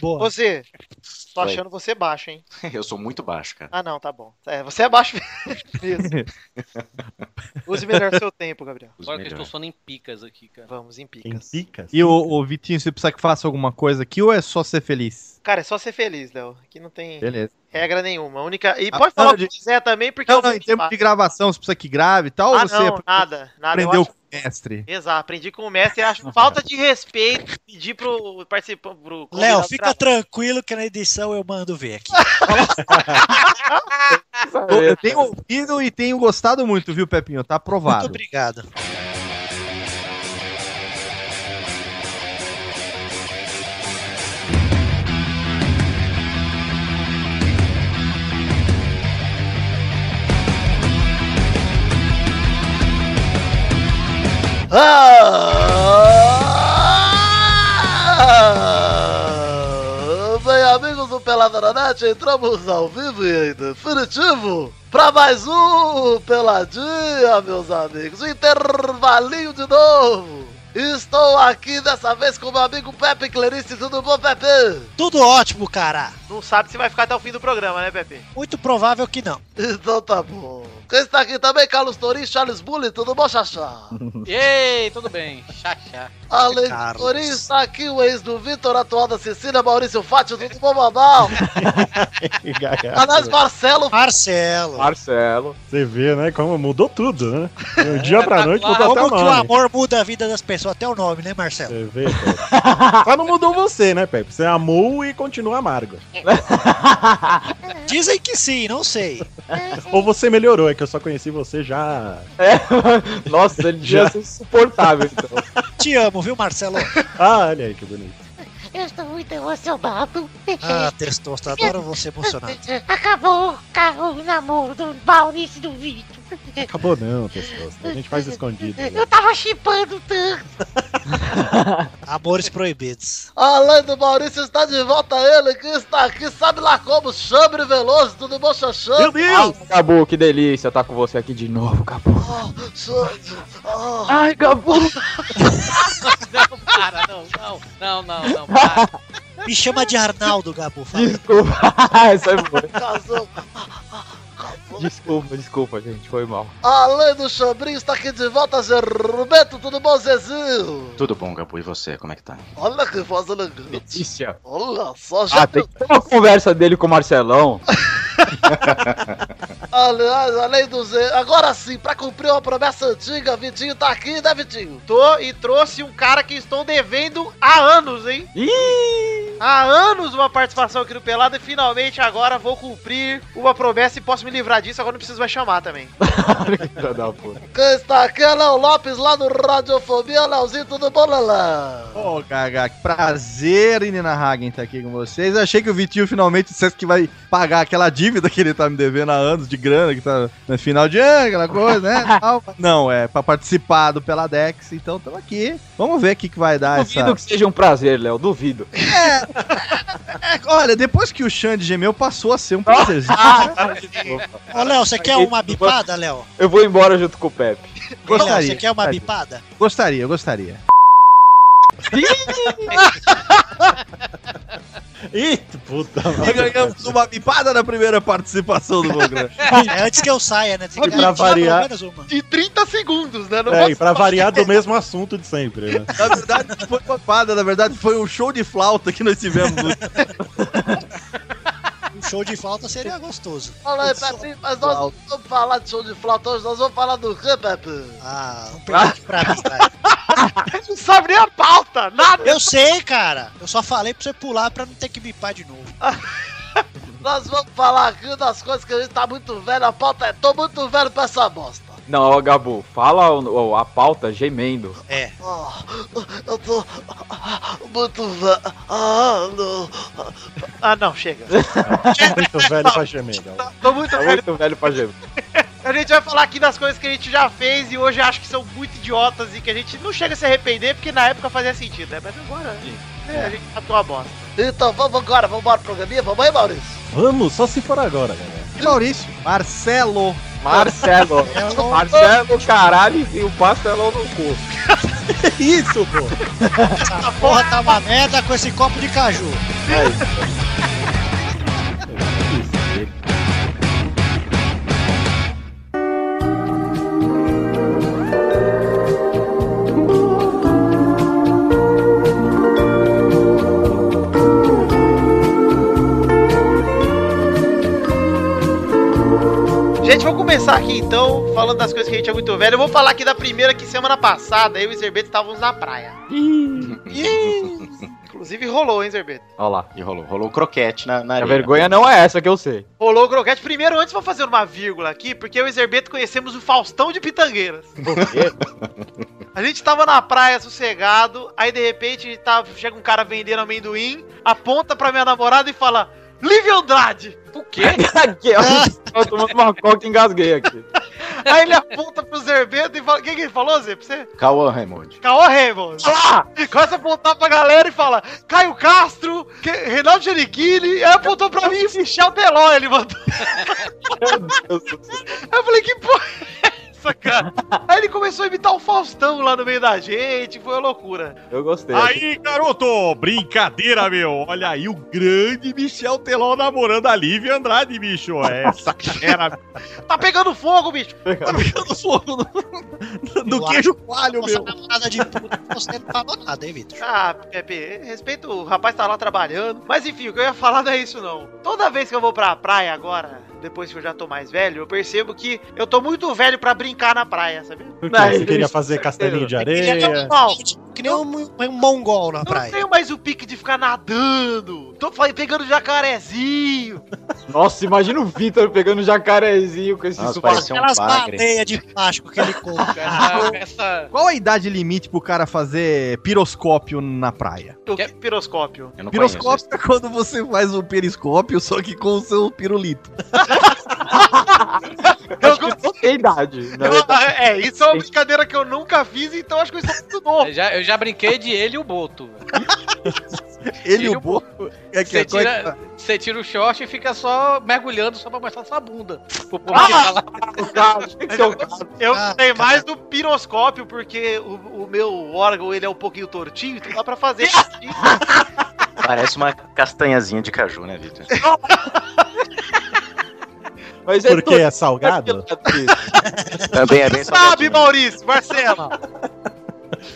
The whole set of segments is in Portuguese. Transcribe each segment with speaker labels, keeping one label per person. Speaker 1: Boa.
Speaker 2: Você, tô
Speaker 3: Oi.
Speaker 2: achando você baixo, hein?
Speaker 3: Eu sou muito baixo, cara.
Speaker 2: Ah, não, tá bom. É, você é baixo mesmo. Use melhor seu tempo, Gabriel.
Speaker 3: Os
Speaker 4: Agora que eu estou
Speaker 3: melhores.
Speaker 4: soando em picas aqui, cara.
Speaker 2: Vamos em
Speaker 1: Tem
Speaker 2: picas.
Speaker 1: picas?
Speaker 5: E o, Vitinho, você precisa que faça alguma coisa aqui ou é só ser feliz?
Speaker 2: Cara, é só ser feliz, Léo. Aqui não tem
Speaker 5: Beleza.
Speaker 2: regra nenhuma. A única... E
Speaker 5: Ah,
Speaker 2: pode falar
Speaker 5: não,
Speaker 2: o que quiser também, porque
Speaker 5: Não,
Speaker 2: eu vou
Speaker 5: não, em termos
Speaker 2: limpar.
Speaker 5: de gravação, você precisa que grave e tal,
Speaker 2: Ah,
Speaker 5: ou você
Speaker 2: não, nada, nada. Eu
Speaker 5: aprendeu
Speaker 2: acho-
Speaker 5: com o mestre?
Speaker 2: Exato, aprendi com o mestre e acho falta de respeito pedir pro participante. Pro
Speaker 1: Léo,
Speaker 2: convidado
Speaker 1: fica
Speaker 2: gravar.
Speaker 1: tranquilo que na edição eu mando ver aqui.
Speaker 6: É,
Speaker 5: Eu, eu tenho ouvido e tenho gostado muito, viu, Pepinho?
Speaker 1: Muito
Speaker 5: Tá aprovado.
Speaker 1: obrigado.
Speaker 2: Ah! Bem, amigos do Pelada na Net, entramos ao vivo e em definitivo para mais um Peladinha, meus amigos. Intervalinho de novo. Estou aqui dessa vez com meu amigo Pepe Clarice. Tudo bom, Pepe?
Speaker 1: Tudo ótimo, cara.
Speaker 2: Não sabe se vai ficar até o fim do programa, né, Pepe?
Speaker 1: Muito provável que não.
Speaker 2: Então tá bom. Quem está aqui também, Carlos Torim, Charles Bully. Tudo bom, Xaxá?
Speaker 4: Ei, tudo bem? Xaxá.
Speaker 2: Além do
Speaker 1: Carlos.
Speaker 2: Torinho, está aqui o ex do Vitor, atual da Cecília, Maurício Fátio, do Bombadal, Anás Marcelo.
Speaker 1: Marcelo,
Speaker 7: Marcelo.
Speaker 6: Você vê, né? Como mudou tudo, né? Do dia
Speaker 2: Tá
Speaker 6: pra noite
Speaker 4: Claro.
Speaker 6: mudou até
Speaker 1: como
Speaker 6: o
Speaker 1: que o
Speaker 6: nome.
Speaker 1: amor muda a vida das pessoas, até o nome, né, Marcelo?
Speaker 6: Você vê, Pepe. Só não mudou você, né, Pepe? Você amou e continua amargo.
Speaker 1: Dizem que sim, não sei.
Speaker 6: Ou você melhorou, é que eu só conheci você já.
Speaker 7: Nossa, ele
Speaker 6: Já.
Speaker 7: devia ser insuportável, então.
Speaker 1: Te amo, viu, Marcelo?
Speaker 6: Ah, olha aí que bonito.
Speaker 8: Eu estou muito emocionado.
Speaker 1: Ah, testosta, adoro você emocionado.
Speaker 8: Acabou, acabou o namoro do Maurício e do Vitor.
Speaker 6: Acabou não, pessoal. A gente faz escondido. né?
Speaker 8: Eu tava chipando tanto.
Speaker 1: Amores proibidos.
Speaker 2: Além do Maurício, está de volta ele, que está aqui, sabe lá como, Chambre Veloso, tudo bom, Xaxã?
Speaker 6: Deus!
Speaker 7: Ah, Acabou, que delícia estar com você aqui de novo, acabou.
Speaker 2: Oh, Xande, oh.
Speaker 7: Ai, acabou.
Speaker 4: Não, para, não, não, não, não, não, para.
Speaker 1: Me chama de Arnaldo, Gabu. fala.
Speaker 7: Desculpa. é Essa foi.
Speaker 2: Casou.
Speaker 7: Desculpa, desculpa, gente. Foi mal.
Speaker 2: Além do Chambrinho, está aqui de volta, Gerbeto, tudo bom, Zezinho?
Speaker 3: Tudo bom, Gabu, e você? Como é que tá?
Speaker 2: Olha que voz elegante.
Speaker 7: Delícia.
Speaker 2: Olha só, já
Speaker 7: Ah, tem que ter uma conversa dele com o Marcelão.
Speaker 2: Aliás, além do Z, agora sim, pra cumprir uma promessa antiga, Vitinho tá aqui, né, Vitinho? Tô e trouxe um cara que estou devendo há anos, hein?
Speaker 7: Ih!
Speaker 2: Há anos uma participação aqui no Pelado e finalmente agora vou cumprir uma promessa e posso me livrar disso, agora não preciso mais chamar também.
Speaker 7: Filha da puta.
Speaker 2: Quem está aqui é Léo Lopes, lá do Radiofobia, Léozinho, tudo bom, Lelé?
Speaker 5: Ô, Gaga, que prazer, Nina Hagen, estar aqui com vocês. Eu achei que o Vitinho finalmente dissesse que vai pagar aquela dívida que ele tá me devendo há anos de grana, que tá no final de ano, aquela coisa, né? tal. Não, é pra participar do Peladex, então estamos aqui. Vamos ver o que, que vai dar
Speaker 7: Duvido
Speaker 5: essa.
Speaker 7: que seja um prazer, Léo. Duvido.
Speaker 5: É, olha, depois que o Xande gemeu, passou a ser um prazerzinho.
Speaker 1: Ô, Léo, você quer uma bipada, Léo?
Speaker 7: Eu vou embora junto com o Pepe.
Speaker 1: Léo,
Speaker 5: Gostaria.
Speaker 1: você quer é uma bipada?
Speaker 5: Gostaria, gostaria.
Speaker 6: Eita, puta.
Speaker 5: E ganhamos uma bipada na primeira participação do programa.
Speaker 1: É antes que eu saia, né? Tem
Speaker 6: E pra
Speaker 1: tirar pelo
Speaker 6: variar-
Speaker 1: menos uma.
Speaker 2: De 30 segundos, né? Não
Speaker 6: É, e pra variar do mesmo assunto de sempre, né?
Speaker 5: Na verdade, não foi uma bipada, na verdade, foi um show de flauta que nós tivemos.
Speaker 1: Um show de falta seria gostoso.
Speaker 2: Fala aí, Pepe, mas nós não vamos falar de show de flauta hoje, nós vamos falar do quê, Pepe?
Speaker 1: Ah, não pergunte pra mim, cara.
Speaker 2: Não sabe nem a pauta, nada!
Speaker 1: Eu sei, cara. Eu só falei pra você pular pra não ter que bipar de novo.
Speaker 2: Nós vamos falar aqui das coisas que a gente tá muito velho, a pauta é tô muito velho pra essa bosta.
Speaker 7: Não, ó, Gabu, fala o- o- a pauta gemendo.
Speaker 1: É.
Speaker 2: Oh, eu tô muito velho. Ah, não. Ah, não, chega.
Speaker 6: É Muito velho pra gemer, Léo.
Speaker 2: Tô muito
Speaker 7: Tá
Speaker 2: velho.
Speaker 7: muito velho pra gemer.
Speaker 2: A gente vai falar aqui das coisas que a gente já fez e hoje acho que são muito idiotas e que a gente não chega a se arrepender porque na época fazia sentido, né? Mas agora, né, a gente sabe que é uma bosta. Então vamos agora, vamos embora pro programinha, vamos aí, Maurício?
Speaker 6: Vamos, só se for agora, galera.
Speaker 5: Maurício. Marcelo.
Speaker 7: Marcelo.
Speaker 1: Marcelo.
Speaker 7: Marcelo, caralho, e o pastelão no cu.
Speaker 6: Isso, pô!
Speaker 1: Essa porra tá uma merda com esse copo de caju.
Speaker 9: Gente, vamos começar aqui então, falando das coisas que a gente é muito velho. Eu vou falar aqui da primeira que semana passada eu e Zerbeto estávamos na praia. Ih, Inclusive rolou, hein, Zerbeto?
Speaker 7: Olha lá.
Speaker 3: E rolou. Rolou um croquete na, na
Speaker 7: A
Speaker 3: areia.
Speaker 7: vergonha não é essa que eu sei.
Speaker 9: Rolou o croquete. Primeiro, antes, vou fazer uma vírgula aqui, porque eu e Zerbeto conhecemos o Faustão de Pitangueiras. A gente tava na praia sossegado, aí de repente tá, chega um cara vendendo amendoim, aponta pra minha namorada e fala: Lívia Andrade!
Speaker 4: O quê?
Speaker 7: aqui, ó, eu tomando uma coca e engasguei aqui.
Speaker 9: Aí ele aponta pro Zerbeto e fala: O que que ele falou, Zé? Pra você?
Speaker 3: Cauã Raymond.
Speaker 9: Caô Raymond. E começa a apontar pra galera e fala: Caio Castro, que, Reinaldo Giannichini. Aí apontou pra mim e Michel Teló, ele mandou.
Speaker 7: Meu Deus do céu.
Speaker 9: Aí eu falei: Que porra é essa, cara? Aí ele começou a imitar o Faustão lá no meio da gente, foi uma loucura.
Speaker 7: Eu gostei.
Speaker 10: Aí, garoto! Brincadeira, meu! Olha aí o grande Michel Teló namorando a Lívia Andrade, bicho! É Essa fera
Speaker 9: Tá pegando fogo, bicho.
Speaker 5: Tá pegando fogo no, no queijo coalho,
Speaker 1: Nossa
Speaker 5: meu.
Speaker 1: namorada de puta, você não falou nada, hein, Vitor?
Speaker 9: Ah, Pepe, respeito, o rapaz tá lá trabalhando. Mas enfim, o que eu ia falar não é isso, não. Toda vez que eu vou pra praia agora. Depois que eu já tô mais velho, eu percebo que eu tô muito velho pra brincar na praia, sabe?
Speaker 6: Por
Speaker 7: Não,
Speaker 6: quê? Você
Speaker 7: isso,
Speaker 6: queria
Speaker 7: isso,
Speaker 6: fazer
Speaker 7: certeza.
Speaker 6: castelinho de
Speaker 9: Queria dar
Speaker 6: areia?
Speaker 9: um pau.
Speaker 1: Que nem um, um mongol na
Speaker 9: Eu não
Speaker 1: praia.
Speaker 9: tenho mais o pique de ficar nadando. Tô fa- pegando jacarezinho.
Speaker 7: Nossa, imagina o Vitor pegando um jacarezinho com esse
Speaker 3: Nossa,
Speaker 7: sovaco.
Speaker 3: parecia um
Speaker 1: Aquelas
Speaker 3: bagre.
Speaker 1: baleias de plástico que ele compra.
Speaker 9: Ah.
Speaker 4: Essa, essa...
Speaker 5: Qual a idade limite pro cara fazer piroscópio na praia?
Speaker 9: O
Speaker 4: Que-
Speaker 9: que piroscópio?
Speaker 3: Eu não conheço.
Speaker 5: Piroscópio é quando você faz um periscópio, só que com o seu pirulito.
Speaker 7: Eu acho que não tem idade. na verdade.
Speaker 9: é, isso é uma brincadeira que eu nunca fiz, então acho que isso é muito novo.
Speaker 4: Eu, já, eu já brinquei de ele e o Boto. velho.
Speaker 5: Ele e
Speaker 4: Tira
Speaker 5: o
Speaker 4: o
Speaker 5: boto. É que
Speaker 4: Você
Speaker 5: é qual é que
Speaker 4: tira-
Speaker 5: tá?
Speaker 4: Você tira o short e fica só mergulhando só pra mostrar sua bunda. Pro povo
Speaker 9: Ah,
Speaker 4: que tá lá.
Speaker 7: O cara, tem que ser o cara.
Speaker 9: Eu
Speaker 1: Ah,
Speaker 9: sei
Speaker 1: cara.
Speaker 9: mais do piroscópio, porque o, o meu órgão ele é um pouquinho tortinho, então dá pra fazer. isso.
Speaker 3: Parece uma castanhazinha de caju, né, Vitor?
Speaker 7: Mas é
Speaker 6: Porque
Speaker 7: doido,
Speaker 6: é salgado?
Speaker 7: Patrícia.
Speaker 3: Também é bem
Speaker 9: Sabe,
Speaker 3: salgadinho.
Speaker 9: Maurício, Marcelo.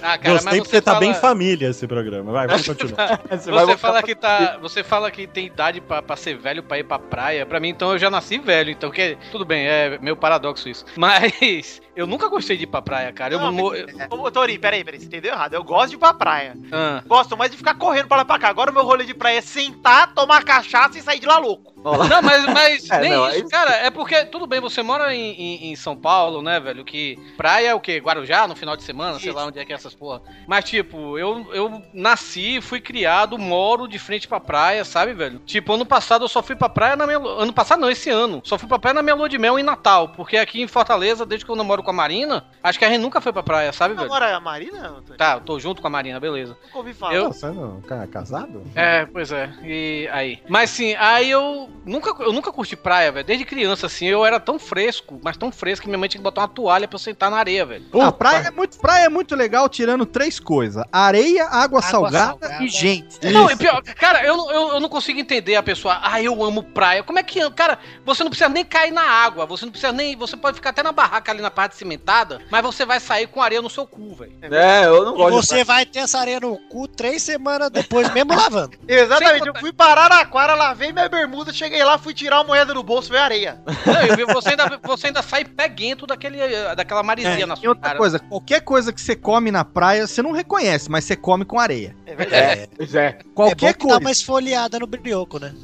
Speaker 4: Ah,
Speaker 6: Gostei porque tá
Speaker 4: fala-
Speaker 6: bem família esse programa. Vai, vamos continuar.
Speaker 7: Você vai
Speaker 4: Você
Speaker 7: voltar
Speaker 4: fala,
Speaker 7: pra-
Speaker 4: que tá, você fala que tem idade pra, pra ser velho pra ir pra praia. Pra mim, então, eu já nasci velho. Então, que, tudo bem, é meu paradoxo isso. Mas eu nunca gostei de ir pra praia, cara. Eu
Speaker 9: Não,
Speaker 4: não, mo- eu-
Speaker 9: mas- Ô, Torinho, peraí, peraí, você entendeu errado. Eu gosto de ir pra praia.
Speaker 4: Ah,
Speaker 9: Gosto mais de ficar correndo pra lá e pra cá. Agora o meu rolê de praia é sentar, tomar cachaça e sair de lá louco.
Speaker 4: Não, mas, mas
Speaker 7: É,
Speaker 4: nem
Speaker 7: não,
Speaker 4: isso,
Speaker 7: é isso.
Speaker 4: cara. É porque, tudo bem, você mora em, em- em São Paulo, né, velho? Que praia é o quê? Guarujá, no final de semana, sei
Speaker 9: Isso.
Speaker 4: lá onde é que é essas porra. Mas, tipo, eu, eu nasci, fui criado, moro de frente pra praia, sabe, velho? Tipo, ano passado eu só fui pra praia na minha. lu- Ano passado não, esse ano. Só fui pra praia na minha lua de mel em Natal. Porque aqui em Fortaleza, desde que eu namoro com a Marina, acho que a gente nunca foi pra praia, sabe, velho?
Speaker 9: Agora, a Marina, Antônio,
Speaker 4: Tá, eu tô junto com a Marina, beleza.
Speaker 9: nunca ouvi falar.
Speaker 4: Eu-
Speaker 6: Você não é casado?
Speaker 4: É, pois é. E aí? Mas sim, aí eu nunca, eu nunca curti praia, velho. Desde criança, assim, eu era tão fresco, mas tão fresco que minha mãe tinha que botar uma toalha pra eu sentar na areia, velho.
Speaker 5: Ah, praia, é muito, praia é muito legal tirando três coisas: areia, água,
Speaker 1: Água
Speaker 5: salgada,
Speaker 1: salgada.
Speaker 5: e gente.
Speaker 4: Não, e pior, cara, eu, não- eu, eu não consigo entender a pessoa. Ah, eu amo praia. Como é que. Cara, você não precisa nem cair na água, você não precisa nem. Você pode ficar até na barraca ali na parte cimentada, mas você vai sair com areia no seu cu, velho.
Speaker 7: É, eu não
Speaker 1: E
Speaker 7: gosto.
Speaker 1: você vai ter essa areia no cu três semanas depois, mesmo lavando.
Speaker 9: Exatamente,
Speaker 4: Sem
Speaker 9: eu fui parar na quara, lavei minha bermuda, cheguei lá, fui tirar a moeda do bolso, veio areia.
Speaker 4: Não, e você ainda, você ainda sai peguento daquele, daquela maresia na
Speaker 5: É, E
Speaker 4: sua
Speaker 5: outra
Speaker 4: cara.
Speaker 5: coisa, qualquer coisa que você come na praia, você não reconhece, mas você come com areia.
Speaker 9: É verdade.
Speaker 1: É,
Speaker 7: Pois é.
Speaker 5: Qualquer
Speaker 1: é bom que
Speaker 5: coisa,
Speaker 1: dá uma esfoliada no brioco, né?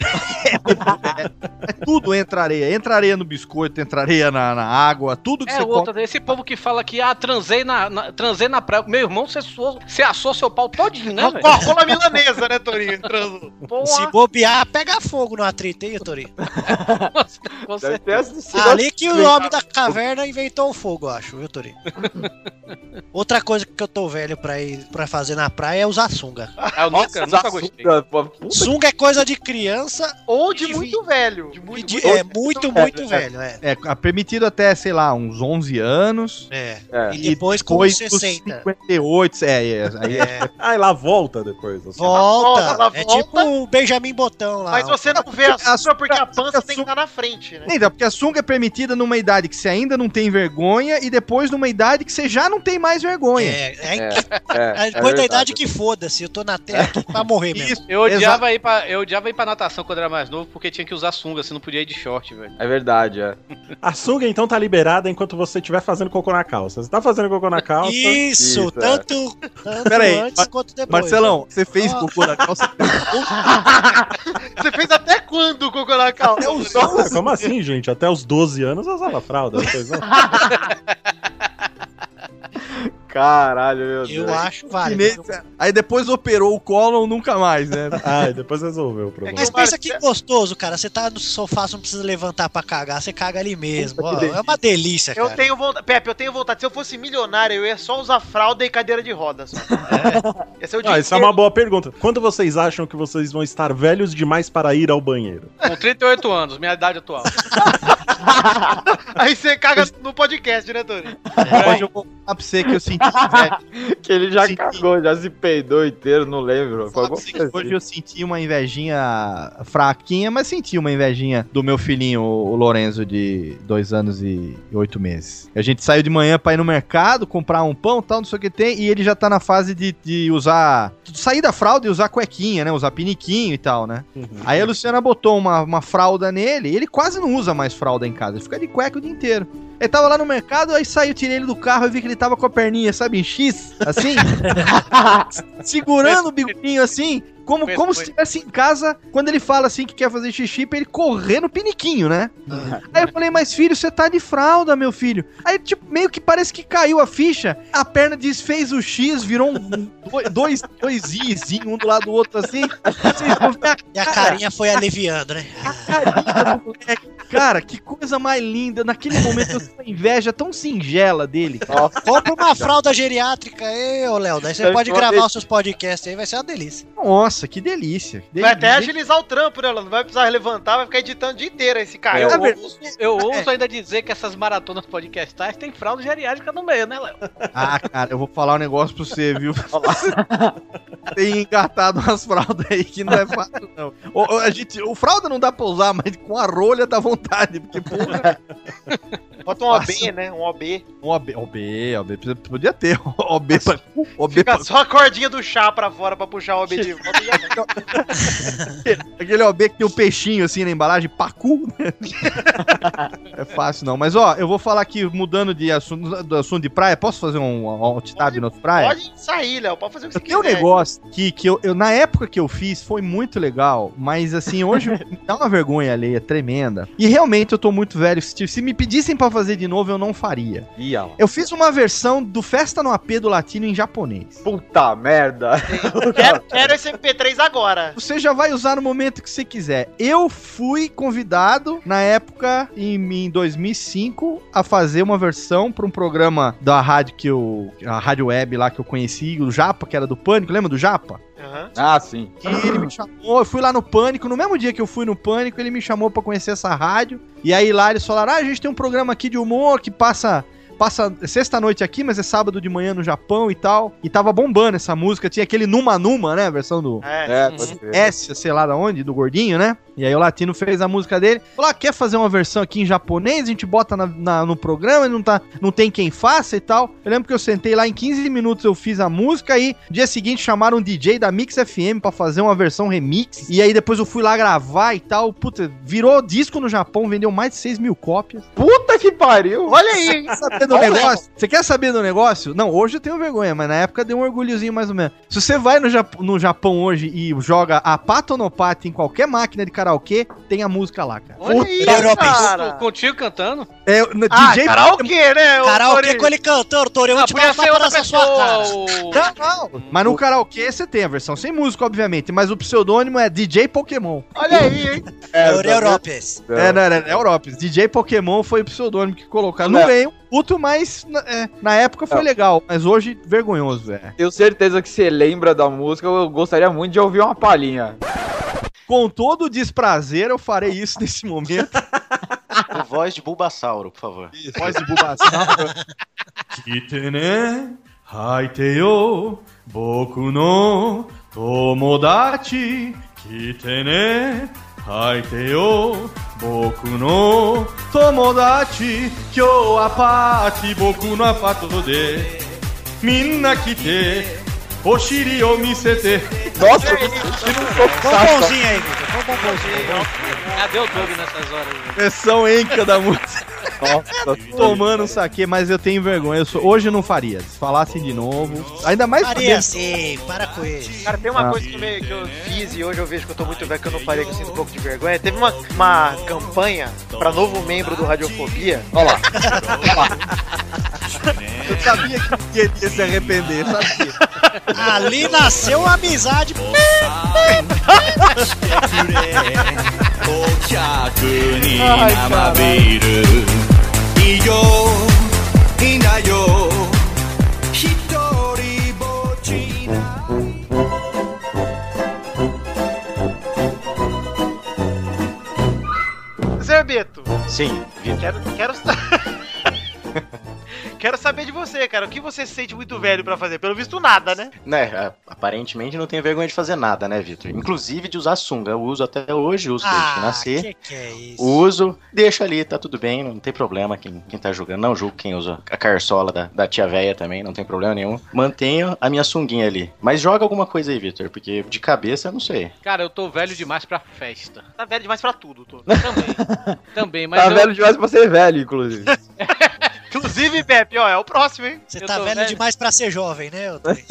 Speaker 5: tudo entra areia. Entra areia no biscoito, entra areia na, na água, tudo que
Speaker 4: É
Speaker 5: você
Speaker 4: outra, esse povo que fala que, ah, transei na, na- transei na praia. Meu irmão, você, suou, você assou seu pau todinho, né,
Speaker 9: Com
Speaker 4: velho?
Speaker 9: a rola milanesa, né, Torinho? Transou.
Speaker 1: Se
Speaker 9: Porra.
Speaker 1: bobear, pega fogo no atrito, hein, Torinho?
Speaker 4: Com certeza.
Speaker 7: é, Deve ter assistido
Speaker 1: Ali Ah, que o homem da caverna inventou o fogo, eu acho, viu, Torinho? Outra coisa que eu tô velho pra, ir, pra fazer na praia é usar sunga.
Speaker 4: Ah, eu nunca,
Speaker 7: Nossa,
Speaker 4: nunca gostei.
Speaker 7: Sunga, pô, puta
Speaker 1: Sunga é coisa de criança ou
Speaker 9: Ou de
Speaker 1: De
Speaker 9: muito velho. De
Speaker 1: E
Speaker 9: muito,
Speaker 1: de- é muito, muito velho, é.
Speaker 5: É a- permitido até, sei lá, uns 11 anos.
Speaker 1: É.
Speaker 7: É.
Speaker 1: E depois com
Speaker 5: Depois dos
Speaker 1: 60.
Speaker 5: 58, é, é, aí é.
Speaker 1: É,
Speaker 6: Ah, e lá volta depois. assim.
Speaker 1: volta.
Speaker 9: Ela volta.
Speaker 1: É tipo o Benjamin Botão lá. É,
Speaker 9: Mas você não vê a sua porque a pança tem que estar na frente, né?
Speaker 5: Nem dá, porque a sunga é permitida numa idade que você ainda não tem vergonha e depois numa idade que você já não tem mais vergonha.
Speaker 1: É, é,
Speaker 7: É,
Speaker 1: é,
Speaker 7: é
Speaker 1: depois da
Speaker 7: verdade.
Speaker 1: idade que foda-se, eu tô na terra aqui pra morrer mesmo.
Speaker 5: Isso,
Speaker 4: Eu
Speaker 5: Exato.
Speaker 4: odiava, ir pra, eu odiava ir pra natação quando era mais novo, porque tinha que usar sunga, você não podia ir de short, velho.
Speaker 7: É verdade, é.
Speaker 6: A sunga, então, tá liberada enquanto você estiver fazendo cocô na calça. Você tá fazendo cocô na calça.
Speaker 1: Isso,
Speaker 7: Isso, é.
Speaker 1: tanto, tanto
Speaker 5: Pera aí,
Speaker 1: antes
Speaker 5: Mar-
Speaker 1: quanto depois.
Speaker 5: Marcelão, você fez
Speaker 1: Ah.
Speaker 5: cocô na calça
Speaker 9: Você fez até quando, Gogo na calça?
Speaker 5: até os
Speaker 6: Ah,
Speaker 5: 11?
Speaker 6: como assim, gente? Até os 12 anos eu usava fralda. Vocês não?
Speaker 7: Caralho, meu Deus.
Speaker 1: Eu acho
Speaker 5: Que
Speaker 1: válido.
Speaker 5: nem- Aí depois operou o colo nunca mais, né?
Speaker 6: Ah, e depois resolveu o problema.
Speaker 1: Mas pensa
Speaker 4: é
Speaker 1: que gostoso, cara. Você tá no sofá, você não precisa levantar pra cagar, você caga ali mesmo. Ó, é uma delícia,
Speaker 9: Eu
Speaker 1: cara.
Speaker 9: tenho vontade. Pepe, eu tenho vontade. Se eu fosse milionário, eu ia só usar fralda e cadeira de rodas. É. Ia ser o
Speaker 6: Ah, isso é uma boa pergunta. Quando vocês acham que vocês vão estar velhos demais para ir ao banheiro?
Speaker 4: Com 38 anos, minha idade atual.
Speaker 9: Aí você caga no podcast, né, Tony?
Speaker 5: Pode eu vou falar pra você que eu senti inveja.
Speaker 7: Que ele já
Speaker 5: Sim.
Speaker 7: cagou, já se peidou inteiro, não lembro.
Speaker 5: Falar
Speaker 7: Foi
Speaker 5: pra
Speaker 7: alguma
Speaker 5: você que
Speaker 7: coisa
Speaker 5: Hoje
Speaker 7: assim.
Speaker 5: eu senti uma invejinha fraquinha, mas senti uma invejinha do meu filhinho, o Lorenzo, de dois anos e oito meses. A gente saiu de manhã pra ir no mercado, comprar um pão tal, não sei o que tem, e ele já tá na fase de, de usar. sair da fralda e usar cuequinha, né? Usar piniquinho e tal, né? Aí a Luciana botou uma, uma fralda nele, e ele quase não usa mais fralda em casa, ele fica de cueca o dia inteiro. Ele tava lá no mercado, aí saiu, tirei ele do carro e vi que ele tava com a perninha, sabe, em X, assim, segurando o bigodinho assim, como,
Speaker 4: Foi-
Speaker 5: como
Speaker 4: foi.
Speaker 5: se estivesse em casa, quando ele fala assim que quer fazer xixi, pra ele correr no piniquinho, né? Aí eu falei, mas filho, você tá de fralda, meu filho. Aí, tipo, meio que parece que caiu a ficha, a perna desfez o X, virou um, dois, dois Izinho, um do lado do outro, assim. Vocês vão ver a
Speaker 1: E a carinha foi aliviando, né?
Speaker 5: carinha do moleque. Cara, que coisa mais linda. Naquele momento eu sou inveja tão singela dele.
Speaker 1: Compra uma fralda geriátrica aí, ô Léo. Daí você
Speaker 7: Eu
Speaker 1: pode
Speaker 7: vou
Speaker 1: gravar
Speaker 7: deixar.
Speaker 1: os seus podcasts aí, vai ser uma delícia.
Speaker 5: Nossa, que delícia. que
Speaker 9: Vai
Speaker 5: delícia.
Speaker 9: até agilizar o trampo, né, Lando? Não vai precisar levantar, vai ficar editando o dia inteiro esse cara.
Speaker 4: Eu,
Speaker 5: É verdade.
Speaker 4: ouso, eu ouso ainda dizer que essas maratonas podcastais tem fraude geriátrica no meio, né, Léo?
Speaker 5: Ah, cara, eu vou falar um negócio pra você, viu? Tem engatado umas fraldas aí que não é fácil, não. O, o- a gente, o fralda não dá pra usar, mas com a rolha dá vontade. Porque, porra,
Speaker 9: Bota um OB, né? Um OB.
Speaker 5: um OB, OB, OB, precisa- podia ter. OB, pra- OB pra-
Speaker 9: Fica só a cordinha do chá pra fora pra puxar o OB de volta. E aí?
Speaker 5: Aquele OB que tem o peixinho assim na embalagem, pacu. né? é fácil não. Mas ó, eu vou falar aqui, mudando de assunto, do assunto de praia, posso fazer um alt tab no praia?
Speaker 9: Pode sair, Léo. Pode fazer o que você
Speaker 5: Eu tenho um
Speaker 9: quiser.
Speaker 5: negócio que, que eu, eu- na época que eu fiz, foi muito legal, mas assim, hoje me dá uma vergonha alheia tremenda. E realmente eu tô muito velho. Se, se me pedissem pra fazer de novo, eu não faria.
Speaker 7: Ia lá.
Speaker 5: Eu fiz uma versão do Festa no AP do Latino em japonês.
Speaker 7: Puta merda.
Speaker 9: Quero, quero esse MP3 agora.
Speaker 5: Você já vai usar no momento que você quiser. Eu fui convidado na época, em, em 2005, a fazer uma versão para um programa da rádio que eu. a rádio web lá que eu conheci, o Japa, que era do Pânico, lembra do Japa?
Speaker 9: Aham.
Speaker 7: Ah, sim.
Speaker 5: Que ele me chamou, eu fui lá no Pânico, no mesmo dia que eu fui no Pânico, ele me chamou para conhecer essa rádio. E aí lá eles falaram: ah, a gente tem um programa aqui de humor que passa. Passa sexta-noite aqui, mas é sábado de manhã no Japão e tal. E tava bombando essa música. Tinha aquele Numa Numa, né? A versão do,
Speaker 9: É.
Speaker 7: É, pode crer.
Speaker 5: S, sei lá da onde, do gordinho, né? E aí o Latino fez a música dele. Falou, ah, quer fazer uma versão aqui em japonês? A gente bota na- na- no programa e não, tá, não tem quem faça e tal. Eu lembro que eu sentei lá em 15 minutos, eu fiz a música e dia seguinte chamaram um DJ da Mix FM pra fazer uma versão remix. E aí depois eu fui lá gravar e tal. Puta, virou disco no Japão, vendeu mais de 6 mil cópias.
Speaker 7: É Puta que pariu.
Speaker 9: Olha aí.
Speaker 5: Quer saber do negócio? Você quer saber do negócio? Não, hoje eu tenho vergonha, mas na época deu um orgulhozinho mais ou menos. Se você vai no, Jap- no Japão hoje e joga a pata ou no pata em qualquer máquina de karaokê, tem a música lá, cara.
Speaker 9: Olha isso,
Speaker 1: Europa.
Speaker 9: cara.
Speaker 4: Contigo cantando?
Speaker 5: É, no,
Speaker 9: Ah,
Speaker 5: DJ
Speaker 9: karaokê, né? ô,
Speaker 1: Karaokê
Speaker 9: Torinho?
Speaker 1: com ele cantando, Tori, eu vou te
Speaker 4: Ah, podia
Speaker 1: botar
Speaker 4: ser
Speaker 1: pra
Speaker 4: outra
Speaker 1: essa sua cara.
Speaker 4: pessoa.
Speaker 5: Não, não. Mas no karaokê você tem a versão sem música, obviamente, mas o pseudônimo é DJ Pokémon.
Speaker 9: Olha aí, hein?
Speaker 1: Tori Europes.
Speaker 5: É,
Speaker 7: né?
Speaker 5: não, era é Europa. DJ Pokémon foi o pseudônimo que colocaram.
Speaker 7: Não.
Speaker 5: Não ganhei um puto, mas na, é, na época foi
Speaker 7: Não.
Speaker 5: legal, mas hoje vergonhoso, é. velho.
Speaker 7: Tenho certeza que você lembra da música, eu gostaria muito de ouvir uma palhinha.
Speaker 5: Com todo o desprazer, eu farei isso nesse momento.
Speaker 3: Com voz de Bulbasauro, por favor.
Speaker 5: Voz de Bulbasauro.
Speaker 10: Kitene haiteo boku no tomodachi kitene haiteo boku no tomodachi kyo apati boku no apato de minna kite o shiri o misete
Speaker 7: Nossa, eu tiro um pouco
Speaker 1: Põe um
Speaker 4: Tá
Speaker 7: saco.
Speaker 1: pãozinho aí, Vitor. Põe um pãozinho.
Speaker 4: Cadê o Doug nessas horas? velho?
Speaker 5: Versão enca da música.
Speaker 7: Nossa,
Speaker 5: Tomando um saque, mas eu tenho vergonha. Eu sou- Hoje eu não faria. Se falassem de novo. Ainda mais
Speaker 1: Faria
Speaker 5: sabendo-
Speaker 1: assim, para com isso.
Speaker 9: Cara, tem uma
Speaker 5: Ah.
Speaker 9: coisa que, me- que eu fiz e hoje eu vejo que eu tô muito velho, que eu não falei, que eu sinto um pouco de vergonha. Teve uma, uma campanha pra novo membro do Radiofobia.
Speaker 7: olha lá.
Speaker 5: Eu sabia que ele ia se arrepender, sabia?
Speaker 1: Ali nasceu a amizade.
Speaker 9: Zé Beto,
Speaker 3: Sim, Vitor.
Speaker 9: quero, quero, sa- quero saber de você, cara. O que você se sente muito velho pra fazer? Pelo visto, nada, né?
Speaker 3: Né, a- aparentemente não tenho vergonha de fazer nada, né, Vitor? Inclusive de usar sunga. Eu uso até hoje, uso desde que
Speaker 1: Ah,
Speaker 3: nasci.
Speaker 1: que que é isso?
Speaker 3: Uso, deixa ali, tá tudo bem, não tem problema quem, quem tá julgando. Não julgo quem usa a carçola da, da tia véia também, não tem problema nenhum. Mantenho a minha sunguinha ali. Mas joga alguma coisa aí, Vitor, porque de cabeça eu não sei.
Speaker 4: Cara, eu tô velho demais pra festa.
Speaker 9: Tá velho demais pra tudo, tô.
Speaker 4: Também. Também, mas
Speaker 7: tá
Speaker 4: eu,
Speaker 7: velho demais pra ser velho, inclusive.
Speaker 9: Inclusive, Pepe, ó, é o próximo, hein?
Speaker 1: Você
Speaker 4: eu
Speaker 1: tá
Speaker 4: tô
Speaker 1: velho,
Speaker 4: velho.
Speaker 1: demais pra ser jovem, né, Otaí?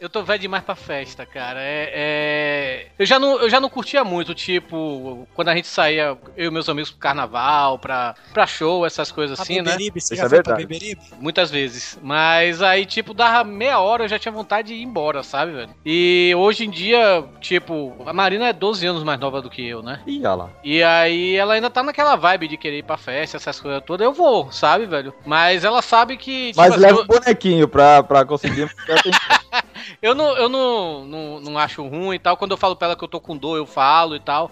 Speaker 4: eu tô velho demais pra festa, cara. É, é- Eu, já não, eu já não curtia muito, tipo, quando a gente saía, eu e meus amigos pro carnaval, pra, pra show, essas coisas assim, né?
Speaker 1: Beberibe, você
Speaker 7: Isso
Speaker 1: já
Speaker 7: é
Speaker 1: foi pra
Speaker 7: verdade.
Speaker 1: Beberibe?
Speaker 4: Muitas vezes. Mas aí, tipo, dava meia hora, eu já tinha vontade de ir embora, sabe, velho? E hoje em dia, tipo, a Marina é 12 anos mais nova do que eu, né?
Speaker 7: Ih, olha lá.
Speaker 4: E aí ela ainda tá naquela vibe de querer ir pra festa, essas coisas todas. Eu vou, sabe, velho? Mas ela sabe que. tipo,
Speaker 7: Mas
Speaker 4: assim,
Speaker 7: leva o
Speaker 4: eu-
Speaker 7: bonequinho pra, pra conseguir.
Speaker 4: Eu não, eu não, não, não acho ruim e tal. Quando eu falo pra ela que eu tô com dor, eu falo e tal.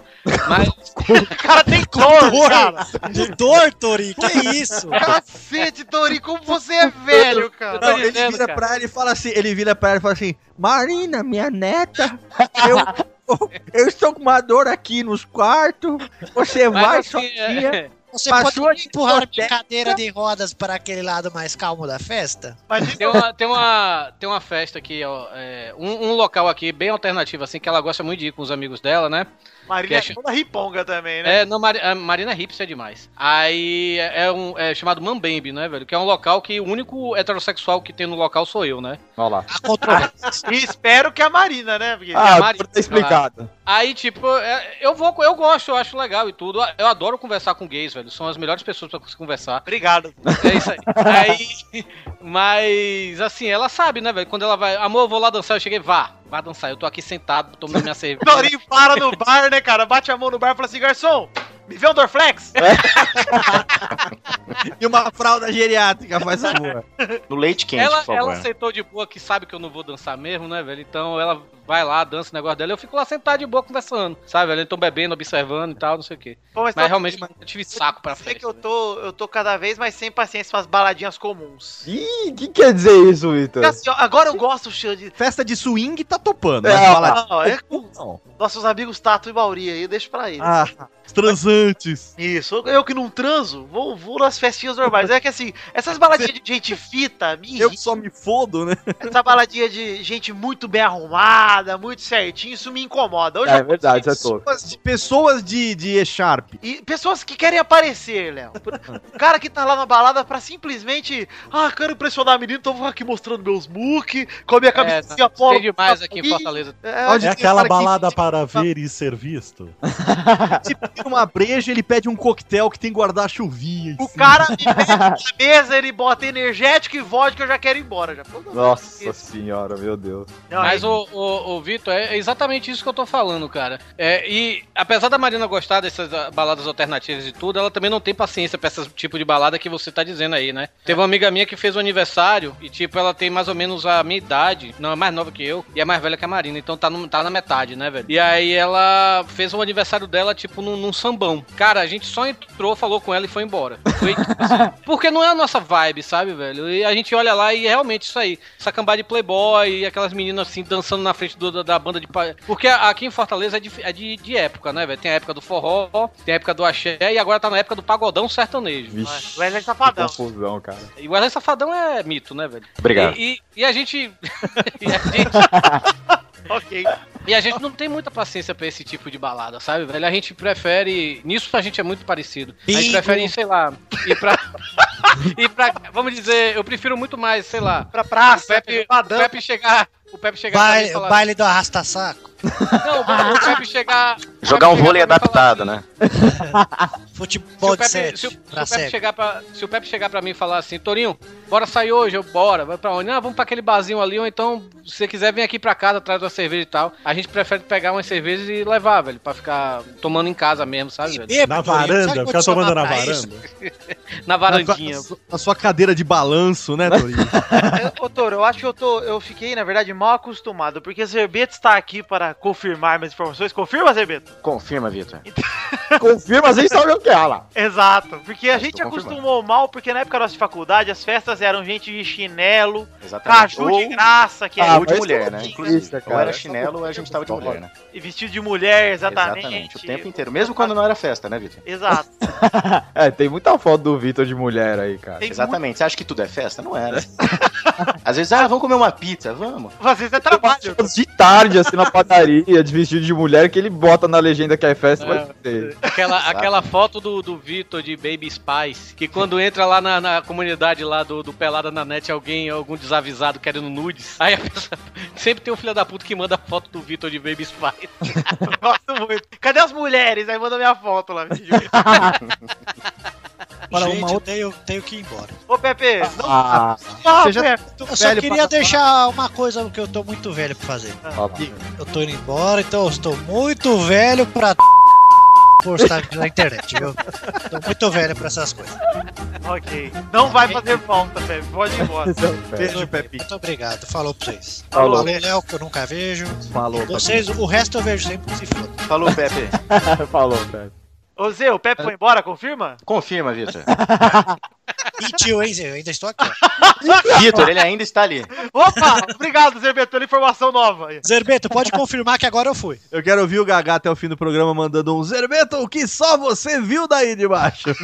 Speaker 4: Mas
Speaker 9: O cara tem cloro, cara.
Speaker 1: Doutor, Tori, que isso?
Speaker 9: Cacete, Tori, como você é velho, cara.
Speaker 4: Não,
Speaker 5: Não,
Speaker 4: ele
Speaker 5: ele
Speaker 4: dizendo,
Speaker 5: vira
Speaker 4: Tá cara.
Speaker 5: pra ela e fala assim, ele vira pra ela e fala assim, Marina, minha neta, eu, eu estou com uma dor aqui nos quartos, você
Speaker 4: mas
Speaker 5: vai
Speaker 4: assim,
Speaker 5: sozinha.
Speaker 4: é-
Speaker 1: Você
Speaker 5: Passou
Speaker 1: pode
Speaker 5: a
Speaker 1: empurrar a minha
Speaker 5: discoteca.
Speaker 1: cadeira de rodas para aquele lado mais calmo da festa?
Speaker 4: Tem uma, tem uma, tem uma festa aqui, ó. é, um, um local aqui bem alternativo, assim, que ela gosta muito de ir com os amigos dela, né?
Speaker 9: Marília
Speaker 4: Cash.
Speaker 9: é toda riponga também, né?
Speaker 4: É, não, Mari- a Marina Hipster é demais. Aí é, um, é chamado Mambembe, né, velho? Que é um local que o único heterossexual que tem no local sou eu, né?
Speaker 7: Olha lá.
Speaker 6: É
Speaker 1: A controvérsia.
Speaker 9: E espero que a Marina, né? Porque
Speaker 7: Ah,
Speaker 4: Mari-
Speaker 7: tá explicado.
Speaker 4: Aí, tipo, é, eu vou, eu gosto, eu acho legal e tudo. Eu adoro conversar com gays, velho. São as melhores pessoas pra se conversar.
Speaker 9: Obrigado.
Speaker 4: É isso aí. Aí, mas assim, ela sabe, né, velho? Quando ela vai, amor, eu vou lá dançar, eu cheguei, vá, vá dançar. Eu tô aqui sentado, tomando minha cerveja.
Speaker 9: Torinho para no bar, né, cara? Bate a mão no bar e fala assim, garçom, me vê um Dorflex?
Speaker 5: E uma fralda geriátrica faz amor.
Speaker 3: No leite quente,
Speaker 4: Ela,
Speaker 3: por favor.
Speaker 4: ela sentou de boa que sabe que eu não vou dançar mesmo, né, velho? Então ela vai lá, dança o negócio dela, eu fico lá sentado de boa conversando, sabe, velho? Então bebendo, observando e tal, não sei o quê.
Speaker 9: Pô,
Speaker 4: Mas
Speaker 9: tá-
Speaker 4: realmente eu tive saco pra né?
Speaker 9: Sei
Speaker 4: frente.
Speaker 9: que eu tô, eu tô cada vez mais sem paciência com as baladinhas comuns.
Speaker 7: Ih, o que quer dizer isso, Vitor?
Speaker 9: E assim, ó, agora eu gosto, Xande.
Speaker 5: Festa de swing tá topando.
Speaker 7: É,
Speaker 5: mas
Speaker 7: ó,
Speaker 5: fala-
Speaker 9: Não, é com
Speaker 5: Não.
Speaker 9: nossos amigos Tato e Mauri aí, deixa pra eles.
Speaker 5: Ah, transantes.
Speaker 9: Isso, eu- eu que não transo, vou, vou nas festinhas normais. É que assim, essas baladinhas de gente fita, me
Speaker 5: Eu
Speaker 9: irrita.
Speaker 5: só me fodo, né?
Speaker 9: essa baladinha de gente muito bem arrumada, muito certinho, isso me incomoda. Hoje
Speaker 7: É
Speaker 9: eu-
Speaker 7: verdade, já tô.
Speaker 5: Pessoas- Pessoas de, de E-Sharp.
Speaker 9: E pessoas que querem aparecer, Léo. O cara que tá lá na balada pra simplesmente. Ah, quero impressionar a menina, então vou aqui mostrando meus muque, com a minha assim,
Speaker 4: É,
Speaker 9: camisinha polo.
Speaker 4: tem demais aqui em
Speaker 9: Ih,
Speaker 4: Fortaleza.
Speaker 9: é,
Speaker 5: Onde
Speaker 6: É
Speaker 5: tem
Speaker 6: aquela
Speaker 5: cara que
Speaker 6: balada
Speaker 1: tipo,
Speaker 6: para ver e ser visto.
Speaker 5: Se pega uma breja, ele pede um coquetel que tem guarda-chuvinha.
Speaker 9: O cara me pega na mesa, ele bota energético e vodka, eu já quero ir embora. Já. Pô, não,
Speaker 7: Nossa
Speaker 9: isso.
Speaker 7: senhora, meu Deus.
Speaker 9: Não,
Speaker 4: Mas
Speaker 9: aí-
Speaker 4: o, o, ô, Vitor, é exatamente isso que eu tô falando, cara. É, e apesar da Marina gostar dessas ah, baladas alternativas e tudo, ela também não tem paciência pra esse tipo de balada que você tá dizendo aí, né? Teve uma amiga minha que fez um aniversário e, tipo, ela tem mais ou menos a minha idade, não, é mais nova que eu, e é mais velha que a Marina, então tá, no- tá na metade, né, velho? E aí ela fez um aniversário dela, tipo, num, num sambão. Cara, a gente só entrou, falou com ela e foi embora. Foi, tipo, assim, porque não é a nossa vibe, sabe, velho? E a gente olha lá e é realmente isso aí. Essa cambada de playboy e aquelas meninas assim dançando na frente do- da, da banda de. pa- Porque a- aqui em Fortaleza é, de, é de, de época, né, velho? Tem a época do forró, tem a época do axé e agora tá na época do pagodão sertanejo.
Speaker 7: Vixe,
Speaker 9: é. O Wesley tá
Speaker 7: que
Speaker 9: Safadão.
Speaker 7: confusão, cara.
Speaker 4: E o Wesley Safadão é mito, né, velho?
Speaker 3: Obrigado.
Speaker 4: E, e- e a gente. e a gente-
Speaker 9: Tá ok.
Speaker 4: E a gente não tem muita paciência pra esse tipo de balada, sabe, velho? A gente prefere. Nisso a gente é muito parecido. A gente
Speaker 1: Bingo.
Speaker 4: prefere, sei lá, ir pra. ir pra. Vamos dizer, eu prefiro muito mais, sei lá.
Speaker 9: Pra praça,
Speaker 4: Ah, o Pepe,
Speaker 9: tá
Speaker 4: o Pepe chegar. O Pepe chegar pra mim e
Speaker 1: Baile,
Speaker 4: falar-
Speaker 1: baile do arrasta-saco.
Speaker 4: Não, o Pepe chegar.
Speaker 3: Jogar um vôlei adaptado, né?
Speaker 1: Futebol de
Speaker 4: se o Pepe, se o- se
Speaker 1: sete.
Speaker 4: o
Speaker 1: Pra
Speaker 4: Pepe
Speaker 1: sete.
Speaker 4: chegar pra, se o Pepe chegar pra mim e falar assim, Torinho, bora sair hoje, eu bora, vai pra onde? Ah, vamos pra aquele barzinho ali, ou então, se você quiser, vem aqui pra casa, traz uma cerveja e tal. A gente prefere pegar umas cervejas e levar, velho, pra ficar tomando em casa mesmo, sabe, velho?
Speaker 1: Bêbado,
Speaker 6: Na
Speaker 1: Torinho, sabe
Speaker 6: varanda, ficar
Speaker 1: condicionar
Speaker 6: tomando na
Speaker 1: pra isso?
Speaker 6: varanda.
Speaker 4: Na varandinha.
Speaker 5: Na sua- na sua cadeira de balanço, né, Torinho?
Speaker 9: Eu- Ô, Toro, eu acho que eu, tô, eu fiquei, na verdade, mal acostumado, porque Zerbeto está aqui para confirmar minhas informações. Confirma, Zerbeto?
Speaker 3: Confirma, Vitor.
Speaker 7: Confirma, a gente sabe o que é olha lá.
Speaker 9: Exato, porque a
Speaker 3: Eu
Speaker 9: gente
Speaker 3: tô confirmando.
Speaker 9: acostumou mal, porque na época da nossa faculdade as festas eram gente de chinelo,
Speaker 3: Exatamente.
Speaker 9: caju de graça, que era
Speaker 3: ou de
Speaker 7: mas
Speaker 3: mulher,
Speaker 7: como
Speaker 3: né?
Speaker 7: que
Speaker 3: Inclusive,
Speaker 7: isso,
Speaker 3: ou
Speaker 7: cara?
Speaker 3: era chinelo ou a gente tava de mulher, né?
Speaker 9: e vestido de mulher, exatamente.
Speaker 3: O tempo inteiro. Mesmo quando não era festa, né, Vitor?
Speaker 9: Exato.
Speaker 7: É, tem muita foto do Vitor de mulher aí,
Speaker 3: Ah,
Speaker 7: cara.
Speaker 9: Tem
Speaker 3: Exatamente. Você acha que tudo é festa? Não era. Às vezes, ah, vamos comer uma pizza, vamos.
Speaker 9: Muito... Às vezes é
Speaker 7: Tem umas
Speaker 9: trabalho.
Speaker 7: fotos de tarde, assim, na padaria, de vestido de mulher, que ele bota na legenda que é festa, mas tem.
Speaker 4: Aquela,
Speaker 3: Exato.
Speaker 4: aquela foto do, do Vitor de Baby Spice, que quando entra lá na, na comunidade lá do, do Pelada na Net, alguém, algum desavisado querendo nudes, aí a pessoa, sempre tem um filho da puta que manda foto do Vitor de Baby Spice.
Speaker 9: Gosto muito. Cadê as mulheres? Aí manda minha foto lá. vestido de-
Speaker 5: Para
Speaker 1: Gente,
Speaker 5: uma
Speaker 1: eu tenho, tenho que ir embora.
Speaker 9: Ô, Pepe, não
Speaker 7: Ah,
Speaker 9: fala,
Speaker 5: você já-
Speaker 9: Pepe.
Speaker 1: Eu só
Speaker 5: velho
Speaker 1: queria
Speaker 5: pra-
Speaker 1: deixar uma coisa que eu tô muito velho pra fazer.
Speaker 7: ó,
Speaker 1: Eu tô indo embora, então eu estou muito velho pra postar na internet, viu? Tô muito velho pra essas coisas.
Speaker 9: Ok. Não vai fazer falta, Pepe. Pode ir embora.
Speaker 7: é
Speaker 5: Beijo, Pepe.
Speaker 1: Muito obrigado, falou pra vocês.
Speaker 7: Falou.
Speaker 1: Valeu, Léo, que eu nunca vejo.
Speaker 5: Falou,
Speaker 1: Vocês, o resto eu vejo sempre se foda.
Speaker 3: Falou, Pepe.
Speaker 7: falou, cara.
Speaker 9: Ô, Zé, o Pepe foi embora, confirma?
Speaker 3: Confirma, Vitor.
Speaker 1: Mentiu, hein, Zé? Eu ainda estou aqui.
Speaker 3: Vitor, ele ainda está ali.
Speaker 9: então Opa! Obrigado, Zerbeto, pela informação nova.
Speaker 1: Zerbeto, pode confirmar que agora eu fui.
Speaker 5: Eu quero ouvir o Gagá até o fim do programa mandando um Zerbeto, o que só você viu daí de baixo.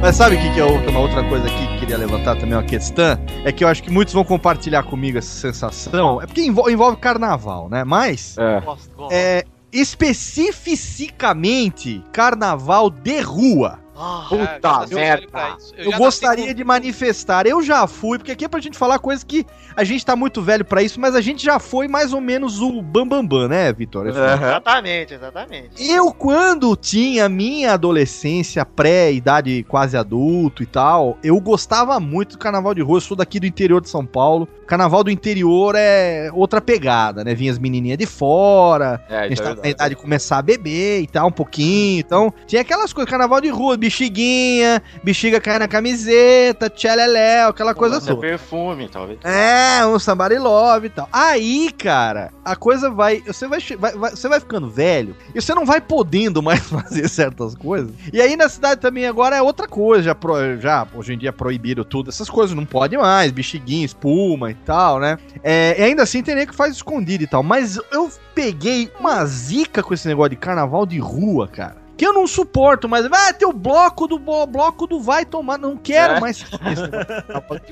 Speaker 5: Mas sabe o que, que é outra, uma outra coisa aqui que queria levantar também, uma questão? É que eu acho que muitos vão compartilhar comigo essa sensação. É porque envol- envolve carnaval, né? Mas
Speaker 7: É.
Speaker 9: Gosto, gosto.
Speaker 5: é, especificamente carnaval de rua.
Speaker 9: Ah,
Speaker 7: Puta merda.
Speaker 5: Eu, gostaria de manifestar, eu já fui, porque aqui é pra gente falar coisa que a gente tá muito velho pra isso, mas a gente já foi mais ou menos o bambambam, bam, bam, né, Vitória?
Speaker 9: É.
Speaker 7: Aham.
Speaker 9: Exatamente, exatamente.
Speaker 5: Eu, quando tinha minha adolescência, pré-idade quase adulto e tal, eu gostava muito do carnaval de rua. Eu sou daqui do interior de São Paulo. Carnaval do interior é outra pegada, né? Vinha as menininhas de fora,
Speaker 7: É,
Speaker 5: a gente
Speaker 7: isso é
Speaker 5: tava na
Speaker 7: verdade.
Speaker 5: idade de começar a beber e tal, um pouquinho. Então, tinha aquelas coisas, carnaval de rua, bexiguinha, bexiga cai na camiseta, tcheleléu, aquela coisa
Speaker 7: é
Speaker 3: Nossa,
Speaker 5: toda.
Speaker 3: perfume, talvez.
Speaker 5: É, um somebody love e tal. Aí, cara, a coisa vai. Você vai, che- vai- vai- você vai ficando velho e você não vai podendo mais fazer certas coisas. E aí na cidade também agora é outra coisa. Já, pro- já hoje em dia proibiram tudo, essas coisas não pode mais, bexiguinha, espuma e tal, né? É, e ainda assim tem nem que faz escondido e tal. Mas eu peguei uma zica com esse negócio de carnaval de rua, cara. Que eu não suporto, mas vai ter o bloco do bo- bloco do vai tomar. Não quero
Speaker 7: É.
Speaker 5: mais isso.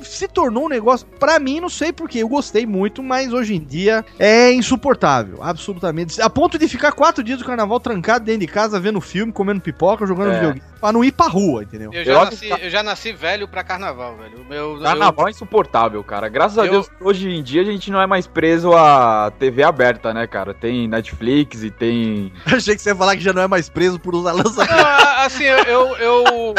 Speaker 5: Se tornou um negócio, pra mim, não sei porquê. Eu gostei muito, mas hoje em dia é insuportável. Absolutamente. A ponto de ficar quatro dias do carnaval trancado dentro de casa, vendo filme, comendo pipoca, jogando
Speaker 7: É.
Speaker 5: videogame. pra não ir pra rua, entendeu?
Speaker 4: Eu
Speaker 7: Eu
Speaker 4: já,
Speaker 7: acho
Speaker 4: nasci,
Speaker 7: que- tá-
Speaker 4: eu já nasci velho pra carnaval, velho. O Meu,
Speaker 7: Carnaval é insuportável, cara. Graças a
Speaker 4: Eu-
Speaker 7: Deus, hoje em dia a gente não é mais preso a TV aberta, né, cara? Tem Netflix e tem.
Speaker 5: Achei que você ia falar que já não é mais preso por usar lança.
Speaker 4: eu- Ah, assim, eu. eu- eu-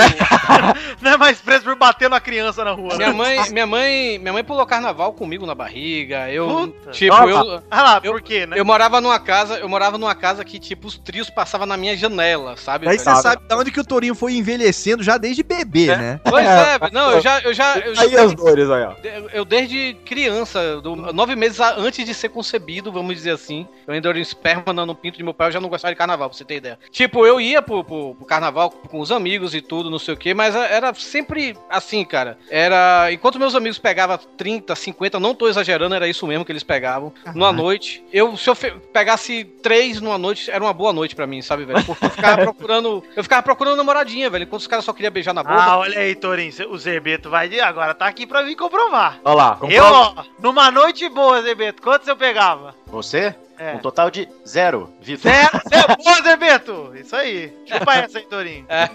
Speaker 9: Não é mais preso por bater na criança na rua, né?
Speaker 4: minha, mãe, minha, mãe, minha mãe pulou carnaval comigo na barriga. Eu.
Speaker 9: Puta.
Speaker 4: Tipo,
Speaker 7: Ah,
Speaker 4: eu.
Speaker 9: Ah lá,
Speaker 4: Eu-
Speaker 9: por quê, né?
Speaker 4: Eu morava numa casa, eu morava numa casa que, tipo, os trios passavam na minha janela, sabe?
Speaker 5: Daí
Speaker 4: velho?
Speaker 5: você sabe da onde que o Torinho foi envelhecendo já desde bebê, né?
Speaker 4: Pois é, velho. Não, eu já. Eu já, eu já
Speaker 7: Aí as dores aí, ó.
Speaker 4: Eu, eu desde criança, do- nove meses a- antes de ser concebido, vamos dizer assim, eu ainda era um esperma no no pinto de meu pai, eu já não gostava de carnaval, pra você ter ideia. Tipo, eu ia pro, pro- pro carnaval com os amigos e tudo, não sei o quê, mas a- era sempre assim, cara. Era. Enquanto meus amigos pegavam 30, 50, não tô exagerando, era isso mesmo que eles pegavam, numa noite. Eu, se eu fe- pegasse três numa noite, era uma boa noite pra mim, sabe, velho? Porque eu ficava procurando. Eu ficava procurando namoradinha, velho. Enquanto os caras só queriam beijar na boca.
Speaker 9: Ah, olha aí, Torinho, cê- o Zerbeto vai de... agora tá aqui pra vir comprovar.
Speaker 7: Olha lá.
Speaker 9: Eu, ó, numa noite boa, Zerbeto, quantos eu pegava?
Speaker 3: Você?
Speaker 9: É.
Speaker 3: Um total de zero, Vitor.
Speaker 9: Zero, você é boa, Zerbeto! Isso aí. Chupa essa aí, Torinho.
Speaker 4: É.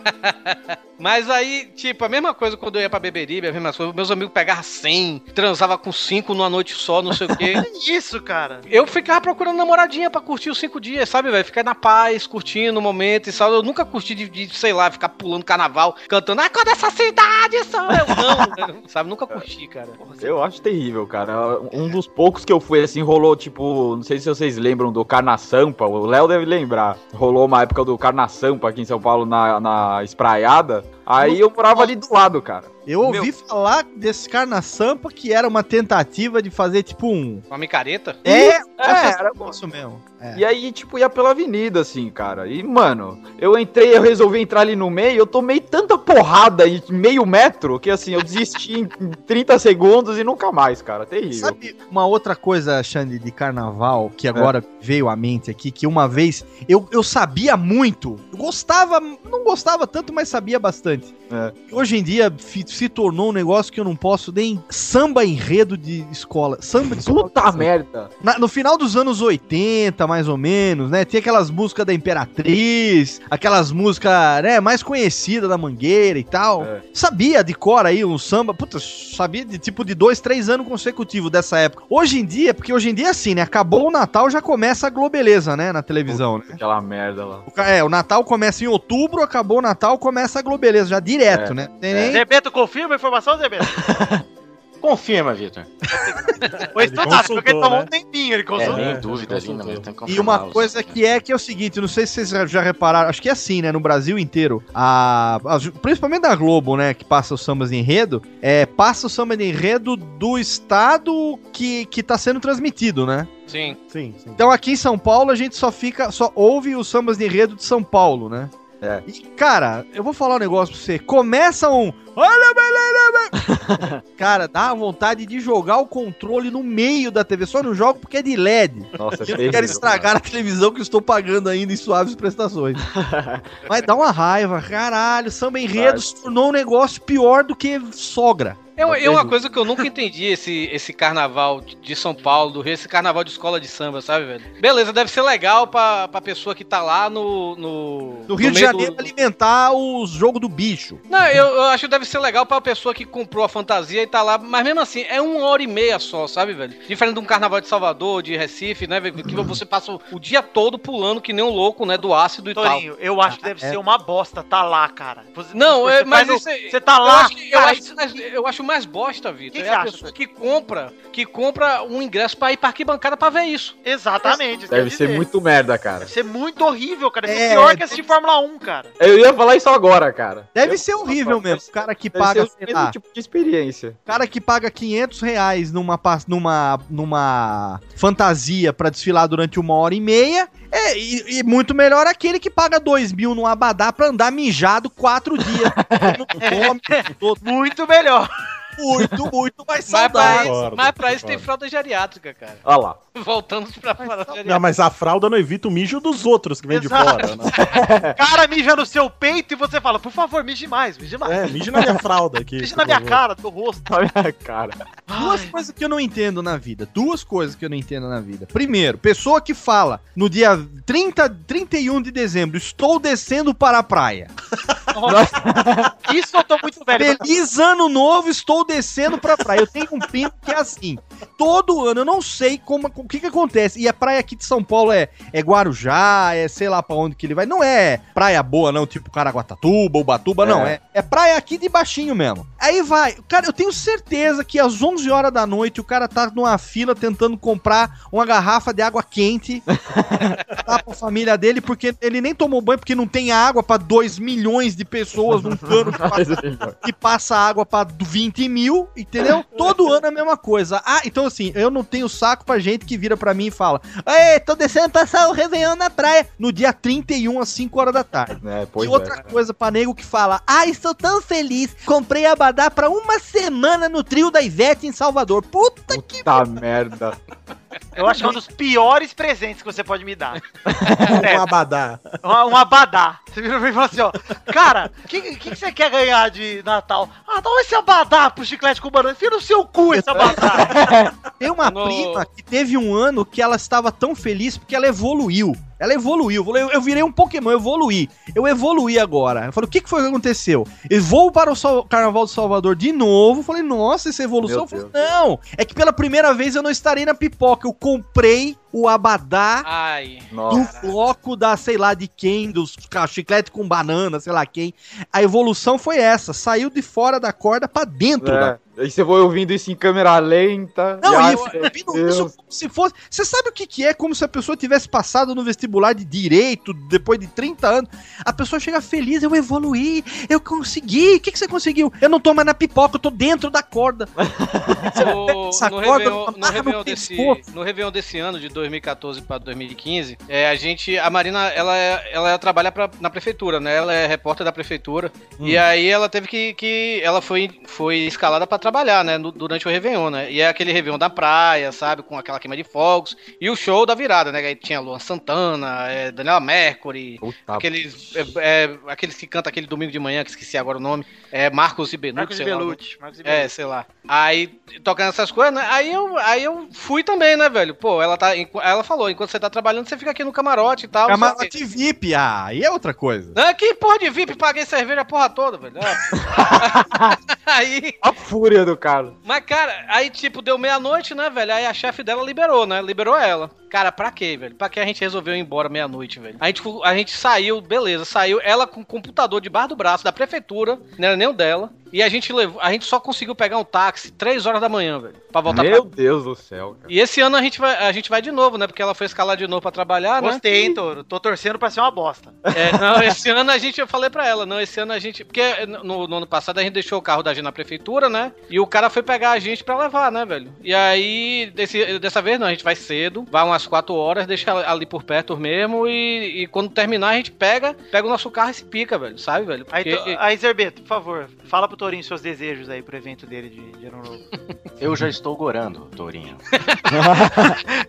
Speaker 4: Mas aí, tipo, a mesma coisa quando eu ia pra beberibe, a mesma coisa, meus amigos pegavam 100, transava com 5 numa noite só, não sei o quê.
Speaker 9: Que isso, cara?
Speaker 4: Eu ficava procurando namoradinha pra curtir os 5 dias, sabe, velho? Ficar na paz, curtindo o momento e tal. Eu nunca curti de, de, sei lá, ficar pulando carnaval, cantando, ah, quando essa cidade sou eu, não, né? sabe? Nunca curti, cara.
Speaker 7: Eu acho terrível, cara. Um dos poucos que eu fui assim, rolou tipo, não sei se vocês lembram do Carna Sampa, o Léo deve lembrar. Rolou uma época do Carna Sampa aqui em São Paulo na, na espraiada. Aí eu morava ali do lado, cara.
Speaker 5: Eu ouvi falar desse cara na sampa que era uma tentativa de fazer tipo um.
Speaker 4: Uma micareta?
Speaker 5: É,
Speaker 7: É, era
Speaker 5: isso mesmo. É.
Speaker 7: E aí, tipo, ia pela avenida, assim, cara. E, mano, eu entrei, eu resolvi entrar ali no meio, eu tomei tanta porrada em meio metro que, assim, eu desisti em 30 segundos e nunca mais, cara. Terrível.
Speaker 5: Sabe uma outra coisa, Xande, de carnaval, que agora veio à mente aqui, que uma vez eu, eu sabia muito, eu gostava, não gostava tanto, mas sabia bastante.
Speaker 7: É.
Speaker 5: E Hoje em dia fi- se tornou um negócio que eu não posso nem samba enredo de escola, samba de escola.
Speaker 7: Puta merda.
Speaker 5: Na- no final dos anos 80, mais ou menos, né? Tinha aquelas músicas da Imperatriz, aquelas músicas, né, mais conhecidas da Mangueira e tal.
Speaker 7: É.
Speaker 5: Sabia de cor aí um samba, puta, sabia de tipo de dois, três anos consecutivos dessa época. Hoje em dia, porque hoje em dia é assim, né? Acabou o Natal, já começa a globeleza, né, na televisão, né?
Speaker 7: Aquela merda lá.
Speaker 5: O ca- É, o Natal começa em outubro, acabou o Natal, começa a globeleza, já
Speaker 7: É.
Speaker 5: direto, né? Tem nem-
Speaker 9: Zerbeto, confirma a informação, Zerbeto?
Speaker 3: Confirma, Vitor.
Speaker 9: Foi estudado, porque ele
Speaker 6: consultou,
Speaker 9: tomou
Speaker 6: né?
Speaker 9: um tempinho, ele
Speaker 3: É,
Speaker 9: consultou.
Speaker 3: nem
Speaker 6: é,
Speaker 3: dúvida ali, não,
Speaker 6: consultou.
Speaker 3: tem que
Speaker 5: E
Speaker 3: confirmar né?
Speaker 5: uma
Speaker 3: os-
Speaker 5: coisa que é que é o seguinte, não sei se vocês já- já repararam, acho que é assim, né, no Brasil inteiro, a, as- principalmente da Globo, né, que passa os sambas de enredo, é, passa o samba de enredo do estado que, que tá sendo transmitido, né?
Speaker 4: Sim.
Speaker 6: Sim, sim.
Speaker 5: Então aqui em São Paulo a gente só fica, só ouve os sambas de enredo de São Paulo, né?
Speaker 7: É.
Speaker 5: E, cara, eu vou falar um negócio pra você. Começa um. Olha, beleza, be-" Cara, dá vontade de jogar o controle no meio da TV. Só não jogo porque é de LED.
Speaker 7: Nossa, é
Speaker 5: Eu não quero estragar a televisão que eu estou pagando ainda em suaves prestações. Mas dá uma raiva, caralho. Samba enredo se tornou um negócio pior do que sogra.
Speaker 4: Eu, eu uma coisa que eu nunca entendi esse, esse carnaval de São Paulo, do Rio, esse carnaval de escola de samba, sabe, velho? Beleza, deve ser legal pra, pra pessoa que tá lá no. No,
Speaker 5: Do Rio de
Speaker 4: meio do-
Speaker 5: Janeiro alimentar os jogos do bicho.
Speaker 4: Não, eu, eu acho que deve ser legal pra pessoa que comprou a fantasia e tá lá, mas mesmo assim, é uma hora e meia só, sabe, velho? Diferente de um carnaval de Salvador, de Recife, né, velho, que você passa o- o dia todo pulando que nem um louco, né, do ácido e tal.
Speaker 9: Torinho, eu acho que
Speaker 6: É.
Speaker 9: deve ser uma bosta tá lá, cara. Você-
Speaker 4: Tá. Não, é,
Speaker 9: você
Speaker 4: mas
Speaker 9: faz o-
Speaker 4: isso é-
Speaker 9: Você tá
Speaker 4: Eu
Speaker 9: lá,
Speaker 4: acho, que- eu,
Speaker 9: cara,
Speaker 4: acho mais, eu acho mais bosta, Vitor.
Speaker 9: Que
Speaker 4: é
Speaker 9: que
Speaker 4: a
Speaker 9: acha?
Speaker 4: pessoa que compra, que compra um ingresso pra ir pra arquibancada pra ver isso.
Speaker 9: Exatamente. isso que eu
Speaker 7: Deve
Speaker 9: ia
Speaker 7: ser
Speaker 9: dizer.
Speaker 7: muito merda, cara.
Speaker 9: Deve ser muito horrível, cara. Deve ser
Speaker 5: É,
Speaker 9: pior que assistir Fórmula 1, cara.
Speaker 7: Eu ia falar isso agora, cara.
Speaker 5: Deve
Speaker 7: Eu-
Speaker 5: ser horrível
Speaker 7: Deve
Speaker 5: mesmo. O cara que
Speaker 7: ser
Speaker 5: paga,
Speaker 7: o
Speaker 5: sei
Speaker 7: mesmo
Speaker 5: lá,
Speaker 7: tipo de experiência.
Speaker 5: o cara que paga 500 reais numa, pas- numa, numa fantasia pra desfilar durante uma hora e meia. É, e, e muito melhor aquele que paga 2 mil num abadá pra andar mijado quatro dias. Não come, não
Speaker 9: Muito melhor.
Speaker 5: muito, muito mais
Speaker 4: Mas pra,
Speaker 5: saudável.
Speaker 4: isso,
Speaker 6: Concordo,
Speaker 4: mas pra isso tem
Speaker 6: concordo.
Speaker 4: fralda geriátrica, cara.
Speaker 7: Olha lá.
Speaker 4: Voltando pra fralda
Speaker 6: Não,
Speaker 4: geriátrica.
Speaker 6: mas a fralda não evita o mijo dos outros que vem de
Speaker 9: Exato.
Speaker 6: fora, né?
Speaker 9: O cara mija no seu peito e você fala, por favor, mije mais, mije mais.
Speaker 6: É, mijo na minha fralda aqui.
Speaker 9: Mije
Speaker 6: por
Speaker 9: na minha
Speaker 6: favor.
Speaker 9: cara, no meu rosto.
Speaker 7: Cara,
Speaker 5: Duas coisas que eu não entendo na vida. Duas coisas que eu não entendo na vida. Primeiro, pessoa que fala no dia 30, 31 de dezembro, estou descendo para a praia.
Speaker 9: Isso eu tô muito velho.
Speaker 5: Feliz ano novo, estou descendo pra praia. Eu tenho um primo que é assim. Todo ano eu não sei como, o que que acontece. E a praia aqui de São Paulo é, é Guarujá, é sei lá pra onde que ele vai. Não é praia boa, não, tipo Caraguatatuba, Ubatuba, não. É, é praia aqui de baixinho mesmo. Aí vai. Cara, eu tenho certeza que às 11 horas da noite o cara tá numa fila tentando comprar uma garrafa de água quente lá pra família dele, porque ele nem tomou banho, porque não tem água pra 2 milhões de pessoas num cano que passa que passa água pra 20 mil, entendeu? Todo ano é a mesma coisa. Ah, então assim, eu não tenho saco pra gente que vira pra mim e fala: Ei, tô descendo passar o Réveillon na praia no dia 31 às 5 horas da tarde.
Speaker 7: né? Pois
Speaker 5: e outra coisa pra nego que fala: Ah, estou tão feliz, comprei Abadá pra uma semana no trio da Ivete em Salvador. Puta
Speaker 7: é. Tá merda.
Speaker 9: Eu acho que é um dos piores presentes que você pode me dar.
Speaker 6: Um abadá.
Speaker 9: Um, um abadá. Você vira pra mim e fala assim, ó. Cara, o que, que, que você quer ganhar de Natal? Ah, dá esse abadá pro chiclete com banana. Fica no seu cu esse abadá.
Speaker 5: Tem uma
Speaker 4: No-
Speaker 5: prima que teve um ano que ela estava tão feliz porque ela evoluiu. Ela evoluiu. Eu, eu virei um Pokémon, eu evoluí. Eu evoluí agora. Eu falei, o que, que foi que aconteceu? Eu vou para o Sal- Carnaval de Salvador de novo. Eu falei, nossa, essa evolução.
Speaker 7: Meu
Speaker 5: Eu falei, não, é que pela primeira vez eu não estarei na pipoca. Eu comprei o abadá
Speaker 4: Ai.
Speaker 5: do
Speaker 7: Nossa.
Speaker 5: floco da, sei lá, de quem, dos ca- chiclete com banana, sei lá quem. A evolução foi essa. Saiu de fora da corda pra dentro da
Speaker 7: É. Aí você vai ouvindo isso em câmera lenta.
Speaker 5: Não,
Speaker 7: ai,
Speaker 5: e é eu-
Speaker 7: meu
Speaker 5: vindo
Speaker 7: Deus.
Speaker 5: isso como se fosse. Você sabe o que, que é? Como se a pessoa tivesse passado no vestibular de direito depois de 30 anos. A pessoa chega feliz, eu evoluí, eu consegui. O que, que você conseguiu? Eu não tô mais na pipoca, eu tô dentro da corda.
Speaker 4: No,
Speaker 5: Essa
Speaker 4: no,
Speaker 5: corda
Speaker 4: Réveillon,
Speaker 5: amarra
Speaker 4: no,
Speaker 5: no
Speaker 4: Réveillon desse,
Speaker 5: pescoço.
Speaker 4: no Réveillon desse ano, de 2014 para 2015, é, a gente. A Marina, ela, é- ela trabalha pra- na prefeitura, né? Ela é repórter da prefeitura.
Speaker 5: Hum.
Speaker 4: E aí ela teve que. que ela foi, foi escalada pra trabalhar, né? no- durante o Réveillon, né? E é aquele Réveillon da praia, sabe? Com aquela queima de fogos. E o show da virada, né? Aí tinha Luan Santana, é, Daniela Mercury.
Speaker 7: Puta
Speaker 4: Aqueles, é, é, aqueles que cantam aquele domingo de manhã, que esqueci agora o nome. É Marcos e Benucci,
Speaker 9: Marcos
Speaker 4: sei lá o nome.
Speaker 9: Belucci. Marcos
Speaker 4: É, sei lá. Aí, tocando essas coisas, né? Aí eu, aí eu fui também, né, velho? Pô, ela, tá, enqu- ela falou, enquanto você tá trabalhando, você fica aqui no camarote e tal.
Speaker 5: É
Speaker 4: não sei o quê.
Speaker 5: Camarote VIP, ah, aí é outra coisa.
Speaker 4: Não, que porra de VIP, paguei cerveja a porra toda, velho. Ah. aí,
Speaker 7: A fúria do Carlos.
Speaker 4: mas cara, aí tipo, deu meia-noite, né, velho? Aí a chefe dela liberou, né? Liberou ela. Cara, pra quê, velho? Pra que a gente resolveu ir embora meia-noite, velho? A gente, fu- a gente saiu, beleza, saiu ela com o computador debaixo do braço da prefeitura, não era nem o dela. E a gente levou, a gente só conseguiu pegar um táxi três horas da manhã, velho, pra voltar pra
Speaker 7: Meu Deus do céu, cara.
Speaker 4: e esse ano a gente vai, a gente vai de novo, né? Porque ela foi escalar de novo pra trabalhar, né?
Speaker 9: Gostei, hein, Toro? Tô torcendo pra ser uma bosta.
Speaker 4: É, não, esse ano a gente, eu falei pra ela, não, esse ano a gente. Porque no, no ano passado a gente deixou o carro da gente na prefeitura, né? E o cara foi pegar a gente pra levar, né, velho? E aí, desse- dessa vez não, a gente vai cedo, vai umas 4 horas, deixa ali por perto mesmo. E, e quando terminar, a gente pega, pega o nosso carro e se pica, velho, sabe, velho?
Speaker 9: Aí,
Speaker 4: Porque-
Speaker 9: to- aí, Zerbeto, por favor, fala pro Torinho seus desejos aí pro evento dele de, de ano novo.
Speaker 3: Eu já estou gorando, Tourinho.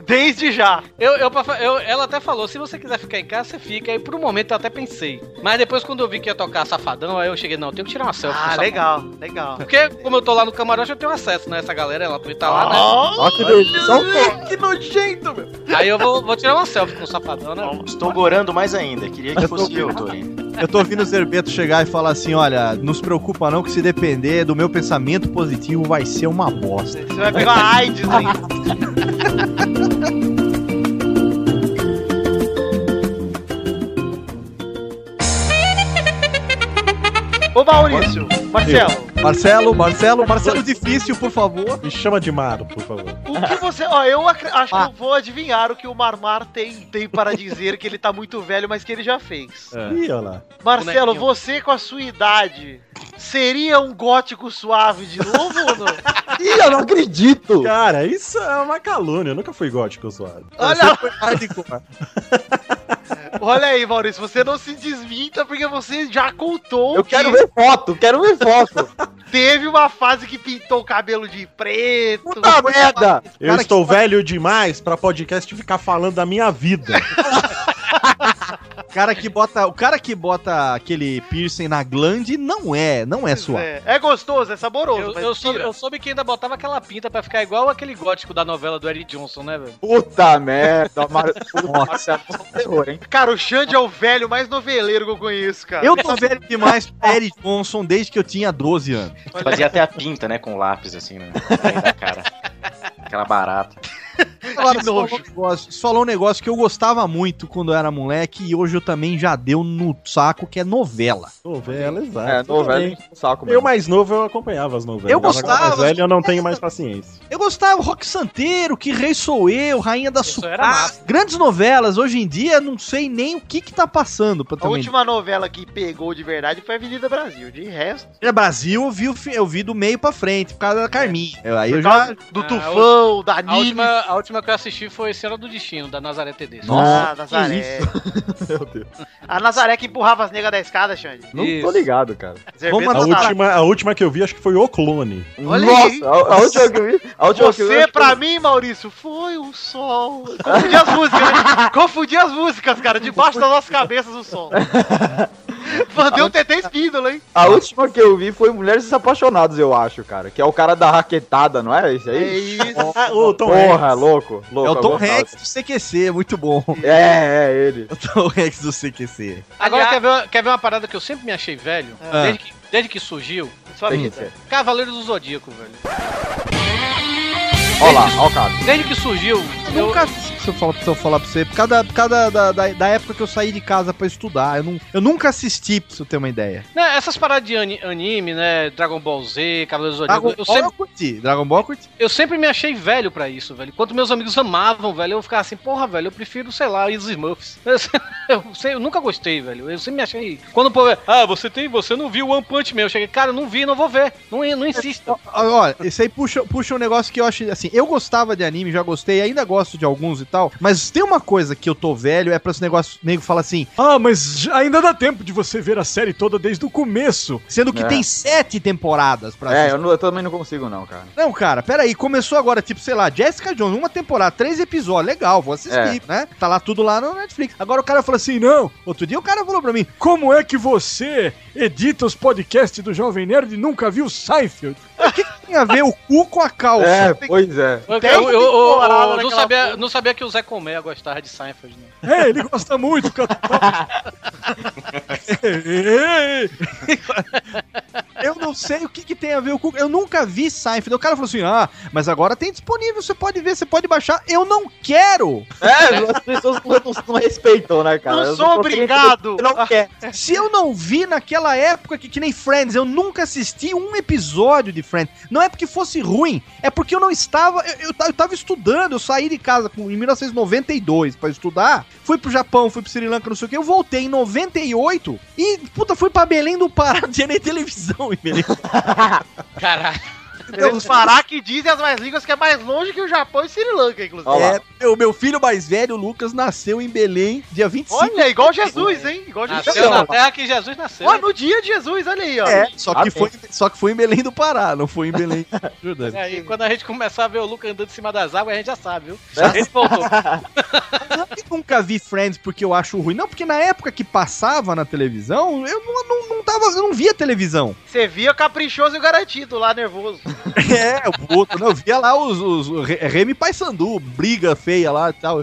Speaker 9: Desde já.
Speaker 4: Eu, eu, pra fa- eu- ela até falou, se você quiser ficar em casa, você fica. Aí por um momento eu até pensei. Mas depois quando eu vi que ia tocar Safadão, aí eu cheguei, não, eu tenho que tirar uma selfie. com o
Speaker 9: Ah,
Speaker 4: Safadão.
Speaker 9: legal, legal.
Speaker 4: Porque como eu tô lá no camarote, eu tenho acesso, né? Essa galera, ela tá lá,
Speaker 7: Ó, que delícia.
Speaker 9: que nojento, meu.
Speaker 4: né? Aí eu vou, vou tirar uma selfie com o safadão, né?
Speaker 3: Estou gorando mais ainda. Queria que fosse eu, Tourinho.
Speaker 5: Eu tô ouvindo o Zerbeto chegar e falar assim: olha, não se preocupa não, que se depender do meu pensamento positivo, vai ser uma bosta.
Speaker 9: Você vai pegar uma AIDS ainda. Ô Maurício, Marcelo,
Speaker 5: Marcelo, Marcelo, Marcelo difícil, por favor.
Speaker 6: Me chama de Maro, por favor.
Speaker 9: o que você. Ó, eu acre- acho
Speaker 7: Ah.
Speaker 9: que eu vou adivinhar o que o Marmar tem, tem para dizer que ele tá muito velho, mas que ele já fez.
Speaker 6: Ih, olha lá.
Speaker 9: Marcelo,
Speaker 4: Bonequinho.
Speaker 9: você com a sua idade seria um gótico suave de novo ou não?
Speaker 7: Ih, eu não acredito.
Speaker 6: Cara, isso é uma calúnia. Eu nunca fui gótico, zoado.
Speaker 9: Olha,
Speaker 5: Hardcore.
Speaker 9: Olha aí, Maurício, você não se desminta porque você já contou
Speaker 7: Eu quero ver foto, quero ver foto.
Speaker 9: teve uma fase que pintou o cabelo de preto.
Speaker 7: Puta merda!
Speaker 6: Eu estou velho demais pra podcast ficar falando da minha vida.
Speaker 5: Cara que bota, o cara que bota aquele piercing na glande não é, não é sua.
Speaker 9: É, é gostoso, é saboroso.
Speaker 4: Eu,
Speaker 9: mas
Speaker 4: eu soube,
Speaker 9: tira.
Speaker 4: eu soube que ainda botava aquela pinta pra ficar igual aquele gótico da novela do Eric Johnson, né, velho?
Speaker 7: Puta merda, Mar... Nossa, terror, hein?
Speaker 9: Cara, o Xande é o velho mais noveleiro que eu conheço, cara.
Speaker 5: Eu tô velho demais pra Eric Johnson desde que eu tinha 12 anos.
Speaker 3: Fazia até a pinta, né? Com lápis, assim, né? Aí da cara. Aquela barata.
Speaker 5: Agora, você falou, um negócio, você falou um negócio que eu gostava muito quando eu era moleque e hoje eu também já deu no saco, que é novela.
Speaker 6: Novela, exato.
Speaker 7: É, novela, saco
Speaker 6: Eu
Speaker 7: mesmo.
Speaker 6: mais novo eu acompanhava as novelas.
Speaker 5: Eu
Speaker 6: Agora,
Speaker 5: gostava,
Speaker 6: Mais velho eu não tenho mais paciência.
Speaker 5: Eu gostava, Rock Santeiro, Que Rei Sou Eu, Rainha da
Speaker 4: Isso
Speaker 5: Sucá.
Speaker 4: era massa.
Speaker 5: Grandes novelas, hoje em dia não sei nem o que que tá passando. Pra
Speaker 9: A
Speaker 5: também.
Speaker 9: última novela que pegou de verdade foi Avenida Brasil. De resto,
Speaker 5: É Brasil, eu vi, o fi- eu vi do meio pra frente, por causa da Carminha. Eu- Aí eu
Speaker 9: É, por
Speaker 5: já...
Speaker 9: causa do
Speaker 4: Ah,
Speaker 9: Tufão, da
Speaker 4: A
Speaker 9: Nini.
Speaker 4: última, a última que eu assisti foi Senhora do Destino, da Nazaré Tedesco.
Speaker 5: Nossa,
Speaker 9: ah, Nazaré. A Nazaré que empurrava as negas da escada, Xande.
Speaker 7: Não tô ligado, cara.
Speaker 9: Zerbeto
Speaker 5: Vamos
Speaker 6: A
Speaker 5: Nossa.
Speaker 6: última, a última que eu vi acho que foi O Clone.
Speaker 9: Olha aí.
Speaker 7: Nossa, a, a última que eu vi. A última que eu vi,
Speaker 9: Você,
Speaker 7: acho que
Speaker 9: pra mim, Maurício, foi o sol. Confundi as músicas, né? Confundi as músicas, cara. Debaixo das nossas cabeças o sol. Mandei um TT espíndola, hein?
Speaker 7: A última que eu vi foi Mulheres Apaixonadas, eu acho, cara. Que é o cara da raquetada, não é? Esse
Speaker 9: É
Speaker 7: aí?
Speaker 9: isso.
Speaker 6: Ah, o Tom
Speaker 7: Porra, louco, louco.
Speaker 5: É o Tom
Speaker 7: eu gostava.
Speaker 5: Rex do CQC, muito bom.
Speaker 7: É, é ele.
Speaker 5: É o Tom Rex do CQC.
Speaker 4: Agora,
Speaker 9: Aliás-
Speaker 4: quer ver, quer ver uma parada que eu sempre me achei velho?
Speaker 5: Ah.
Speaker 4: Desde, que, desde que surgiu?
Speaker 9: Sua
Speaker 7: Tem
Speaker 9: vida.
Speaker 7: que ser.
Speaker 4: Cavaleiros do Zodíaco, velho.
Speaker 7: Ó lá, ó o cara.
Speaker 4: Desde que surgiu,
Speaker 5: Eu
Speaker 4: eu,
Speaker 5: nunca assisti, se eu falar, se eu falar pra você, por causa, da, por causa da, da, da época que eu saí de casa pra estudar. Eu, não, eu nunca assisti, pra você ter uma ideia.
Speaker 4: né, essas paradas de ani- anime, né? Dragon Ball Z, Cavaleiros do Zodíaco,
Speaker 5: Dragon
Speaker 4: eu
Speaker 5: Ball
Speaker 4: sempre,
Speaker 5: eu curti. Dragon Ball eu curti.
Speaker 4: eu sempre me achei velho pra isso, velho. Enquanto meus amigos amavam, velho, eu ficava assim, porra, velho, eu prefiro, sei lá, os Smurfs. Eu, sei- eu nunca gostei, velho. Eu sempre me achei. Quando o povo, é, ah, você tem, você não viu One Punch Man, eu cheguei, cara, eu não vi, não vou ver. Não, não insista.
Speaker 5: Olha, esse aí puxa, puxa um negócio que eu acho assim. Eu gostava de anime, já gostei, ainda gosto de alguns e tal. Mas tem uma coisa que eu tô velho, é pra esse negócio nego fala assim: Ah, mas ainda dá tempo de você ver a série toda desde o começo. Sendo que
Speaker 7: É.
Speaker 5: tem sete temporadas pra
Speaker 7: É, eu, não- eu também não consigo, não, cara.
Speaker 5: Não, cara, peraí, começou agora, tipo, sei lá, Jessica Jones, uma temporada, três episódios, legal, vou assistir, né? Tá lá tudo lá no Netflix. Agora o cara falou assim, não, outro dia o cara falou pra mim, como é que você edita os podcasts do Jovem Nerd e nunca viu Seinfeld? O que que tem a ver o cu com a calça?
Speaker 7: É, pois é.
Speaker 4: Eu,
Speaker 9: Tem
Speaker 4: eu- eu- eu-
Speaker 9: temporada
Speaker 4: não,
Speaker 9: naquela
Speaker 4: sabia,
Speaker 9: porra.
Speaker 4: não sabia que o Zé Colmeia gostava de Seinfeld, né?
Speaker 5: É, ele gosta muito. cara. Ei, ei, ei. Eu não sei o que, que tem a ver o cu. Eu nunca vi Seinfeld. O cara falou assim: ah, mas agora tem disponível, você pode ver, você pode baixar. Eu não quero!
Speaker 7: É, as pessoas não, não respeitam, né, cara?
Speaker 9: Não
Speaker 7: Eu
Speaker 9: sou
Speaker 7: consigo entender
Speaker 9: obrigado. Ah.
Speaker 7: que Não quer.
Speaker 5: Se eu não vi naquela época que, que nem Friends, eu nunca assisti um episódio de Friends. Não é porque fosse ruim, é porque eu não estava. Eu, eu, ta- eu tava estudando, eu saí de casa com- em 1992 pra estudar, fui pro Japão, fui pro Sri Lanka, não sei o que, eu voltei em 98 e, puta, fui pra Belém do Pará, não tinha nem televisão em Belém.
Speaker 4: Caralho.
Speaker 5: Eu-
Speaker 9: Os um Pará que dizem as mais línguas que é mais longe que o Japão e Sri Lanka, inclusive.
Speaker 7: Ó lá.
Speaker 5: É, meu, meu filho mais velho, o Lucas, nasceu em Belém dia 25.
Speaker 9: Olha, igual Jesus, hein? Igual
Speaker 7: Ah,
Speaker 9: Jesus.
Speaker 4: Nasceu na terra que Jesus nasceu.
Speaker 9: Ó, no dia de Jesus, olha aí, ó.
Speaker 5: É, só que,
Speaker 7: Parabéns.
Speaker 5: foi, só que foi em Belém do Pará, não foi em Belém.
Speaker 4: É, E aí, quando a gente começar a ver o Lucas andando em cima das águas, a gente já sabe, viu?
Speaker 9: É.
Speaker 4: Ele voltou.
Speaker 5: Não que nunca vi Friends porque eu acho ruim. Não, porque na época que passava na televisão, eu não, não, não tava. Eu não via televisão.
Speaker 9: Você via caprichoso e o garantido lá, nervoso.
Speaker 5: É, o outro, não, eu via lá os, os, os Re- Remy Paysandu, briga feia lá e tal.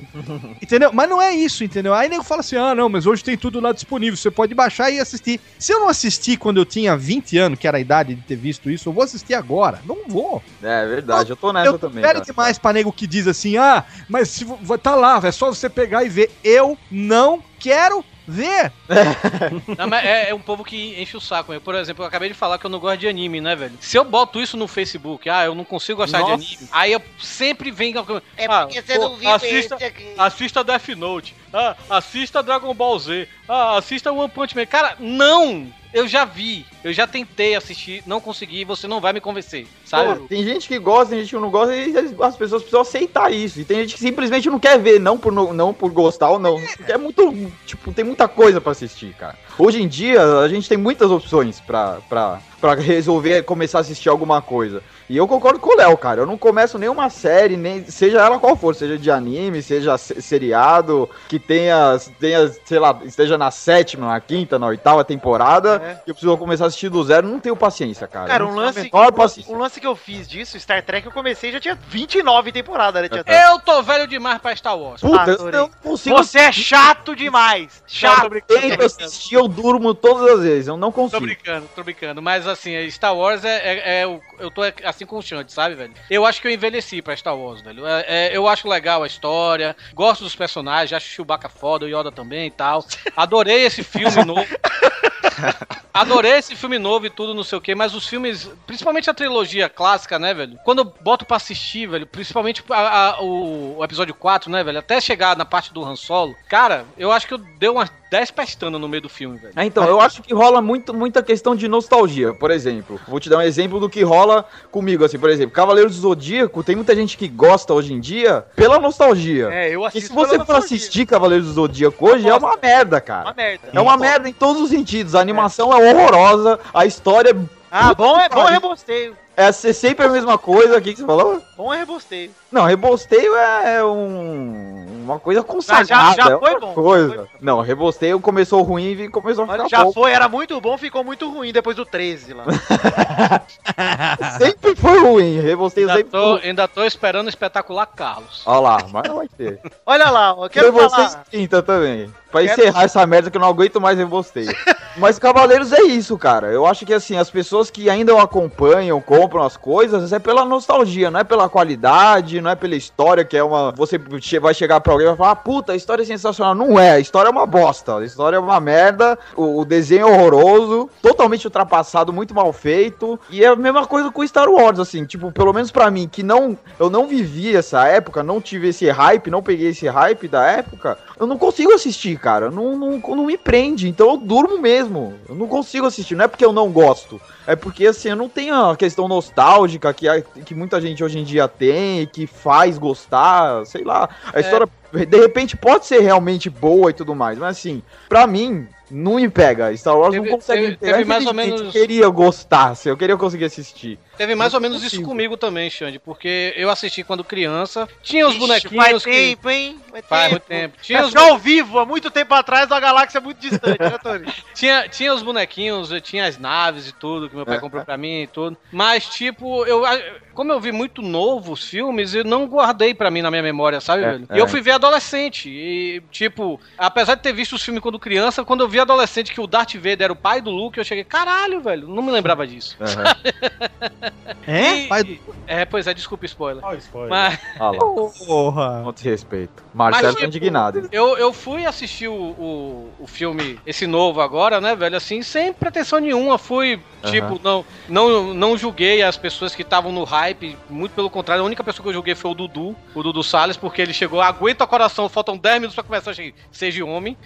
Speaker 5: Entendeu? Mas não é isso, entendeu? Aí nego fala assim: ah, não, mas hoje tem tudo lá disponível, você pode baixar e assistir. Se eu não assisti quando eu tinha 20 anos, que era a idade de ter visto isso, eu vou assistir agora. Não vou.
Speaker 7: É verdade, eu tô nessa
Speaker 5: eu tô
Speaker 7: também.
Speaker 5: velho
Speaker 7: cara.
Speaker 5: demais pra nego que diz assim, ah, mas se vo- vo- tá lá, é só você pegar e ver. Eu não quero ver.
Speaker 4: Não, mas é, é um povo que enche o saco. Eu, por exemplo, eu acabei de falar que eu não gosto de anime, né, velho? Se eu boto isso no Facebook, ah, eu não consigo gostar de anime, aí eu sempre vem. alguém,
Speaker 8: É
Speaker 4: ah,
Speaker 8: porque você
Speaker 4: pô,
Speaker 8: não viu
Speaker 4: assista,
Speaker 8: esse aqui.
Speaker 4: assista Death Note, ah, assista Dragon Ball Z, ah, assista One Punch Man. Cara, não! Eu já vi. Eu já tentei assistir, não consegui, você não vai me convencer, sabe?
Speaker 7: Pô, tem gente que gosta, tem gente que não gosta, e as pessoas precisam aceitar isso. E tem gente que simplesmente não quer ver, não por, não, não por gostar ou não. É muito. Tipo, tem muita coisa pra assistir, cara. Hoje em dia, a gente tem muitas opções pra, pra, pra resolver começar a assistir alguma coisa. E eu concordo com o Léo, cara. Eu não começo nenhuma série, nem seja ela qual for, seja de anime, seja se- seriado, que tenha, tenha, sei lá, esteja na sétima, na quinta, na oitava temporada, que eu preciso começar a assistir do zero. Não tenho paciência, cara.
Speaker 9: É. Cara,
Speaker 7: Eu
Speaker 9: um
Speaker 7: não tenho a
Speaker 9: lance,
Speaker 7: menor paciência.
Speaker 9: um lance que eu fiz disso, Star Trek, eu comecei e já tinha 29 temporadas, né? Tinha
Speaker 4: Eu tô velho demais pra Star Wars.
Speaker 9: Ah,
Speaker 7: Puta, eu
Speaker 9: adorei.
Speaker 7: não consigo.
Speaker 9: Você é chato demais. Chato.
Speaker 7: Eu tento assistir, eu durmo todas as vezes. Eu não
Speaker 4: Tô
Speaker 7: consigo.
Speaker 4: brincando, tô brincando. Mas assim, é, Star Wars é. é- é o- eu tô assim com o Xande, sabe, velho? Eu acho que eu envelheci pra Star Wars, velho. É- é, eu acho legal a história, gosto dos personagens, acho o Chewbacca foda, o Yoda também e tal. Adorei esse filme novo. Adorei esse filme novo e tudo, não sei o quê, mas os filmes, principalmente a trilogia clássica, né, velho? Quando eu boto pra assistir, velho, principalmente a- a- o, o episódio 4, né, velho? Até chegar na parte do Han Solo, cara, eu acho que eu dei umas 10 pestanas no meio do filme, velho.
Speaker 7: Ah, então, eu acho que rola muito, muita questão de nostalgia, por exemplo. Vou te dar um exemplo do que rola comigo, assim, por exemplo. Cavaleiros do Zodíaco, tem muita gente que gosta hoje em dia pela nostalgia.
Speaker 9: É, eu
Speaker 7: e
Speaker 9: assisto
Speaker 7: se você
Speaker 9: pela
Speaker 7: for
Speaker 9: nostalgia.
Speaker 7: assistir Cavaleiros do Zodíaco hoje, é uma merda, cara.
Speaker 9: Uma merda.
Speaker 7: É uma merda em todos os sentidos. A animação é horrorosa, a história
Speaker 9: Ah, bom é, bom é
Speaker 7: Pariu.
Speaker 9: rebosteio.
Speaker 7: é ser sempre a mesma coisa. O que, que você falou?
Speaker 9: Bom é rebosteio.
Speaker 7: Não, rebosteio é, é um, uma coisa consagrada.
Speaker 9: Ah, já- já
Speaker 7: é
Speaker 9: foi
Speaker 7: outra
Speaker 9: bom, já
Speaker 7: Coisa.
Speaker 9: foi bom.
Speaker 7: Não, rebosteio começou ruim e começou a
Speaker 9: Olha,
Speaker 7: ficar
Speaker 9: já
Speaker 7: Tá bom.
Speaker 9: foi, era muito bom, ficou muito ruim depois do 13 lá.
Speaker 7: Sempre foi ruim, rebosteio
Speaker 4: Ainda
Speaker 7: sempre foi
Speaker 4: tô, ainda tô esperando o espetacular Carlos.
Speaker 7: Olha lá, mas vai ter.
Speaker 9: Olha lá, eu quero
Speaker 7: Quero vocês
Speaker 9: falar.
Speaker 7: quinta também. Pra
Speaker 9: Quero-
Speaker 7: encerrar essa merda que eu não aguento mais rebosteio. Mas Cavaleiros é isso, cara. Eu acho que assim, as pessoas que ainda acompanham, compram as coisas, é pela nostalgia, não é pela qualidade, não é pela história, que é uma. Você che- vai chegar pra alguém e vai falar, "Ah, puta, a história é sensacional. Não é, a história é uma bosta, a história é uma merda, o, o desenho é horroroso, totalmente ultrapassado, muito mal feito. E é a mesma coisa com Star Wars, assim, tipo, pelo menos pra mim, que não. Eu não vivi essa época, não tive esse hype, não peguei esse hype da época, eu não consigo assistir, cara. Não, não, não me prende. Então eu durmo mesmo. Eu não consigo assistir. Não é porque eu não gosto. É porque, assim, eu não tenho a questão nostálgica que, a- que muita gente hoje em dia tem, que faz gostar, sei lá.
Speaker 4: É.
Speaker 7: A história, de repente, pode ser realmente boa e tudo mais, mas, assim, pra mim. Não me pega, Star Wars
Speaker 4: Teve-
Speaker 7: não consegue
Speaker 4: teve-
Speaker 7: me pegar.
Speaker 4: teve mais ou
Speaker 7: Infelizmente,
Speaker 4: menos-
Speaker 7: Eu queria gostar, assim, eu queria conseguir assistir.
Speaker 4: Teve mais
Speaker 7: Não
Speaker 4: ou menos isso
Speaker 7: consigo.
Speaker 4: comigo também, Xande, porque eu assisti quando criança. Tinha os
Speaker 9: Ixi,
Speaker 4: bonequinhos
Speaker 9: Faz
Speaker 4: que.
Speaker 9: tempo, É hein?
Speaker 4: Faz muito tempo. Tinha os,
Speaker 9: Tinha ao vivo, há muito tempo atrás, uma galáxia muito distante, né, Tony?
Speaker 4: tinha, tinha os bonequinhos, tinha as naves e tudo que meu pai comprou pra mim e tudo. Mas, tipo, eu, como eu vi muito novo os filmes, eu não guardei pra mim na minha memória, sabe,
Speaker 7: É,
Speaker 4: velho?
Speaker 7: é.
Speaker 4: E eu fui ver adolescente. E, tipo, apesar de ter visto os filmes quando criança, quando eu vi adolescente que o Darth Vader era o pai do Luke, eu cheguei, caralho, velho, não me lembrava disso.
Speaker 5: É?
Speaker 4: E-
Speaker 5: Pai do...
Speaker 4: e- É, pois é, desculpa o spoiler.
Speaker 6: Olha o spoiler.
Speaker 4: Mas.
Speaker 7: Olha lá,
Speaker 5: Porra.
Speaker 7: não te respeito. Marcelo
Speaker 4: Mas,
Speaker 7: tá
Speaker 4: tipo,
Speaker 7: indignado. hein?
Speaker 4: Eu, eu fui assistir o, o, o filme, esse novo agora, né, velho? Assim, sem pretensão nenhuma. Fui,
Speaker 7: Aham.
Speaker 4: tipo, não, não, não julguei as pessoas que estavam no hype. Muito pelo contrário, a única pessoa que eu julguei foi o Dudu, o Dudu Salles, porque ele chegou, aguenta o coração, faltam 10 minutos pra começar, eu cheguei, seja homem.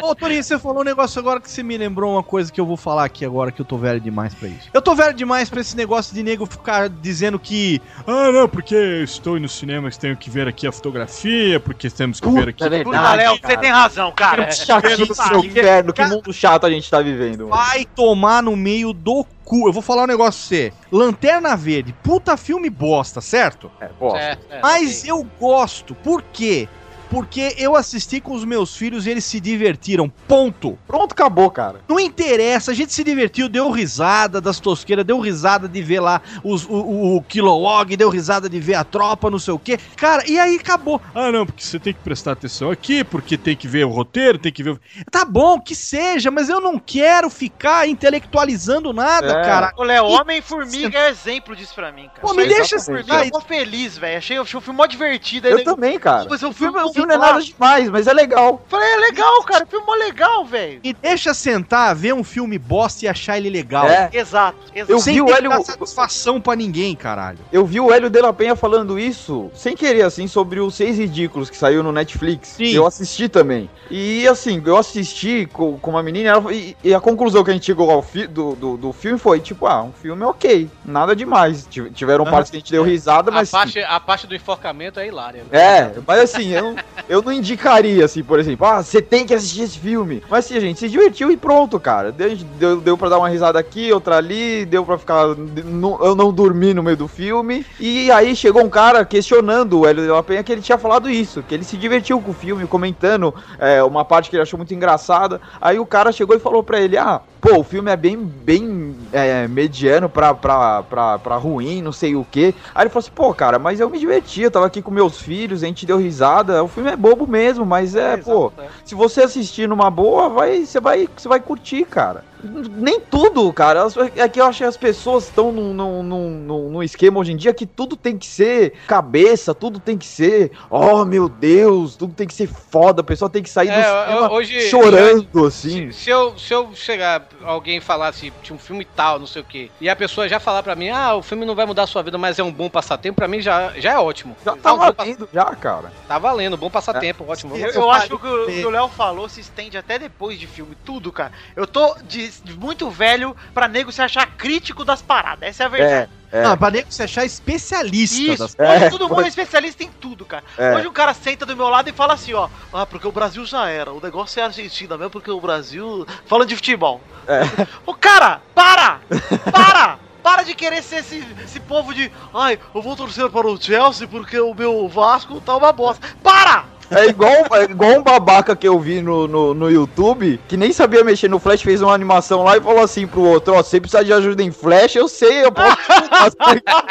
Speaker 5: Ô, Torinho, você falou um negócio agora que você me lembrou uma coisa que eu vou falar aqui agora, que eu tô velho demais pra isso. Eu tô velho demais pra esse negócio de nego ficar dizendo que. Ah, não, porque eu estou no cinema, tenho que ver aqui a fotografia, porque temos que ver aqui.
Speaker 9: Puta, Léo, você tem razão, cara.
Speaker 7: É.
Speaker 9: é,
Speaker 7: Chatinho do seu inferno, que mundo chato a gente tá vivendo. mano.
Speaker 5: Vai tomar no meio do cu. Eu vou falar um negócio pra você. Lanterna Verde, puta filme bosta, certo?
Speaker 7: É, pô.
Speaker 4: É, é,
Speaker 5: Mas
Speaker 4: ok.
Speaker 5: eu gosto. Por quê? Porque eu assisti com os meus filhos e eles se divertiram. Ponto.
Speaker 7: Pronto, acabou, cara.
Speaker 5: Não interessa, a gente se divertiu, deu risada das tosqueiras, deu risada de ver lá os, o, o, o Kilowog, deu risada de ver a tropa, não sei o quê. Cara, e aí acabou.
Speaker 10: Ah, não, porque você tem que prestar atenção aqui, porque tem que ver o roteiro, tem que ver. o-
Speaker 5: Tá bom, que seja, mas eu não quero ficar intelectualizando nada,
Speaker 7: É.
Speaker 5: cara.
Speaker 9: Ô, Léo, Homem-Formiga é exemplo disso pra mim, cara.
Speaker 5: Pô, me
Speaker 7: Isso é
Speaker 5: deixa
Speaker 7: exatamente.
Speaker 9: Eu
Speaker 5: Aí-
Speaker 9: tô feliz, velho. Achei, achei o filme mó divertido. aí
Speaker 7: Eu
Speaker 9: daí-
Speaker 7: também, cara.
Speaker 9: Mas Tipo, o filme, um o filme
Speaker 7: filme não é nada demais, mas é legal.
Speaker 9: Falei, é legal, cara. Filme mó legal, velho.
Speaker 5: E deixa sentar, ver um filme bosta e achar ele legal.
Speaker 7: É.
Speaker 9: Exato, exato.
Speaker 7: Eu
Speaker 5: Sem
Speaker 7: vi o
Speaker 5: ter que
Speaker 7: Hélio-
Speaker 5: dar satisfação pra ninguém, caralho.
Speaker 7: Eu vi o Hélio de la Penha falando isso, sem querer, assim, sobre os Seis Ridículos que saiu no Netflix.
Speaker 5: Sim.
Speaker 7: Eu assisti também. E, assim, eu assisti co- com, uma menina ela- e, e a conclusão que a gente chegou ao fi- do, do, do filme foi, tipo, ah, um filme ok, nada demais. Ti- Tiveram partes que a gente deu risada,
Speaker 4: A
Speaker 7: mas...
Speaker 4: parte, a parte do enforcamento é hilária.
Speaker 7: É, mas assim, eu, eu não indicaria, assim, por exemplo, ah, você tem que assistir esse filme. Mas assim, a gente se divertiu e pronto, cara. Deu, deu, deu pra dar uma risada aqui, outra ali, deu pra ficar. não- eu não dormi no meio do filme. E aí chegou um cara questionando o Hélio de La Penha que ele tinha falado isso, que ele se divertiu com o filme, comentando é, uma parte que ele achou muito engraçada. Aí o cara chegou e falou pra ele: Ah, pô, o filme é bem, bem é, mediano pra, pra, pra, pra ruim, não sei o quê. Aí ele falou assim: Pô, cara, mas eu me diverti, eu tava aqui com meus filhos, a gente deu risada. O filme é bobo mesmo, mas é, pô,
Speaker 4: exato, é.
Speaker 7: se você assistir numa boa, vai, você vai, você vai curtir, cara. N- Nem tudo, cara. As- É que eu acho que as pessoas estão num, num, num, num- num esquema hoje em dia que tudo tem que ser cabeça, tudo tem que ser, oh meu Deus, tudo tem que ser foda, a pessoa tem que sair do
Speaker 4: É,
Speaker 7: cinema
Speaker 4: hoje-
Speaker 7: chorando, assim.
Speaker 4: Se, se eu, se eu chegar, alguém falar assim, tinha um filme tal, não sei o quê, e a pessoa já falar pra mim, ah, o filme não vai mudar a sua vida, mas é um bom passatempo, pra mim já, já é ótimo.
Speaker 7: Já
Speaker 4: Ah,
Speaker 7: tá
Speaker 4: um bom pa-
Speaker 7: valendo, já, cara.
Speaker 4: tá valendo, bom passatempo, ótimo.
Speaker 9: Eu, eu acho que o que o que o Léo falou se estende até depois de filme, tudo, cara. Eu tô de, de muito velho pra nego se achar crítico das paradas, essa é a verdade.
Speaker 7: É.
Speaker 5: Não, pra nem você achar especialista
Speaker 9: Isso,
Speaker 5: das-
Speaker 9: hoje
Speaker 7: É,
Speaker 9: todo mundo é especialista em tudo, cara.
Speaker 7: É.
Speaker 9: Hoje um cara senta do meu lado e fala assim, ó, ah, porque o Brasil já era, o negócio é a Argentina mesmo, porque o Brasil... Fala de futebol.
Speaker 7: É.
Speaker 9: Ô, cara, para! Para! Para de querer ser esse, esse povo de, ai, eu vou torcer para o Chelsea porque o meu Vasco tá uma bosta. Para!
Speaker 7: É igual, é igual um babaca que eu vi no, no, no YouTube, que nem sabia mexer no Flash, fez uma animação lá e falou assim pro outro, ó, você precisa de ajuda em Flash, eu sei, eu posso te passar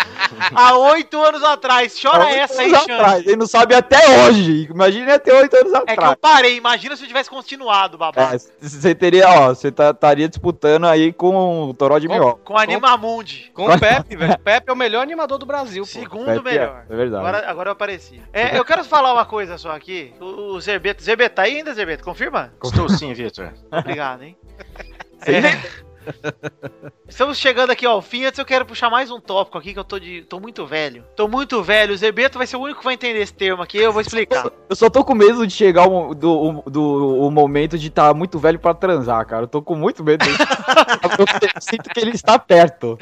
Speaker 9: Há oito anos atrás, chora essa aí, Xande.
Speaker 7: atrás. Ele não sabe até hoje, imagina até oito anos
Speaker 9: É que
Speaker 7: atrás.
Speaker 9: eu parei, imagina se eu tivesse continuado, babá.
Speaker 7: É, Você teria, ó, você tá- estaria disputando aí com o Toró de
Speaker 4: Com-
Speaker 7: Mió.
Speaker 9: Com Animamundi.
Speaker 4: Com o Pepe, velho. O Pepe é o melhor animador do Brasil, pô.
Speaker 9: Segundo melhor.
Speaker 7: É verdade.
Speaker 9: Agora, agora eu apareci. É, eu quero falar uma coisa só aqui. O, o Zerbeto. Zerbeto, tá aí ainda, Zerbeto? Confirma?
Speaker 3: Estou sim, Vitor.
Speaker 9: Obrigado, hein? É. Estamos chegando aqui ao fim. Antes eu quero puxar mais um tópico aqui que eu tô de. tô muito velho. Tô muito velho. O Zerbeto vai ser o único que vai entender esse termo aqui. Eu vou explicar.
Speaker 7: Eu só tô com medo de chegar o, do, o- do, o momento de estar muito velho pra transar, cara. Eu tô com muito medo. disso. eu sinto que ele está perto.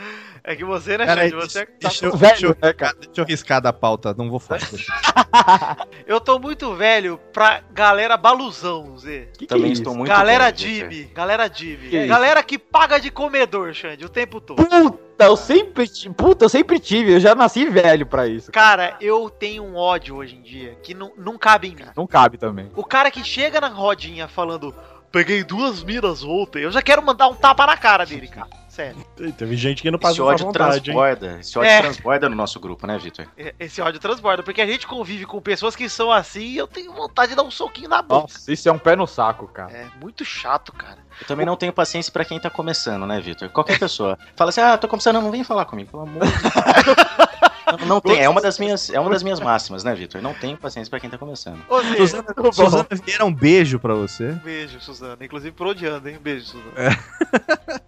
Speaker 9: É que você, né,
Speaker 5: Cara,
Speaker 9: Xande?
Speaker 5: deixa,
Speaker 9: Você
Speaker 5: deixa eu,
Speaker 7: velho,
Speaker 5: deixa, eu,
Speaker 7: né, cara?
Speaker 5: deixa eu riscar da pauta, não vou falar. Tá Deixa.
Speaker 9: Eu tô muito velho pra galera baluzão, Zé.
Speaker 7: Que que é
Speaker 3: Também
Speaker 7: isso?
Speaker 3: estou muito
Speaker 9: galera
Speaker 3: bem, Vitor.
Speaker 9: Dib, galera Dib.
Speaker 7: Que isso?
Speaker 9: galera que paga de comedor, Xande, o tempo todo.
Speaker 7: Puta, eu sempre, ti- puta, eu sempre tive, eu já nasci velho pra isso.
Speaker 9: Cara, eu tenho um ódio hoje em dia que não, não cabe em mim.
Speaker 7: Não cabe também.
Speaker 9: O cara que chega na rodinha falando, peguei duas miras ontem, eu já quero mandar um tapa na cara dele, cara. Sério.
Speaker 6: Ih, é, Teve gente que não
Speaker 3: Esse
Speaker 6: passou
Speaker 3: ódio
Speaker 6: por vontade, hein?
Speaker 3: transborda. Esse ódio
Speaker 9: É.
Speaker 3: transborda no nosso grupo, né, Vitor?
Speaker 9: É, Esse ódio transborda, porque a gente convive com pessoas que são assim e eu tenho vontade de dar um soquinho na boca.
Speaker 7: Nossa, isso é um pé no saco, cara.
Speaker 9: É muito chato, cara.
Speaker 3: Eu também não tenho paciência pra quem tá começando, né, Vitor? Qualquer pessoa. Fala assim, ah, tô começando, não vem falar comigo, pelo amor de Deus. Não, não tem, é uma das minhas, é uma das minhas máximas, né, Vitor? Não tenho paciência pra quem tá começando.
Speaker 9: Ô, Zé,
Speaker 5: Suzana,
Speaker 7: Tipo,
Speaker 5: Suzana Vieira, um beijo pra você.
Speaker 9: um beijo, Suzana. Inclusive por odiando, hein? Um beijo, Suzana.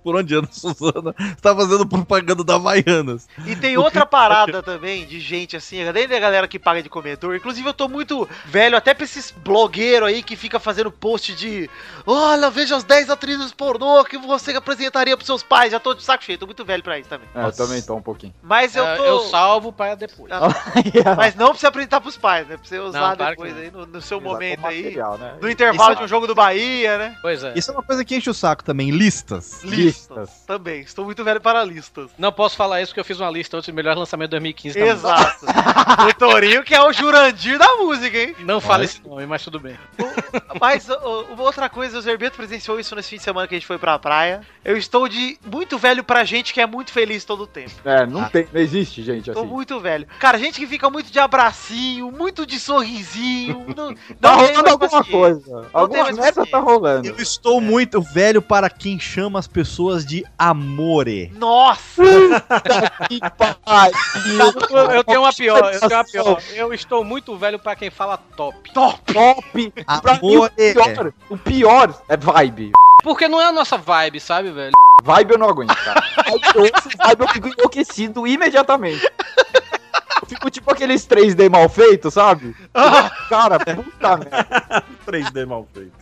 Speaker 5: Por onde anda, Suzana? Você tá fazendo propaganda da Havaianas.
Speaker 9: E tem outra parada também de gente assim, além da galera que paga de comedor. Inclusive, eu tô muito velho até pra esses blogueiros aí que fica fazendo post de Olha, veja as 10 atrizes pornô que você apresentaria pros seus pais. Já tô de saco cheio, tô muito velho pra isso também.
Speaker 7: É, eu também tô um pouquinho.
Speaker 9: Mas eu
Speaker 4: É,
Speaker 9: tô.
Speaker 4: eu salvo pra depois.
Speaker 9: Ah, Mas não pra você apresentar pros pais, né? Pra você usar
Speaker 4: claro
Speaker 9: depois
Speaker 4: que não.
Speaker 9: aí no, no seu
Speaker 7: Exato,
Speaker 9: momento
Speaker 7: o
Speaker 9: aí.
Speaker 7: material, né?
Speaker 9: No intervalo
Speaker 7: Isso-
Speaker 9: de um jogo do Bahia, né?
Speaker 4: Pois é.
Speaker 5: Isso é uma coisa que enche o saco também, listas.
Speaker 9: Listas.
Speaker 7: Listas.
Speaker 9: Também. Estou muito velho para listas.
Speaker 4: Não posso falar isso porque eu fiz uma lista antes do melhor lançamento de 2015. da música.
Speaker 9: Exato. o Torinho que é o Jurandir da música, hein?
Speaker 4: Não fala esse nome, mas tudo bem.
Speaker 9: Mas ô, uma outra coisa, o Zerbeto presenciou isso nesse fim de semana que a gente foi pra praia. Eu estou de muito velho pra gente que é muito feliz todo o tempo.
Speaker 7: É, não tem, não existe, gente,
Speaker 9: Ah. Tô
Speaker 7: assim.
Speaker 9: muito velho. Cara, gente que fica muito de abracinho, muito de sorrisinho. Não,
Speaker 7: Tá
Speaker 9: não tem
Speaker 7: rolando
Speaker 9: mais
Speaker 7: alguma
Speaker 9: paciência.
Speaker 7: coisa.
Speaker 9: tem
Speaker 7: Alguma
Speaker 9: mais
Speaker 7: merda tá rolando.
Speaker 5: Eu estou muito velho para quem chama as pessoas de amore.
Speaker 9: Nossa!
Speaker 7: Que pai.
Speaker 4: Eu, eu tenho uma pior, eu tenho uma pior. Eu estou muito velho pra quem fala top.
Speaker 7: Top. Pra mim, o
Speaker 5: Amore.
Speaker 7: pior, o pior é vibe.
Speaker 4: Porque não é a nossa vibe, sabe, velho?
Speaker 7: Vibe eu não aguento, cara. Aí eu ouço vibe, eu fico enlouquecido imediatamente. Eu fico tipo aqueles 3D mal feitos, sabe? Cara, puta merda.
Speaker 6: 3D mal feito.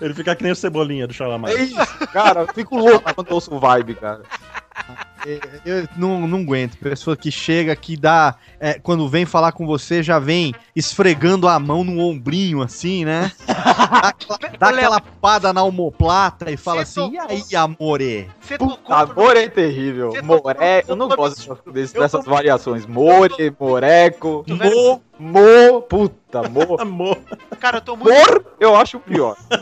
Speaker 6: Ele fica que nem o Cebolinha do Xalamar.
Speaker 7: É isso, cara. Eu fico louco quando eu ouço vibe, cara.
Speaker 5: Eu não, não aguento. Pessoa que chega, que dá. é, quando vem falar com você, já vem esfregando a mão no ombrinho, assim, né? Dá, aquela- dá aquela pada na omoplata e fala
Speaker 9: Você
Speaker 5: assim: e
Speaker 9: tocou-
Speaker 5: aí, amore?
Speaker 9: Você tocou no-
Speaker 7: Amor é terrível.
Speaker 9: Você tá
Speaker 7: Moré,
Speaker 9: falando
Speaker 7: eu não
Speaker 9: tudo
Speaker 7: gosto desse-
Speaker 9: Eu
Speaker 7: dessas
Speaker 9: tô-
Speaker 7: variações. More, moreco,
Speaker 9: Tô vendo?
Speaker 7: mo, mo, puta,
Speaker 9: Tá
Speaker 7: mo.
Speaker 6: Amor.
Speaker 9: Cara, eu tô muito.
Speaker 7: Mor, eu acho o pior.
Speaker 9: eu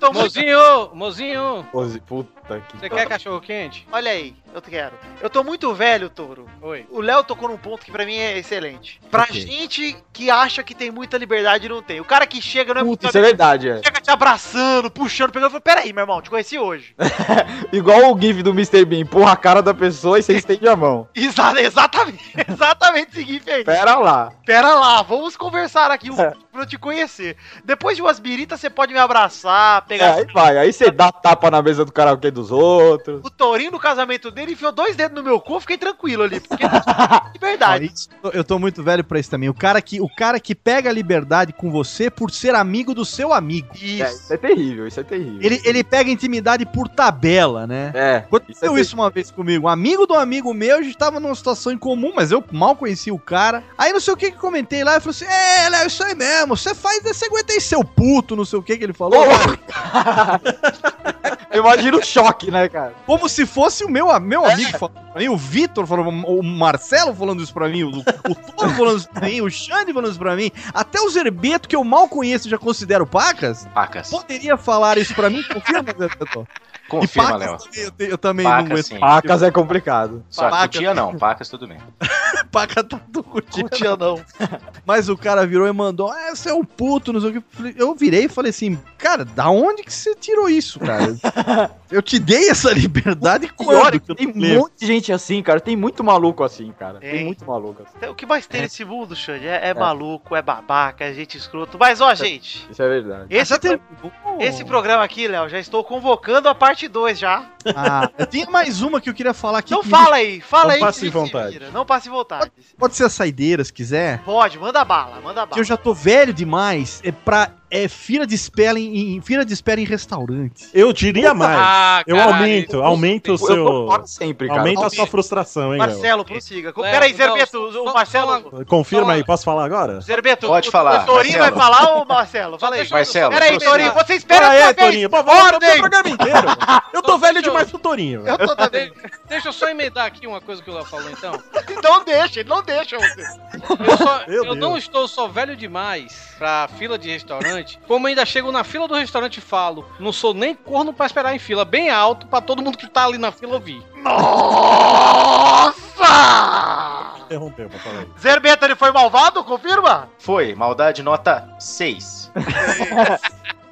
Speaker 9: tô muito-
Speaker 4: Mozinho, mozinho,
Speaker 7: Pose, Puta que
Speaker 4: você quer cachorro quente?
Speaker 9: Olha aí, eu quero. Eu tô muito velho, Toro.
Speaker 4: Oi.
Speaker 9: O Léo tocou num ponto que pra mim é excelente. Pra
Speaker 5: Ok.
Speaker 9: gente que acha que tem muita liberdade e não tem. O cara que chega, não é muito
Speaker 7: Puta, isso é verdade, é.
Speaker 9: Chega te abraçando, puxando, pegando. Eu falo, peraí, meu irmão, te conheci hoje.
Speaker 7: Igual o GIF do Mr. Bean, empurra a cara da pessoa e você estende a mão.
Speaker 9: Exa- exatamente, exatamente seguinte aí.
Speaker 7: Pera lá.
Speaker 9: Pera lá, vamos conversar aqui um pouco pra eu te conhecer. Depois de umas biritas, você pode me abraçar,
Speaker 7: É,
Speaker 9: pegar.
Speaker 7: aí vai, aí você dá tapa na mesa do karaokê dos outros.
Speaker 9: O Torinho no casamento dele enfiou dois dedos no meu cu, eu fiquei tranquilo ali. Porque
Speaker 5: Ó,
Speaker 9: liberdade.
Speaker 5: isso- eu tô muito velho pra isso também. O cara, que, o cara que pega a liberdade com você por ser amigo do seu amigo.
Speaker 7: É, isso é terrível, isso é terrível.
Speaker 5: Ele, ele pega intimidade por tabela, né?
Speaker 7: É, isso é
Speaker 5: Aconteceu
Speaker 7: terrível.
Speaker 5: isso uma vez comigo. Um amigo do amigo meu, a gente tava numa situação incomum, mas eu mal conheci o cara. Aí não sei o que que comentei lá, ele falou assim: É, Léo, isso aí mesmo, você faz, você aguenta aí seu puto, não sei o que que ele falou.
Speaker 7: Ô, louco! Eu imagino o choque, né, cara?
Speaker 5: Como se fosse o meu, a- meu amigo falando pra mim, o Vitor falou, o Marcelo falando isso pra mim, o, o Tom falando isso pra mim, o Xande falando isso pra mim, até o Zerbeto, que eu mal conheço e já considero pacas,
Speaker 3: Pacas.
Speaker 5: poderia falar isso pra mim, confirma, Zerbeto. E
Speaker 3: Confirma, Léo.
Speaker 5: pacas também, eu, te- eu também não
Speaker 3: Pacas
Speaker 5: aguento.
Speaker 3: sim.
Speaker 7: Pacas é complicado.
Speaker 3: Só
Speaker 5: Pacas.
Speaker 3: cutia não, pacas tudo bem.
Speaker 5: Paca tá do curtindo.
Speaker 2: Cutia não.
Speaker 5: Mas o cara virou e mandou, é, você é um puto, não sei o que. Eu falei- Eu virei e falei assim, cara, da onde que você tirou isso, cara? Eu te dei essa liberdade
Speaker 7: Pior, é
Speaker 5: quando?
Speaker 7: que tem um monte de gente assim, cara. Tem muito maluco assim, cara. Tem,
Speaker 9: Tem.
Speaker 7: muito maluco assim.
Speaker 9: É, O que mais tem nesse mundo, Xande? É, é maluco, é babaca, é gente escroto. Mas ó, gente,
Speaker 7: Isso é verdade.
Speaker 9: esse, pro- esse programa aqui, Léo, já estou convocando a parte 2 já.
Speaker 5: Ah, eu tinha mais uma que eu queria falar aqui.
Speaker 9: Então
Speaker 5: que
Speaker 9: fala aí, fala
Speaker 6: Não
Speaker 9: aí. que
Speaker 6: passe
Speaker 9: se
Speaker 6: vontade.
Speaker 9: vira, Não passe vontade.
Speaker 5: Pode ser a saideira, se quiser.
Speaker 9: Pode, manda bala, manda
Speaker 5: Que eu
Speaker 9: bala.
Speaker 5: já tô velho demais. É pra. É fila de espera em, em- fila de espera em restaurante.
Speaker 6: Eu diria mais.
Speaker 4: Ah,
Speaker 6: Eu aumento, aumento o
Speaker 7: Eu tô
Speaker 6: seu.
Speaker 7: fora sempre, cara.
Speaker 6: Aumenta a
Speaker 4: Aumenta.
Speaker 6: sua frustração, hein, Léo?
Speaker 9: Marcelo, prossiga.
Speaker 4: Léo,
Speaker 9: Peraí,
Speaker 4: não,
Speaker 9: Zerbeto,
Speaker 4: só-
Speaker 9: o
Speaker 4: só-
Speaker 9: Marcelo.
Speaker 6: Confirma
Speaker 4: Fala.
Speaker 6: aí, posso falar agora?
Speaker 9: Zerbeto,
Speaker 3: Pode
Speaker 9: o-
Speaker 3: falar,
Speaker 9: o Torinho vai
Speaker 3: Marcelo.
Speaker 9: falar ou o Marcelo? Fala aí.
Speaker 4: Deixa eu-
Speaker 3: Marcelo,
Speaker 9: Peraí,
Speaker 3: trouxe-
Speaker 9: Torinho, você espera a
Speaker 6: Peraí,
Speaker 9: sua vez.
Speaker 6: Torinho, pô, vamos fazer o
Speaker 9: Ordem!
Speaker 6: programa inteiro. Eu tô
Speaker 4: Tô
Speaker 6: velho
Speaker 4: deixando.
Speaker 6: demais pro Torinho. velho.
Speaker 9: Eu tô também.
Speaker 4: Deixa eu só emendar aqui uma coisa que o Léo falou, então.
Speaker 9: Não deixa, ele não deixa você.
Speaker 4: Eu, só-
Speaker 6: Meu
Speaker 4: eu
Speaker 6: Deus.
Speaker 4: não estou só velho demais pra fila de restaurante, como ainda chego na fila do restaurante e falo, não sou nem corno pra esperar em fila, bem alto pra todo mundo que tá ali na fila ouvir.
Speaker 9: Nossa!
Speaker 6: Interrompeu, pra falar aí.
Speaker 9: Zerbeto, ele foi malvado? Confirma?
Speaker 3: Foi, maldade nota 6.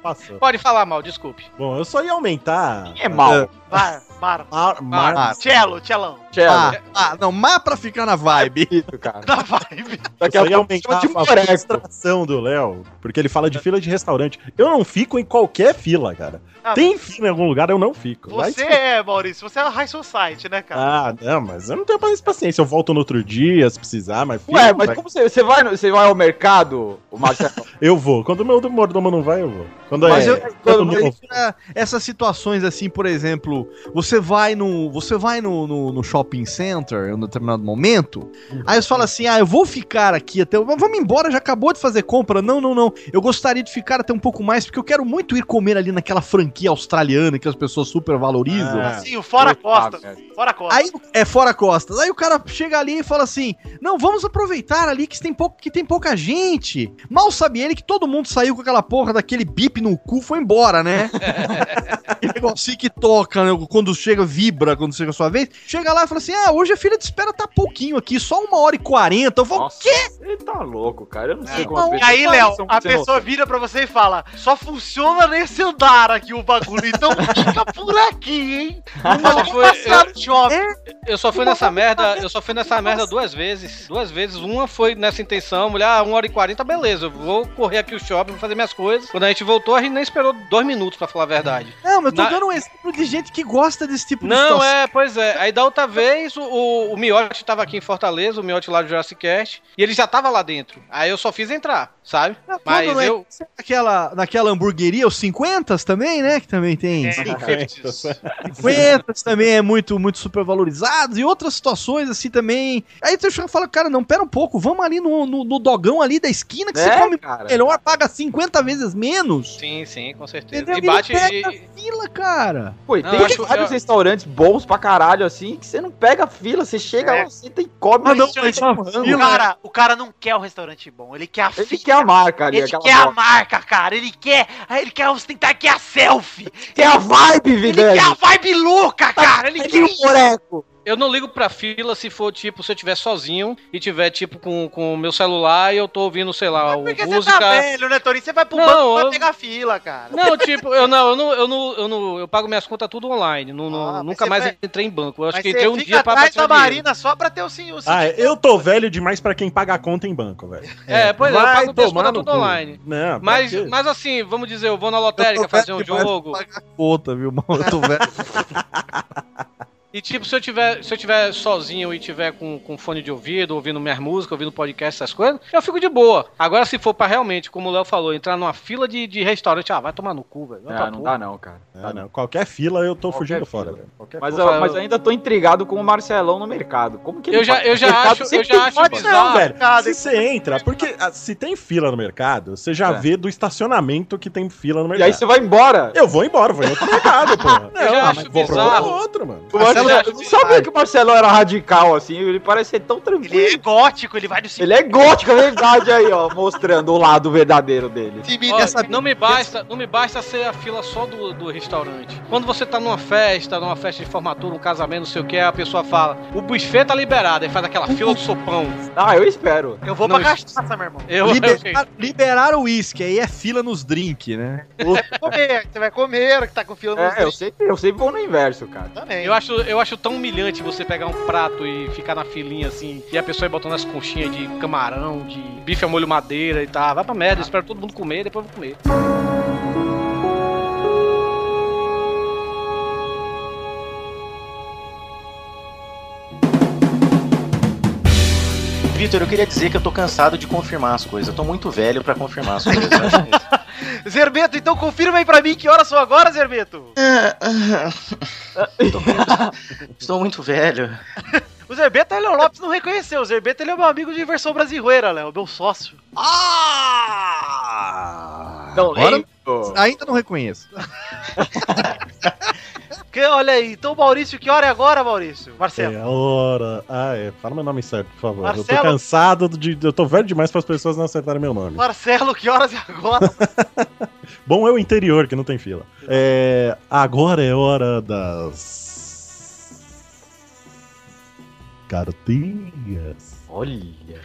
Speaker 6: Passou.
Speaker 4: Pode falar mal, desculpe.
Speaker 6: Bom, eu só ia aumentar.
Speaker 7: É mal.
Speaker 6: É,
Speaker 9: Vai, Mara.
Speaker 6: mar, mar,
Speaker 5: Ah,
Speaker 9: Cello, Tchelão.
Speaker 7: Tchelo.
Speaker 5: ah, ah, não, má pra ficar na vibe.
Speaker 7: Isso, é cara.
Speaker 9: Da vibe.
Speaker 7: Daqui
Speaker 6: eu
Speaker 7: a
Speaker 6: só ia
Speaker 7: pouco eu
Speaker 6: aumentar
Speaker 7: te um
Speaker 6: a
Speaker 7: moreco.
Speaker 6: frustração do Léo, porque ele fala de fila de restaurante. Eu não fico em qualquer fila, cara.
Speaker 9: Ah,
Speaker 6: Tem fila em algum lugar, eu não fico. Vai
Speaker 9: Você
Speaker 6: se
Speaker 9: é, Maurício, você é a High Society, né, cara?
Speaker 6: Ah, não, mas eu não tenho mais paciência. Eu volto no outro dia, se precisar, mas filho,
Speaker 7: Ué,
Speaker 6: não
Speaker 7: mas
Speaker 6: vai.
Speaker 7: como você, você, vai, no- você vai ao mercado, o Marcelo?
Speaker 6: eu vou. Quando o meu mordomo não vai, eu vou. Quando
Speaker 7: Mas
Speaker 6: é,
Speaker 7: eu-
Speaker 6: quando
Speaker 7: eu-
Speaker 6: eu-
Speaker 5: Essas situações assim, por exemplo, você você vai no, você vai no, no, no shopping center em um determinado momento, aí você fala assim: ah, eu vou ficar aqui até. mas Vamos embora, já acabou de fazer compra. Não, não, não. Eu gostaria de ficar até um pouco mais, porque eu quero muito ir comer ali naquela franquia australiana que as pessoas super valorizam.
Speaker 6: Ah.
Speaker 9: Assim, o fora costa. Fora costa.
Speaker 5: Aí é fora costas. Aí o cara chega ali e fala assim: Não, vamos aproveitar ali que tem, pouco, que tem pouca gente. Mal sabe ele que todo mundo saiu com aquela porra daquele bip no cu e foi embora, né? Que negocinho que toca, né? Quando chega, vibra quando chega a sua vez. Chega lá e fala assim: Ah, hoje a fila de espera tá pouquinho aqui, só uma hora e quarenta. Eu falo, o quê?
Speaker 7: Ele tá louco, cara. Eu não sei como a
Speaker 9: E
Speaker 7: pessoa
Speaker 9: aí,
Speaker 7: tá
Speaker 9: Léo,
Speaker 7: isso,
Speaker 9: a
Speaker 7: sem noção.
Speaker 9: pessoa vira pra você e fala: só funciona nesse andar aqui o bagulho, então fica por aqui, hein? Não
Speaker 4: Mas
Speaker 9: vou
Speaker 4: foi-
Speaker 9: passar
Speaker 7: é,
Speaker 9: no shopping.
Speaker 4: Eu só fui nessa merda, eu só fui nessa merda duas vezes. Duas vezes. Uma foi nessa intenção, mulher, ah, 1 hora e 40, beleza. Eu vou correr aqui o shopping, vou fazer minhas coisas. Quando a gente voltou, a gente nem esperou dois minutos, pra falar a verdade.
Speaker 5: Não, mas eu tô
Speaker 4: Na-
Speaker 5: dando um exemplo de gente que gosta desse tipo de
Speaker 4: Não, é, pois é. Aí da outra vez, o, o, o Miotti tava aqui em Fortaleza, o Miotti lá do Jurassic Cast, e ele já tava lá dentro. Aí eu só fiz entrar, sabe? Mas
Speaker 5: Quando, né,
Speaker 4: eu.
Speaker 5: naquela, naquela hamburgueria, os 50 também, né? Que também
Speaker 4: É.
Speaker 5: tem.
Speaker 4: Sim,
Speaker 5: 50 também é muito, muito supervalorizado. E outras situações assim também. Aí tu chega e fala, cara, não, pera um pouco, vamos ali no, no, no dogão ali da esquina que você
Speaker 7: É,
Speaker 5: come
Speaker 7: cara.
Speaker 5: melhor, paga 50 vezes menos.
Speaker 4: sim, sim, com certeza.
Speaker 5: Entendeu?
Speaker 4: E
Speaker 5: Ele
Speaker 4: bate.
Speaker 5: pega
Speaker 4: e-
Speaker 5: fila, cara.
Speaker 7: Pô, e
Speaker 4: Não,
Speaker 7: tem
Speaker 4: eu acho-
Speaker 7: vários
Speaker 4: eu-
Speaker 7: restaurantes bons pra caralho, assim, que você não pega fila, você chega lá, senta e come.
Speaker 9: Ah, não,
Speaker 7: Ele
Speaker 9: mas O cara, o cara não quer o restaurante bom, ele quer a
Speaker 7: é. Ele
Speaker 9: fila.
Speaker 7: quer a marca ali,
Speaker 9: Ele
Speaker 7: aquela
Speaker 9: quer a
Speaker 7: foto.
Speaker 9: marca, cara. Ele quer. Ele quer ostentar aqui a selfie.
Speaker 7: Quer a vibe,
Speaker 9: Ele quer a
Speaker 7: Vidani.
Speaker 9: vibe louca, cara. Ele quer.
Speaker 7: Tá o boneco.
Speaker 4: Eu não ligo pra fila se for tipo, se eu tiver sozinho e tiver tipo com com o meu celular e eu tô ouvindo, sei lá, o-
Speaker 9: Porque você
Speaker 4: música. é
Speaker 9: tá velho, né, Torinho? Você vai pro
Speaker 4: Não,
Speaker 9: banco pra
Speaker 4: eu-
Speaker 9: pegar fila, cara.
Speaker 4: Não, tipo, eu não, eu não, eu não, eu não, eu pago minhas contas tudo online. Não, não-
Speaker 9: Ah, mas
Speaker 4: nunca
Speaker 9: você
Speaker 4: mais
Speaker 9: vai-
Speaker 4: entrei em banco. Eu acho
Speaker 9: Mas
Speaker 4: que entrei
Speaker 9: você
Speaker 4: um
Speaker 9: fica
Speaker 4: dia pra
Speaker 9: atrás
Speaker 4: passar
Speaker 9: da
Speaker 4: dinheiro.
Speaker 9: Marina só pra ter o sim. O sim
Speaker 6: Ah, eu tô velho demais pra quem paga a conta em banco, velho.
Speaker 4: É, pois é, eu
Speaker 6: Vai
Speaker 4: pago minhas
Speaker 6: tomar
Speaker 4: contas
Speaker 6: no
Speaker 4: tudo
Speaker 6: cu.
Speaker 4: online.
Speaker 6: Não, pra
Speaker 4: Mas,
Speaker 6: quê?
Speaker 4: mas assim, vamos dizer, eu vou na lotérica fazer um jogo.
Speaker 5: Puta, viu, mano? Eu tô velho.
Speaker 4: E tipo, se eu tiver, se eu tiver sozinho e tiver com, com fone de ouvido, ouvindo minhas músicas, ouvindo podcast, essas coisas, eu fico de boa. Agora, se for pra realmente, como o Léo falou, entrar numa fila de, de restaurante, ah, vai tomar no cu, velho. Vai pra
Speaker 7: Ah, não
Speaker 4: porra.
Speaker 7: dá não, cara.
Speaker 6: Ah,
Speaker 2: É,
Speaker 6: não. Qualquer fila eu tô
Speaker 7: Qualquer
Speaker 6: fugindo
Speaker 7: fila.
Speaker 6: fora, velho. Qualquer
Speaker 7: Mas,
Speaker 4: Porra,
Speaker 7: eu, mas
Speaker 4: eu-
Speaker 7: ainda tô intrigado com o Marcelão no mercado. Como que
Speaker 4: Eu já, eu
Speaker 7: O
Speaker 4: já
Speaker 7: mercado
Speaker 4: acho, eu
Speaker 7: sempre
Speaker 4: já acho
Speaker 7: pode-
Speaker 6: fila. Não,
Speaker 4: bizarro.
Speaker 6: velho.
Speaker 9: cara.
Speaker 6: Se você entra, porque ah, se tem fila no mercado, você já
Speaker 7: É.
Speaker 6: vê do estacionamento que tem fila no
Speaker 7: E
Speaker 6: mercado.
Speaker 7: aí você vai embora.
Speaker 6: Eu vou embora, vou em outro mercado, porra.
Speaker 4: Eu já acho
Speaker 6: vou pra
Speaker 4: bizarro.
Speaker 6: outro, É outro, mano.
Speaker 7: O
Speaker 4: Marcelo
Speaker 9: é
Speaker 7: Marcelo-
Speaker 4: acha
Speaker 7: eu não sabia que o Marcelão era radical, assim. Ele parece ser tão tranquilo.
Speaker 9: Ele é gótico, ele vai no sim.
Speaker 7: um Ele é gótico, é verdade aí, ó. Mostrando o lado verdadeiro dele.
Speaker 4: Ó, não me basta, não me basta ser a fila só do, do restaurante. Quando você tá numa festa, numa festa de formatura, um casamento, não sei o que, a pessoa fala, o buffet tá liberado, aí faz aquela fila do sopão.
Speaker 7: Ah, eu espero.
Speaker 9: Eu vou
Speaker 4: Não,
Speaker 9: pra cachaça, meu irmão.
Speaker 4: Eu,
Speaker 5: Liberar, liberar o uísque, aí é fila nos drink, né?
Speaker 9: Comer, você vai comer, que tá com fila no
Speaker 7: É, eu sempre, eu sempre vou no inverso, cara.
Speaker 9: também.
Speaker 4: eu, acho, eu acho tão humilhante você pegar um prato e ficar na filinha assim, e a pessoa ir botando as conchinhas de camarão, de bife a molho madeira e tal. Vai pra merda, espera todo mundo comer, depois eu vou comer.
Speaker 3: Vitor, eu queria dizer que eu tô cansado de confirmar as coisas. Eu tô muito velho pra confirmar as coisas. Eu acho que- é
Speaker 9: Zerbeto, então confirma aí pra mim que horas são agora, Zerbeto.
Speaker 3: Tô muito- Estou muito velho.
Speaker 9: O Zerbeto, ele é o Lopes, não reconheceu. O Zerbeto, ele é meu amigo de versão brasileira, Léo, meu sócio.
Speaker 7: Não
Speaker 5: Agora-
Speaker 7: lembro.
Speaker 5: Ainda não reconheço.
Speaker 9: Que, olha aí, então, Maurício, que hora é agora, Maurício? Marcelo.
Speaker 6: É, ora. Ah, é. Fala meu nome certo, por favor. Eu
Speaker 9: Marcelo.
Speaker 6: tô cansado de. Eu tô velho demais para as pessoas não acertarem meu nome.
Speaker 9: Marcelo, que horas é agora?
Speaker 6: Bom é o interior que não tem fila. É, agora é hora das. Cartinhas.
Speaker 7: Olha.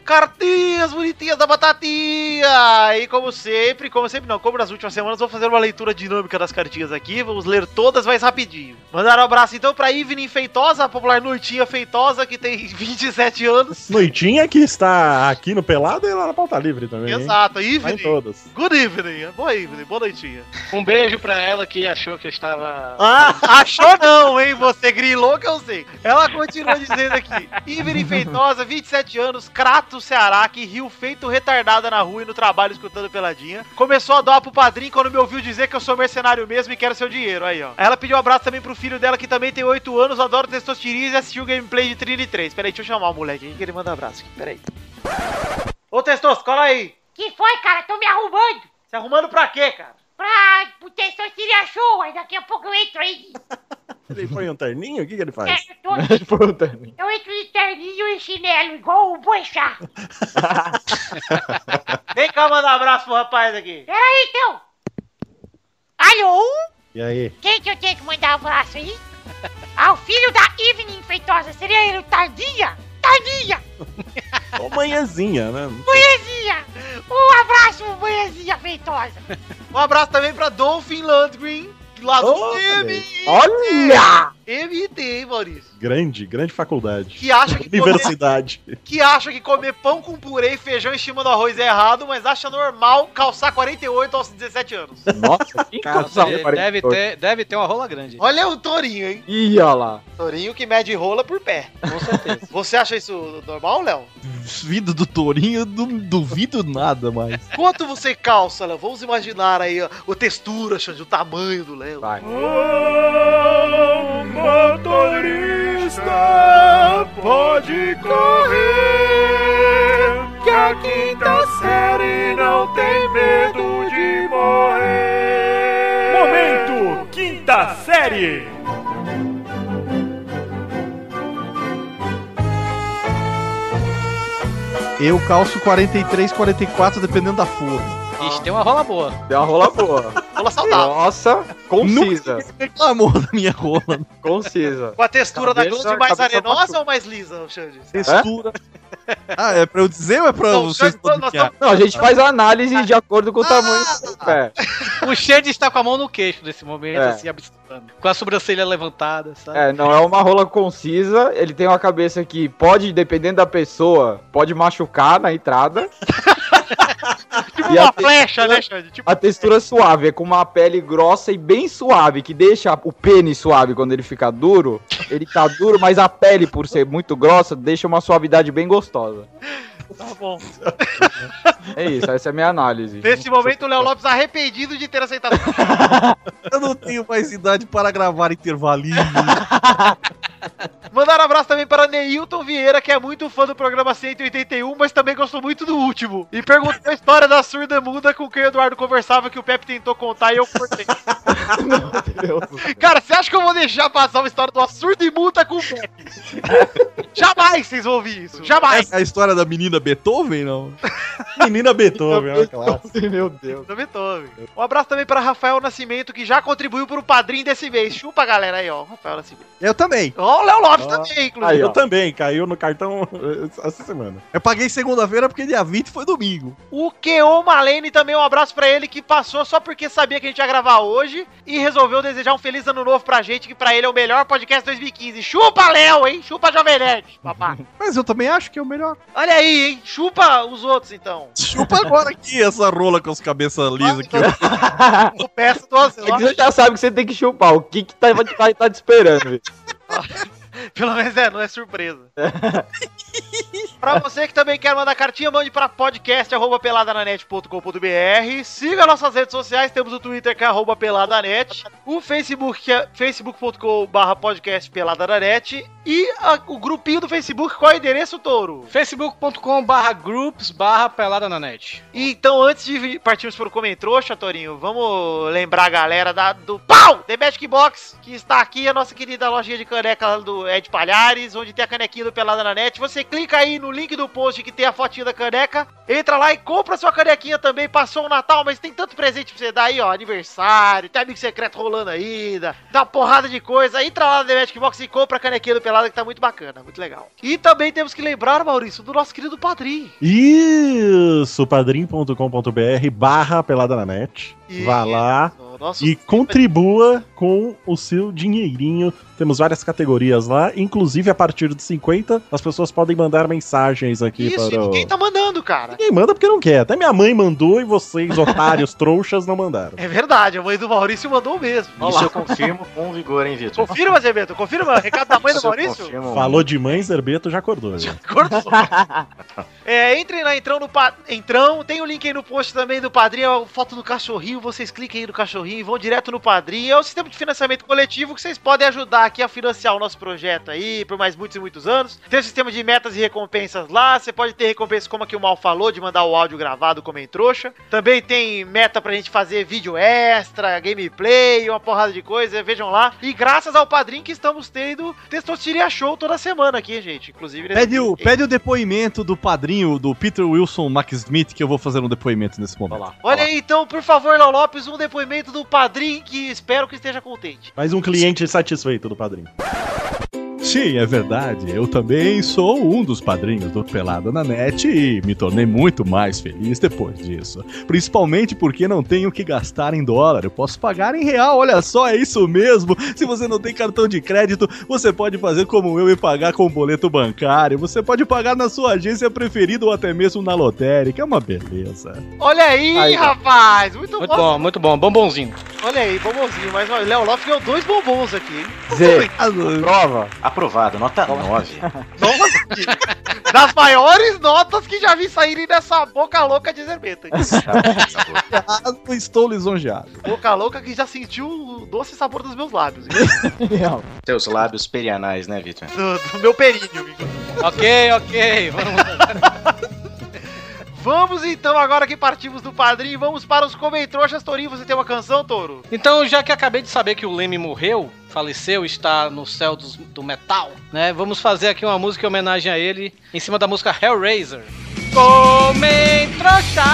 Speaker 9: Cartinhas bonitinhas da batatinha! E como sempre, como sempre não, como nas últimas semanas, vou fazer uma leitura dinâmica das cartinhas aqui, vamos ler todas mais rapidinho. Mandar um abraço então pra Evelyn Feitosa, a popular Noitinha Feitosa, que tem 27 anos.
Speaker 6: Noitinha que está aqui no Pelado e lá na pauta livre também. hein?
Speaker 9: Exato,
Speaker 6: Vai em
Speaker 9: Evelyn.
Speaker 6: todas.
Speaker 9: Good evening, boa evening, boa noitinha.
Speaker 4: Um beijo pra ela que achou que eu estava
Speaker 9: Ah, achou não, hein? Você grilou que eu sei. Ela continua dizendo aqui. Ivery Feitosa, 27 anos, Crato, Ceará, que riu feito retardada na rua e no trabalho escutando peladinha. Começou a doar pro padrinho quando me ouviu dizer que eu sou mercenário mesmo e quero seu dinheiro. Aí, ó. Ela pediu um abraço também pro filho dela, que também tem 8 anos, adora testosterinha e assistiu o gameplay de Trini 3. Peraí, deixa eu chamar o moleque aqui que ele manda abraço. aqui, Peraí. Ô, Testos, cola aí.
Speaker 8: Que foi, cara? Tô me arrumando
Speaker 9: Se arrumando pra quê, cara?
Speaker 8: pra ter seria show. Aí daqui a pouco eu entro aí.
Speaker 6: Ele foi um terninho? O que, que ele faz?
Speaker 8: É, eu, tô, eu entro de terninho e chinelo, igual o Boixá.
Speaker 9: Vem cá mandar um abraço pro rapaz aqui.
Speaker 8: Pera aí, então. Alô?
Speaker 6: E aí?
Speaker 8: Quem que eu tenho que mandar um abraço aí? Ao filho da Evening Feitosa. Seria ele o Tardinha? Tardinha!
Speaker 6: Ou manhãzinha, né?
Speaker 8: Manhãzinha! Um abraço, Manhãzinha Feitosa.
Speaker 9: Um abraço também pra Dolphin Landgreen, lá do
Speaker 6: Olha
Speaker 9: MIT.
Speaker 6: Olha!
Speaker 9: MIT, hein, Maurício?
Speaker 6: Grande, grande faculdade.
Speaker 9: Que acha que comer,
Speaker 6: Universidade.
Speaker 9: que acha que comer pão com purê e feijão em cima do arroz é errado, mas acha normal calçar 48 aos 17 anos.
Speaker 7: Nossa, que casal.
Speaker 4: Ele deve, ter, deve ter uma rola grande.
Speaker 9: Olha o tourinho, hein?
Speaker 7: Ih, olha lá.
Speaker 9: Tourinho que mede rola por pé.
Speaker 4: Com certeza.
Speaker 9: Você acha isso normal, Léo?
Speaker 5: Duvido do Tourinho, eu não duvido nada mais.
Speaker 9: Quanto você calça, Léo? Vamos imaginar aí ó, a textura, Xande, o tamanho do Léo.
Speaker 7: Vai.
Speaker 6: motorista, pode correr, que a quinta série não tem medo de morrer. Momento, quinta série.
Speaker 5: Eu calço 43, 44, dependendo da forma.
Speaker 4: Ixi, tem uma rola boa.
Speaker 7: Deu uma rola boa.
Speaker 9: Rola saudável.
Speaker 7: Nossa, concisa.
Speaker 5: Reclamou da minha rola.
Speaker 7: Concisa.
Speaker 9: Com a textura
Speaker 7: Cabeça-
Speaker 9: da glande mais
Speaker 7: cabeça
Speaker 9: arenosa
Speaker 7: machuca.
Speaker 9: ou mais lisa, Xande?
Speaker 5: Textura. Ah, é pra eu dizer ou é pra
Speaker 9: Não,
Speaker 5: vocês
Speaker 9: nós estamos-
Speaker 5: publicar?
Speaker 7: Não, a gente faz a análise de acordo com o tamanho do pé.
Speaker 4: O Xande está com a mão no queixo nesse momento,
Speaker 7: É.
Speaker 4: assim, absurdo. Com a sobrancelha levantada, sabe?
Speaker 7: É, não é uma rola concisa. Ele tem uma cabeça que pode, dependendo da pessoa, pode machucar na entrada.
Speaker 9: Tipo
Speaker 7: E a
Speaker 9: uma
Speaker 7: te-
Speaker 9: flecha, né, Xande? Tipo
Speaker 7: A textura suave é com uma pele grossa e bem suave, que deixa o pênis suave quando ele fica duro. Ele tá duro, mas a pele, por ser muito grossa, deixa uma suavidade bem gostosa.
Speaker 9: Tá bom.
Speaker 7: É isso, essa é a minha análise.
Speaker 9: Nesse momento, o Léo Lopes arrependido de ter aceitado.
Speaker 5: Eu não tenho mais idade para gravar intervalinho.
Speaker 9: Mandaram um abraço também para Neilton Vieira, que é muito fã do programa 181, mas também gostou muito do último. E perguntou a história da surda muda com quem o Eduardo conversava que o Pepe tentou contar e eu cortei. Cara, você acha que eu vou deixar passar uma história de uma surda e muda com o Pepe? Jamais vocês vão ouvir isso. Jamais.
Speaker 5: Essa é a história da menina Beethoven, não? né?
Speaker 6: Menina Beethoven, olha que lá.
Speaker 7: Meu Deus.
Speaker 9: Também tô, velho. Um abraço também para Rafael Nascimento, que já contribuiu para o padrinho desse mês. Chupa, galera, aí, ó. Rafael Nascimento.
Speaker 5: Eu também.
Speaker 9: Ó, o Léo Lopes também, inclusive.
Speaker 7: Aí, ó.
Speaker 6: Eu também, caiu no cartão eh, essa semana.
Speaker 5: Eu paguei segunda-feira porque dia 20 foi domingo.
Speaker 9: O Keon Malene também, um abraço pra ele que passou só porque sabia que a gente ia gravar hoje e resolveu desejar um feliz ano novo pra gente, que pra ele é o melhor podcast 2015. Chupa, Léo, hein? Chupa, Jovem Nerd, papá.
Speaker 5: Mas eu também acho que é o melhor.
Speaker 9: Olha aí, hein? Chupa os outros, então.
Speaker 5: Chupa agora aqui essa rola com as cabeças lisas aqui. ó.
Speaker 9: Eu peço duas
Speaker 7: É que você já sabe que você tem que chupar. O que que tá, tá, tá te esperando, velho?
Speaker 9: Pelo menos é, não é surpresa. pra você que também quer mandar cartinha, mande pra podcast.peladananet.com.br. Siga nossas redes sociais, temos o Twitter que é arroba peladanet, o Facebook que é facebook.com.br podcast peladananet e a- o grupinho do Facebook, qual é o endereço, Touro?
Speaker 4: facebook.com barra groups barra pelada na net.
Speaker 9: E então, antes de partirmos pro Comentrouxa, Torinho, vamos lembrar a galera da, do PAU! The Magic Box, que está aqui, a nossa querida lojinha de caneca lá do Ed Palhares, onde tem a canequinha do Pelada na Net. Você clica aí no link do post que tem a fotinha da caneca, entra lá e compra sua canequinha também. Passou o Natal, mas tem tanto presente pra você dar aí, ó, aniversário, tem amigo secreto rolando ainda, dá uma porrada de coisa. Entra lá no The Magic Box e compra a canequinha do Pelada, que tá muito bacana, muito legal. E também temos que lembrar, Maurício, do nosso querido padrinho.
Speaker 6: Isso, padrim.com.br barra pelada na net. Vá lá,
Speaker 9: nosso
Speaker 6: e contribua com o seu dinheirinho. Temos várias categorias lá, inclusive a partir de 50, as pessoas podem mandar mensagens aqui
Speaker 9: Isso, e
Speaker 6: para o...
Speaker 9: ninguém tá mandando, cara.
Speaker 6: Ninguém manda porque não quer. Até minha mãe mandou e vocês, otários, trouxas, não mandaram.
Speaker 9: É verdade, a mãe do Maurício mandou mesmo. Olha
Speaker 3: Isso
Speaker 9: lá.
Speaker 3: eu confirmo com vigor, hein, Vitor?
Speaker 9: Confirma, Zé Beto, confirma o recado da mãe do
Speaker 3: Isso eu
Speaker 9: Maurício.
Speaker 3: confirmo.
Speaker 6: Falou de mãe, Zerbeto já acordou. né?
Speaker 9: Cortou. É, entrem lá, entrão no pa... entrão, tem o link aí no post também do Padrinho, a foto do cachorrinho, vocês cliquem aí no cachorrinho e vão direto no Padrinho. É o sistema de financiamento coletivo que vocês podem ajudar aqui a financiar o nosso projeto aí por mais muitos e muitos anos. Tem o sistema de metas e recompensas lá, você pode ter recompensas como a que o Mal falou, de mandar o áudio gravado como em trouxa. Também tem meta pra gente fazer vídeo extra, gameplay, uma porrada de coisa, vejam lá. E graças ao Padrinho que estamos tendo Testosteria Show toda semana aqui, gente, inclusive. nesse-
Speaker 5: Pede o, pede o depoimento do padrinho, do Peter Wilson Max Smith, que eu vou fazer um depoimento nesse momento.
Speaker 9: Olha aí, então, por favor, Léo Lopes, um depoimento do padrinho que espero que esteja contente.
Speaker 6: Mais um cliente satisfeito do padrinho.
Speaker 5: Sim, é verdade. Eu também sou um dos padrinhos do Pelada na Net e me tornei muito mais feliz depois disso. Principalmente porque não tenho que gastar em dólar, eu posso pagar em real. Olha só, é isso mesmo. Se você não tem cartão de crédito, você pode fazer como eu e pagar com boleto bancário. Você pode pagar na sua agência preferida ou até mesmo na lotérica. É uma beleza.
Speaker 9: Olha aí,
Speaker 5: Aí, ó.
Speaker 9: rapaz, muito,
Speaker 4: Muito
Speaker 9: bom.
Speaker 4: bom, muito bom. Bombonzinho.
Speaker 9: Olha aí, bombonzinho, mas olha, Léo Lopes ganhou dois bombons aqui, hein?
Speaker 7: Zé,
Speaker 5: Ah,
Speaker 7: prova.
Speaker 3: Aprovado, nota 9.
Speaker 9: Das maiores notas que já vi saírem dessa boca louca de Zerbeta. hein?
Speaker 5: Eu estou lisonjeado.
Speaker 9: boca louca que já sentiu o doce sabor dos meus lábios, hein?
Speaker 3: Teus lábios perianais, né, Vitor?
Speaker 9: do, do meu períneo. amigo.
Speaker 4: ok, ok. Vamos lá.
Speaker 9: Vamos então, agora que partimos do padrinho, vamos para os Comentroxas, Torinho. Você tem uma canção, Toro?
Speaker 4: Então, já que acabei de saber que o Leme morreu, faleceu, está no céu dos- do metal, né? Vamos fazer aqui uma música em homenagem a ele, em cima da música Hellraiser. Comem trouxa,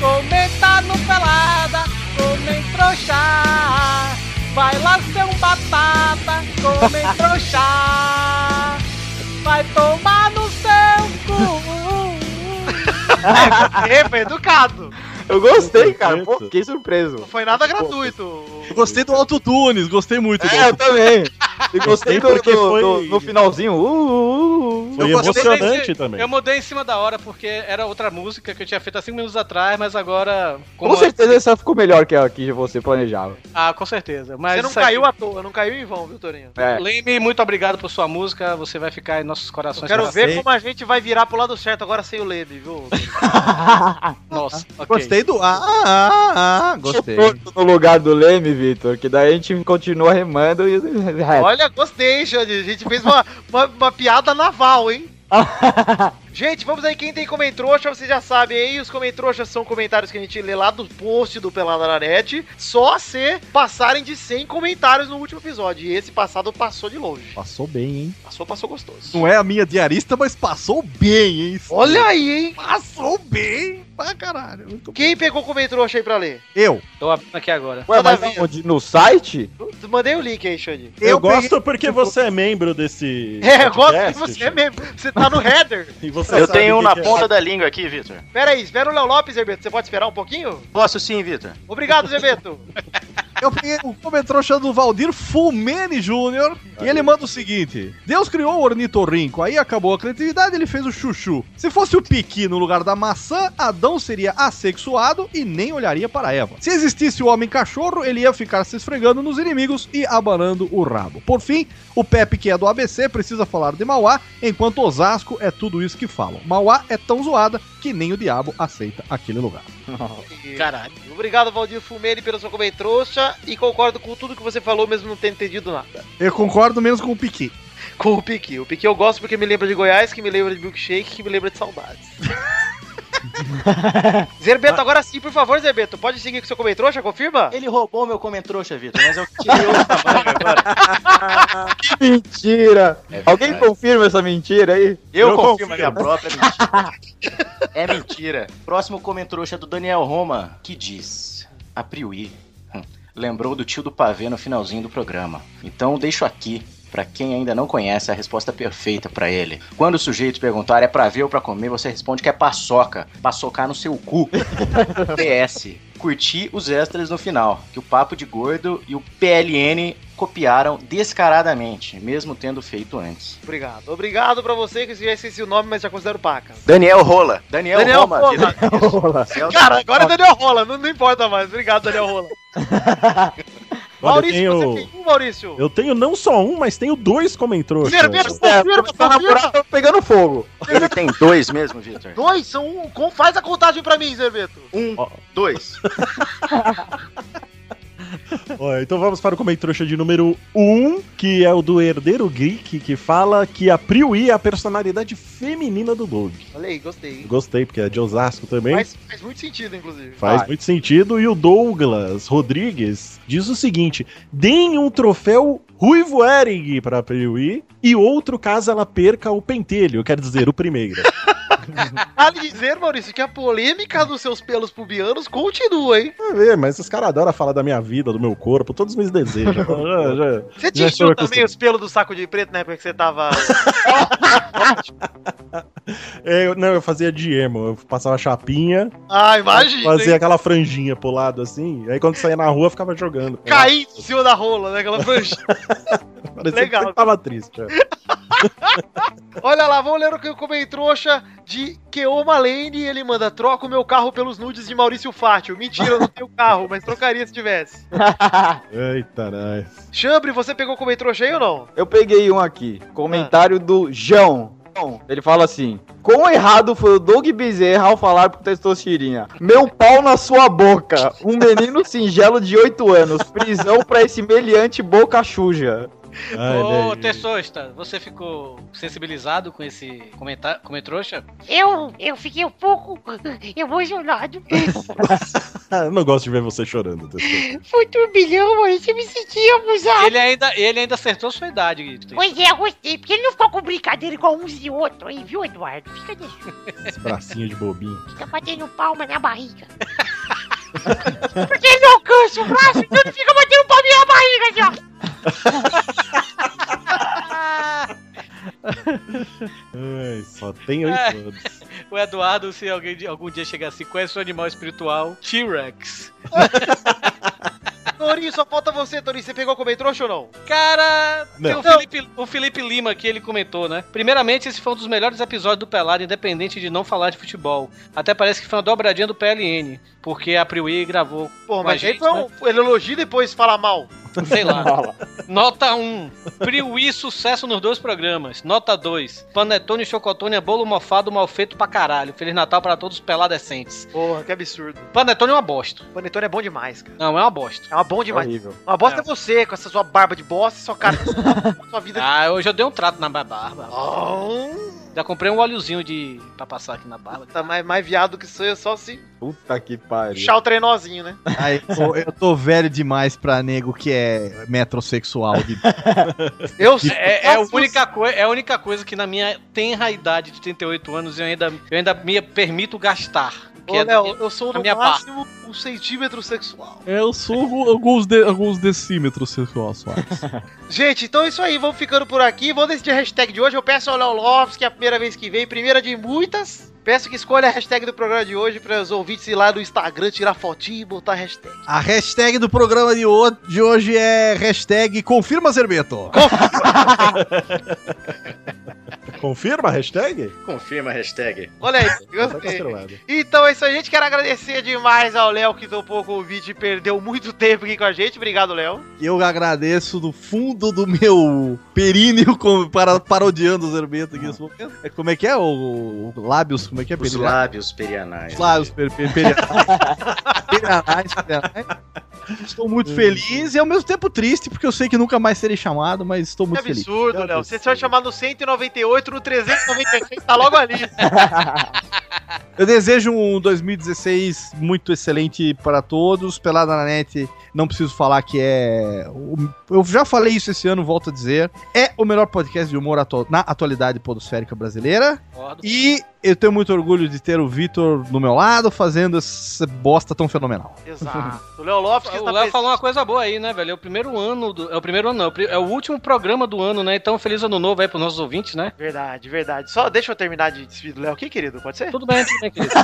Speaker 4: comenta no pelada, comem trouxa, vai lá ser um batata, comem trouxa, vai tomar no seu cu.
Speaker 9: É, foi educado.
Speaker 7: Eu gostei, cara. Pô,
Speaker 6: Perfeito.
Speaker 7: fiquei surpreso.
Speaker 9: Não foi nada gratuito.
Speaker 5: Gostei do autotunes, gostei muito do
Speaker 7: É, eu também. E gostei
Speaker 6: Gostei
Speaker 7: do,
Speaker 6: porque
Speaker 7: do- do-
Speaker 6: foi-
Speaker 7: no finalzinho. Uh, uh, uh, uh.
Speaker 6: Foi
Speaker 4: Eu gostei
Speaker 6: emocionante
Speaker 4: desse-
Speaker 6: também.
Speaker 4: Eu mudei em cima da hora porque era outra música que eu tinha feito há 5 minutos atrás, mas agora.
Speaker 7: Com certeza essa ficou melhor que a que você planejava.
Speaker 4: Ah, com certeza. Mas
Speaker 9: Você não
Speaker 4: isso aqui- um
Speaker 9: caiu à toa, não caiu em vão, viu, Torinho?
Speaker 7: É.
Speaker 4: Leme, muito obrigado por sua música. Você vai ficar em nossos
Speaker 9: Eu
Speaker 4: corações.
Speaker 9: quero
Speaker 4: pra
Speaker 9: ver
Speaker 4: sempre.
Speaker 9: como a gente vai virar pro lado certo agora sem o Leme, viu?
Speaker 4: Nossa, ok.
Speaker 5: Gostei do. Ah, ah, ah, ah, gostei.
Speaker 7: Outro No lugar do Leme, Vitor, que daí a gente continua remando e. reto.
Speaker 9: Olha, gostei, Xande. A gente fez uma, uma, uma piada naval, hein? Gente, vamos aí. Quem tem comentroxa, vocês já sabem aí. Os comentroxas são comentários que a gente lê lá do post do Pelada na Net. Só se passarem de 100 comentários no último episódio. E esse passado passou de longe.
Speaker 5: Passou bem, hein?
Speaker 9: Passou, passou gostoso.
Speaker 5: Não é a minha diarista, mas passou bem, hein?
Speaker 9: Olha aí, hein?
Speaker 5: Passou bem pra caralho. Muito
Speaker 9: Quem pegou comentroxa aí pra ler?
Speaker 5: Eu.
Speaker 4: Tô abrindo aqui agora.
Speaker 7: Ué, mas
Speaker 9: Maravilha.
Speaker 7: onde? No site?
Speaker 9: Mandei o link aí, Xande.
Speaker 6: Eu,
Speaker 5: Eu
Speaker 6: gosto porque você é membro desse.
Speaker 9: É, eu gosto que
Speaker 6: podcast,
Speaker 9: você é
Speaker 6: Chico.
Speaker 9: mesmo. Você tá no header.
Speaker 6: E você
Speaker 3: Eu
Speaker 6: sabe
Speaker 3: tenho
Speaker 6: o
Speaker 3: um
Speaker 6: que
Speaker 3: na
Speaker 6: que é.
Speaker 3: ponta da língua aqui, Vitor.
Speaker 9: Pera aí, espera o Léo Lopes, Herbeto. Você pode esperar um pouquinho?
Speaker 3: Posso sim, Vitor.
Speaker 9: Obrigado, Zé Beto.
Speaker 5: Eu peguei o comentrouxa do Valdir Fulmene Júnior e ele manda o seguinte: Deus criou o ornitorrinco, aí acabou a criatividade, ele fez o chuchu. Se fosse o piqui no lugar da maçã, Adão seria assexuado e nem olharia para Eva. Se existisse o homem cachorro, ele ia ficar se esfregando nos inimigos e abanando o rabo. Por fim, o Pepe, que é do ABC, precisa falar de Mauá, enquanto Osasco é tudo isso que falam. Mauá é tão zoada que nem o diabo aceita aquele lugar.
Speaker 4: Caralho.
Speaker 9: Obrigado, Valdir Fumeli, pelo seu comentário trouxa e concordo com tudo que você falou, mesmo não tendo entendido nada.
Speaker 5: Eu concordo menos com o piqui.
Speaker 9: Com o Piqui. O Piqui eu gosto porque me lembra de Goiás, que me lembra de milkshake, que me lembra de saudades. Zerbeto, agora sim, por favor, Zerbeto, pode seguir com seu comentário trouxa, confirma?
Speaker 3: Ele roubou meu comentrouxa, Vitor, mas eu tirei outro trabalho agora.
Speaker 7: Mentira!
Speaker 3: É
Speaker 7: Alguém
Speaker 3: verdade.
Speaker 7: confirma essa mentira aí?
Speaker 3: Eu,
Speaker 6: Eu
Speaker 3: confirmo a minha
Speaker 6: confirmo.
Speaker 3: própria mentira. é mentira. Próximo comentrouxa é do Daniel Roma, que diz: A Priui hum, lembrou do tio do pavê no finalzinho do programa. Então deixo aqui. Pra quem ainda não conhece, a resposta perfeita pra ele. Quando o sujeito perguntar é pra ver ou pra comer, você responde que é paçoca. Paçocar no seu cu. PS. curtir os extras no final, que o Papo de Gordo e o PLN copiaram descaradamente, mesmo tendo feito antes.
Speaker 9: Obrigado. Obrigado pra você que já esqueci o nome, mas já considero paca.
Speaker 3: Daniel Rola. Daniel,
Speaker 9: Daniel
Speaker 3: Roma.
Speaker 9: Rola. Cara, agora é Daniel Rola, não, não importa mais. Obrigado, Daniel Rola.
Speaker 6: Olha,
Speaker 9: Maurício,
Speaker 6: eu tenho-
Speaker 9: você tem um, Maurício?
Speaker 6: Eu tenho não só um, mas tenho um. dois comentários.
Speaker 9: Cerveja, confirma, confirma.
Speaker 7: É, Tá pegando fogo.
Speaker 3: Ele tem dois mesmo, Victor.
Speaker 9: Dois são um. com- Faz a contagem pra mim, Zerbeto.
Speaker 3: Um, dois.
Speaker 6: Ó, então vamos para o Comentrouxa de número 1, que é o do Herdeiro Geek, que fala que a Priui é a personalidade feminina do Doug.
Speaker 9: Olha aí, gostei. hein?
Speaker 6: Gostei, porque é de Osasco também.
Speaker 9: Faz, faz muito sentido, inclusive.
Speaker 6: Faz muito sentido. E o Douglas Rodrigues diz o seguinte: deem um troféu Ruivo Ering pra Priui e outro caso ela perca o pentelho, quer dizer, o primeiro.
Speaker 9: Ah, Vale dizer, Maurício, que a polêmica dos seus pelos pubianos continua, hein?
Speaker 6: Quer ver, mas os caras adoram falar da minha vida, do meu corpo, todos me desejos. Já- já-
Speaker 9: Você
Speaker 6: Já estou
Speaker 9: tingiu também
Speaker 6: acostumado.
Speaker 9: os pelos do saco de preto na época que você tava.
Speaker 6: É, eu- não, eu fazia de emo, eu passava chapinha,
Speaker 9: Ah, imagina.
Speaker 6: fazia
Speaker 9: hein?
Speaker 6: aquela franjinha pro lado assim, aí quando saía na rua eu ficava jogando.
Speaker 9: Caindo em cima da rola, né? Aquela franja.
Speaker 6: Parecia
Speaker 9: legal.
Speaker 6: que eu tava triste. é.
Speaker 9: Olha lá, vamos ler o que eu comi trouxa de Keoma Lane. Ele manda: troca o meu carro pelos nudes de Maurício Fátio. Mentira, eu não tenho carro, mas trocaria se tivesse.
Speaker 6: Eita, nós.
Speaker 9: Chambre, você pegou o comi trouxa aí ou não?
Speaker 7: Eu peguei um aqui. Comentário do João. Ele fala assim: Quão errado foi o Doug Bezerra ao falar pro Testosterinha? Meu pau na sua boca. Um menino singelo de 8 anos. Prisão pra esse meliante boca chuja.
Speaker 4: Ô,
Speaker 6: né,
Speaker 4: Tessosta, você ficou sensibilizado com esse comentário, comentrouxa?
Speaker 8: Eu, eu fiquei um pouco emocionado.
Speaker 6: ah, Eu não gosto de ver você chorando. Tessu.
Speaker 8: Foi um turbilhão, Maurício, eu me senti abusado.
Speaker 4: Ele ainda, ele ainda acertou sua idade, Guito.
Speaker 8: Pois é, eu gostei, porque ele não ficou com brincadeira igual uns e outros, hein, viu, Eduardo? Fica deixando,
Speaker 6: Esse bracinho de bobinho.
Speaker 8: fica batendo palma na barriga. porque ele não alcança o braço, então ele fica batendo palminha na barriga, assim, ó.
Speaker 6: Ai, só né? tem oito
Speaker 4: É.
Speaker 6: anos.
Speaker 4: O Eduardo, se alguém de- algum dia chegar assim, conhece o animal espiritual? T-Rex.
Speaker 9: Torinho, só falta você, Torinho. Você pegou o comi trouxa ou não?
Speaker 4: Cara, tem
Speaker 6: Não.
Speaker 4: o Felipe, o Felipe Lima que ele comentou, né? Primeiramente, esse foi um dos melhores episódios do Pelado, independente de não falar de futebol. Até parece que foi uma dobradinha do PLN, porque a Priui gravou,
Speaker 9: Pô,
Speaker 4: Mas
Speaker 9: mas aí
Speaker 4: gente,
Speaker 9: foi um. Ele elogia e depois fala mal.
Speaker 4: sei lá. Nota 1. Priui, sucesso nos dois programas. Nota 2. Panetone, chocotone, é bolo mofado, mal feito pra caralho. Feliz Natal pra todos os peladecentes.
Speaker 9: Porra, que absurdo.
Speaker 4: Panetone é uma bosta.
Speaker 9: Panetone é bom demais, cara.
Speaker 4: Não, é uma bosta.
Speaker 9: É uma bom demais.
Speaker 7: Horrível.
Speaker 9: Uma bosta é você, com essa sua barba de bosta, sua cara, sua vida de...
Speaker 4: Ah, hoje eu dei um trato na minha barba.
Speaker 9: Oh,
Speaker 4: Já comprei um óleozinho de pra passar aqui na barba.
Speaker 9: tá mais, mais viado que sou eu, só assim. se
Speaker 7: Puta que pariu.
Speaker 9: puxar o trenozinho, né?
Speaker 5: Aí, pô, eu tô velho demais pra nego que é metrosexual. de-
Speaker 9: Eu
Speaker 4: É, é a única coi- é a única coisa que na minha tenra idade de 38 anos eu ainda, eu ainda me permito gastar. Que
Speaker 9: Ô,
Speaker 4: é-
Speaker 9: Léo, eu sou
Speaker 4: a
Speaker 9: no
Speaker 4: minha
Speaker 9: máximo um centímetro sexual.
Speaker 11: É, Eu sou algu- alguns, de, alguns decímetros sexual suaves.
Speaker 9: Gente, então é isso aí, vamos ficando por aqui. Vamos decidir a hashtag de hoje. Eu peço ao Léo Lopes, que é a primeira vez que vem, primeira de muitas. Peço que escolha a hashtag do programa de hoje para os ouvintes ir lá no Instagram, tirar fotinho e botar a hashtag.
Speaker 5: A hashtag do programa de, ho- de hoje é hashtag confirma Zerbeto.
Speaker 6: Confirma a hashtag?
Speaker 3: Confirma a hashtag.
Speaker 9: Olha aí,
Speaker 6: Tá
Speaker 9: gostei.
Speaker 6: confirmado.
Speaker 9: Então é isso aí, gente. Quero agradecer demais ao Léo que topou o convite e perdeu muito tempo aqui com a gente. Obrigado, Léo.
Speaker 5: Eu agradeço do fundo do meu períneo com- para, parodiando o Zerbeto aqui nesse momento. É, Como é que é? O, o lábios, como é que é?
Speaker 3: Os
Speaker 5: Perineais?
Speaker 3: lábios perianais.
Speaker 5: Os lábios per, per, perineais. Perineais, perineais. Estou muito feliz e ao mesmo tempo triste, porque eu sei que nunca mais serei chamado, mas estou
Speaker 9: Que
Speaker 5: muito feliz.
Speaker 9: absurdo, Léo. Você vai chamar no 198, no 396, tá logo ali.
Speaker 5: Eu desejo um 2016 muito excelente para todos. Pelada na net, não preciso falar que é. o- Eu já falei isso esse ano, volto a dizer. É o melhor podcast de humor atu- na atualidade podosférica brasileira.
Speaker 4: Concordo.
Speaker 5: E eu tenho muito orgulho de ter o Vitor do meu lado fazendo essa bosta tão fenomenal.
Speaker 9: Exato. O Léo Lopes que
Speaker 4: O
Speaker 9: está
Speaker 4: Léo
Speaker 9: pres-
Speaker 4: falou uma coisa boa aí, né, velho? É o primeiro ano do. É o primeiro ano, não. é o pri- É o último programa do ano, né? Então, feliz ano novo aí pros nossos ouvintes, né?
Speaker 9: Verdade, verdade. Só deixa eu terminar de despedir do Léo aqui, querido. Pode ser?
Speaker 4: Tudo bem, tudo bem, querido.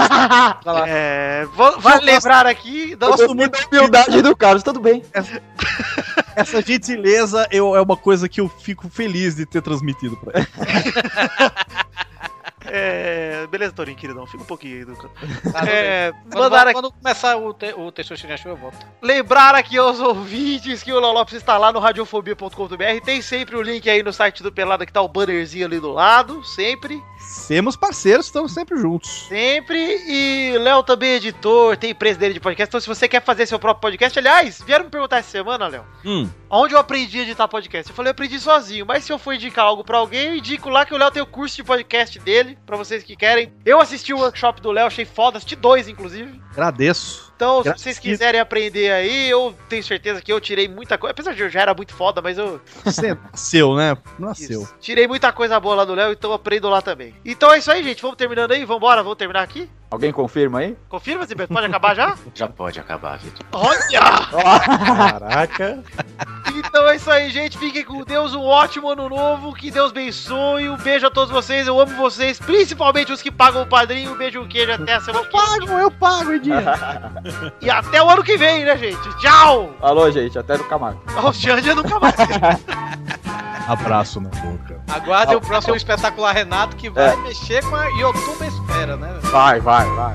Speaker 9: É, vou, vou lembrar aqui. um da-
Speaker 7: Gosto muito da humildade do Carlos, tudo bem.
Speaker 5: Essa gentileza eu- é uma coisa que eu fico feliz de ter transmitido pra ele.
Speaker 9: É, beleza, Torinho, queridão. Fica um pouquinho aí do canto.
Speaker 4: Tá,
Speaker 9: É,
Speaker 4: Quando,
Speaker 9: mandaram aqui.
Speaker 4: quando começar o, te, o texto de eu volto.
Speaker 9: Lembrar aqui aos ouvintes que o Léo Lopes está lá no radiofobia.com.br. Tem sempre o link aí no site do Pelada que tá o bannerzinho ali do lado. Sempre.
Speaker 5: Sermos parceiros, estamos sempre juntos.
Speaker 9: Sempre. E o Léo também é editor, tem empresa dele de podcast. Então, se você quer fazer seu próprio podcast, aliás, vieram me perguntar essa semana, Léo.
Speaker 6: Hum.
Speaker 9: Onde eu aprendi a editar podcast? Eu falei, eu aprendi sozinho, mas se eu for indicar algo pra alguém, eu indico lá que o Léo tem o curso de podcast dele, pra vocês que querem. Eu assisti o workshop do Léo, achei foda, assisti dois, inclusive.
Speaker 5: Agradeço.
Speaker 9: Então, se
Speaker 5: Graças
Speaker 9: vocês quiserem aprender aí, eu tenho certeza que eu tirei muita coisa. Apesar de eu já era muito foda, mas eu
Speaker 5: Você nasceu, né? Nasceu.
Speaker 9: tirei muita coisa boa lá do Léo, então aprendo lá também. Então é isso aí, gente. Vamos terminando aí? Vambora, vamos terminar aqui?
Speaker 7: Alguém confirma aí?
Speaker 9: Confirma, Zibeto, pode acabar já?
Speaker 3: Já pode acabar, Vitor.
Speaker 9: Olha!
Speaker 6: Caraca.
Speaker 9: Então é isso aí, gente. Fiquem com Deus. Um ótimo ano novo. Que Deus abençoe. Um beijo a todos vocês. Eu amo vocês, principalmente os que pagam o padrinho. Um beijo, um queijo. Até a semana que vem.
Speaker 5: Eu pago, Edinho.
Speaker 9: E até o ano que vem, né, gente? Tchau!
Speaker 7: Alô, gente, até no Camargo.
Speaker 9: O Xande nunca mais.
Speaker 5: Abraço na boca.
Speaker 9: Ah,
Speaker 4: Aguardem o próximo espetacular Renato que
Speaker 9: É.
Speaker 4: vai mexer com a YouTube Espera, né?
Speaker 7: Vai, vai, vai.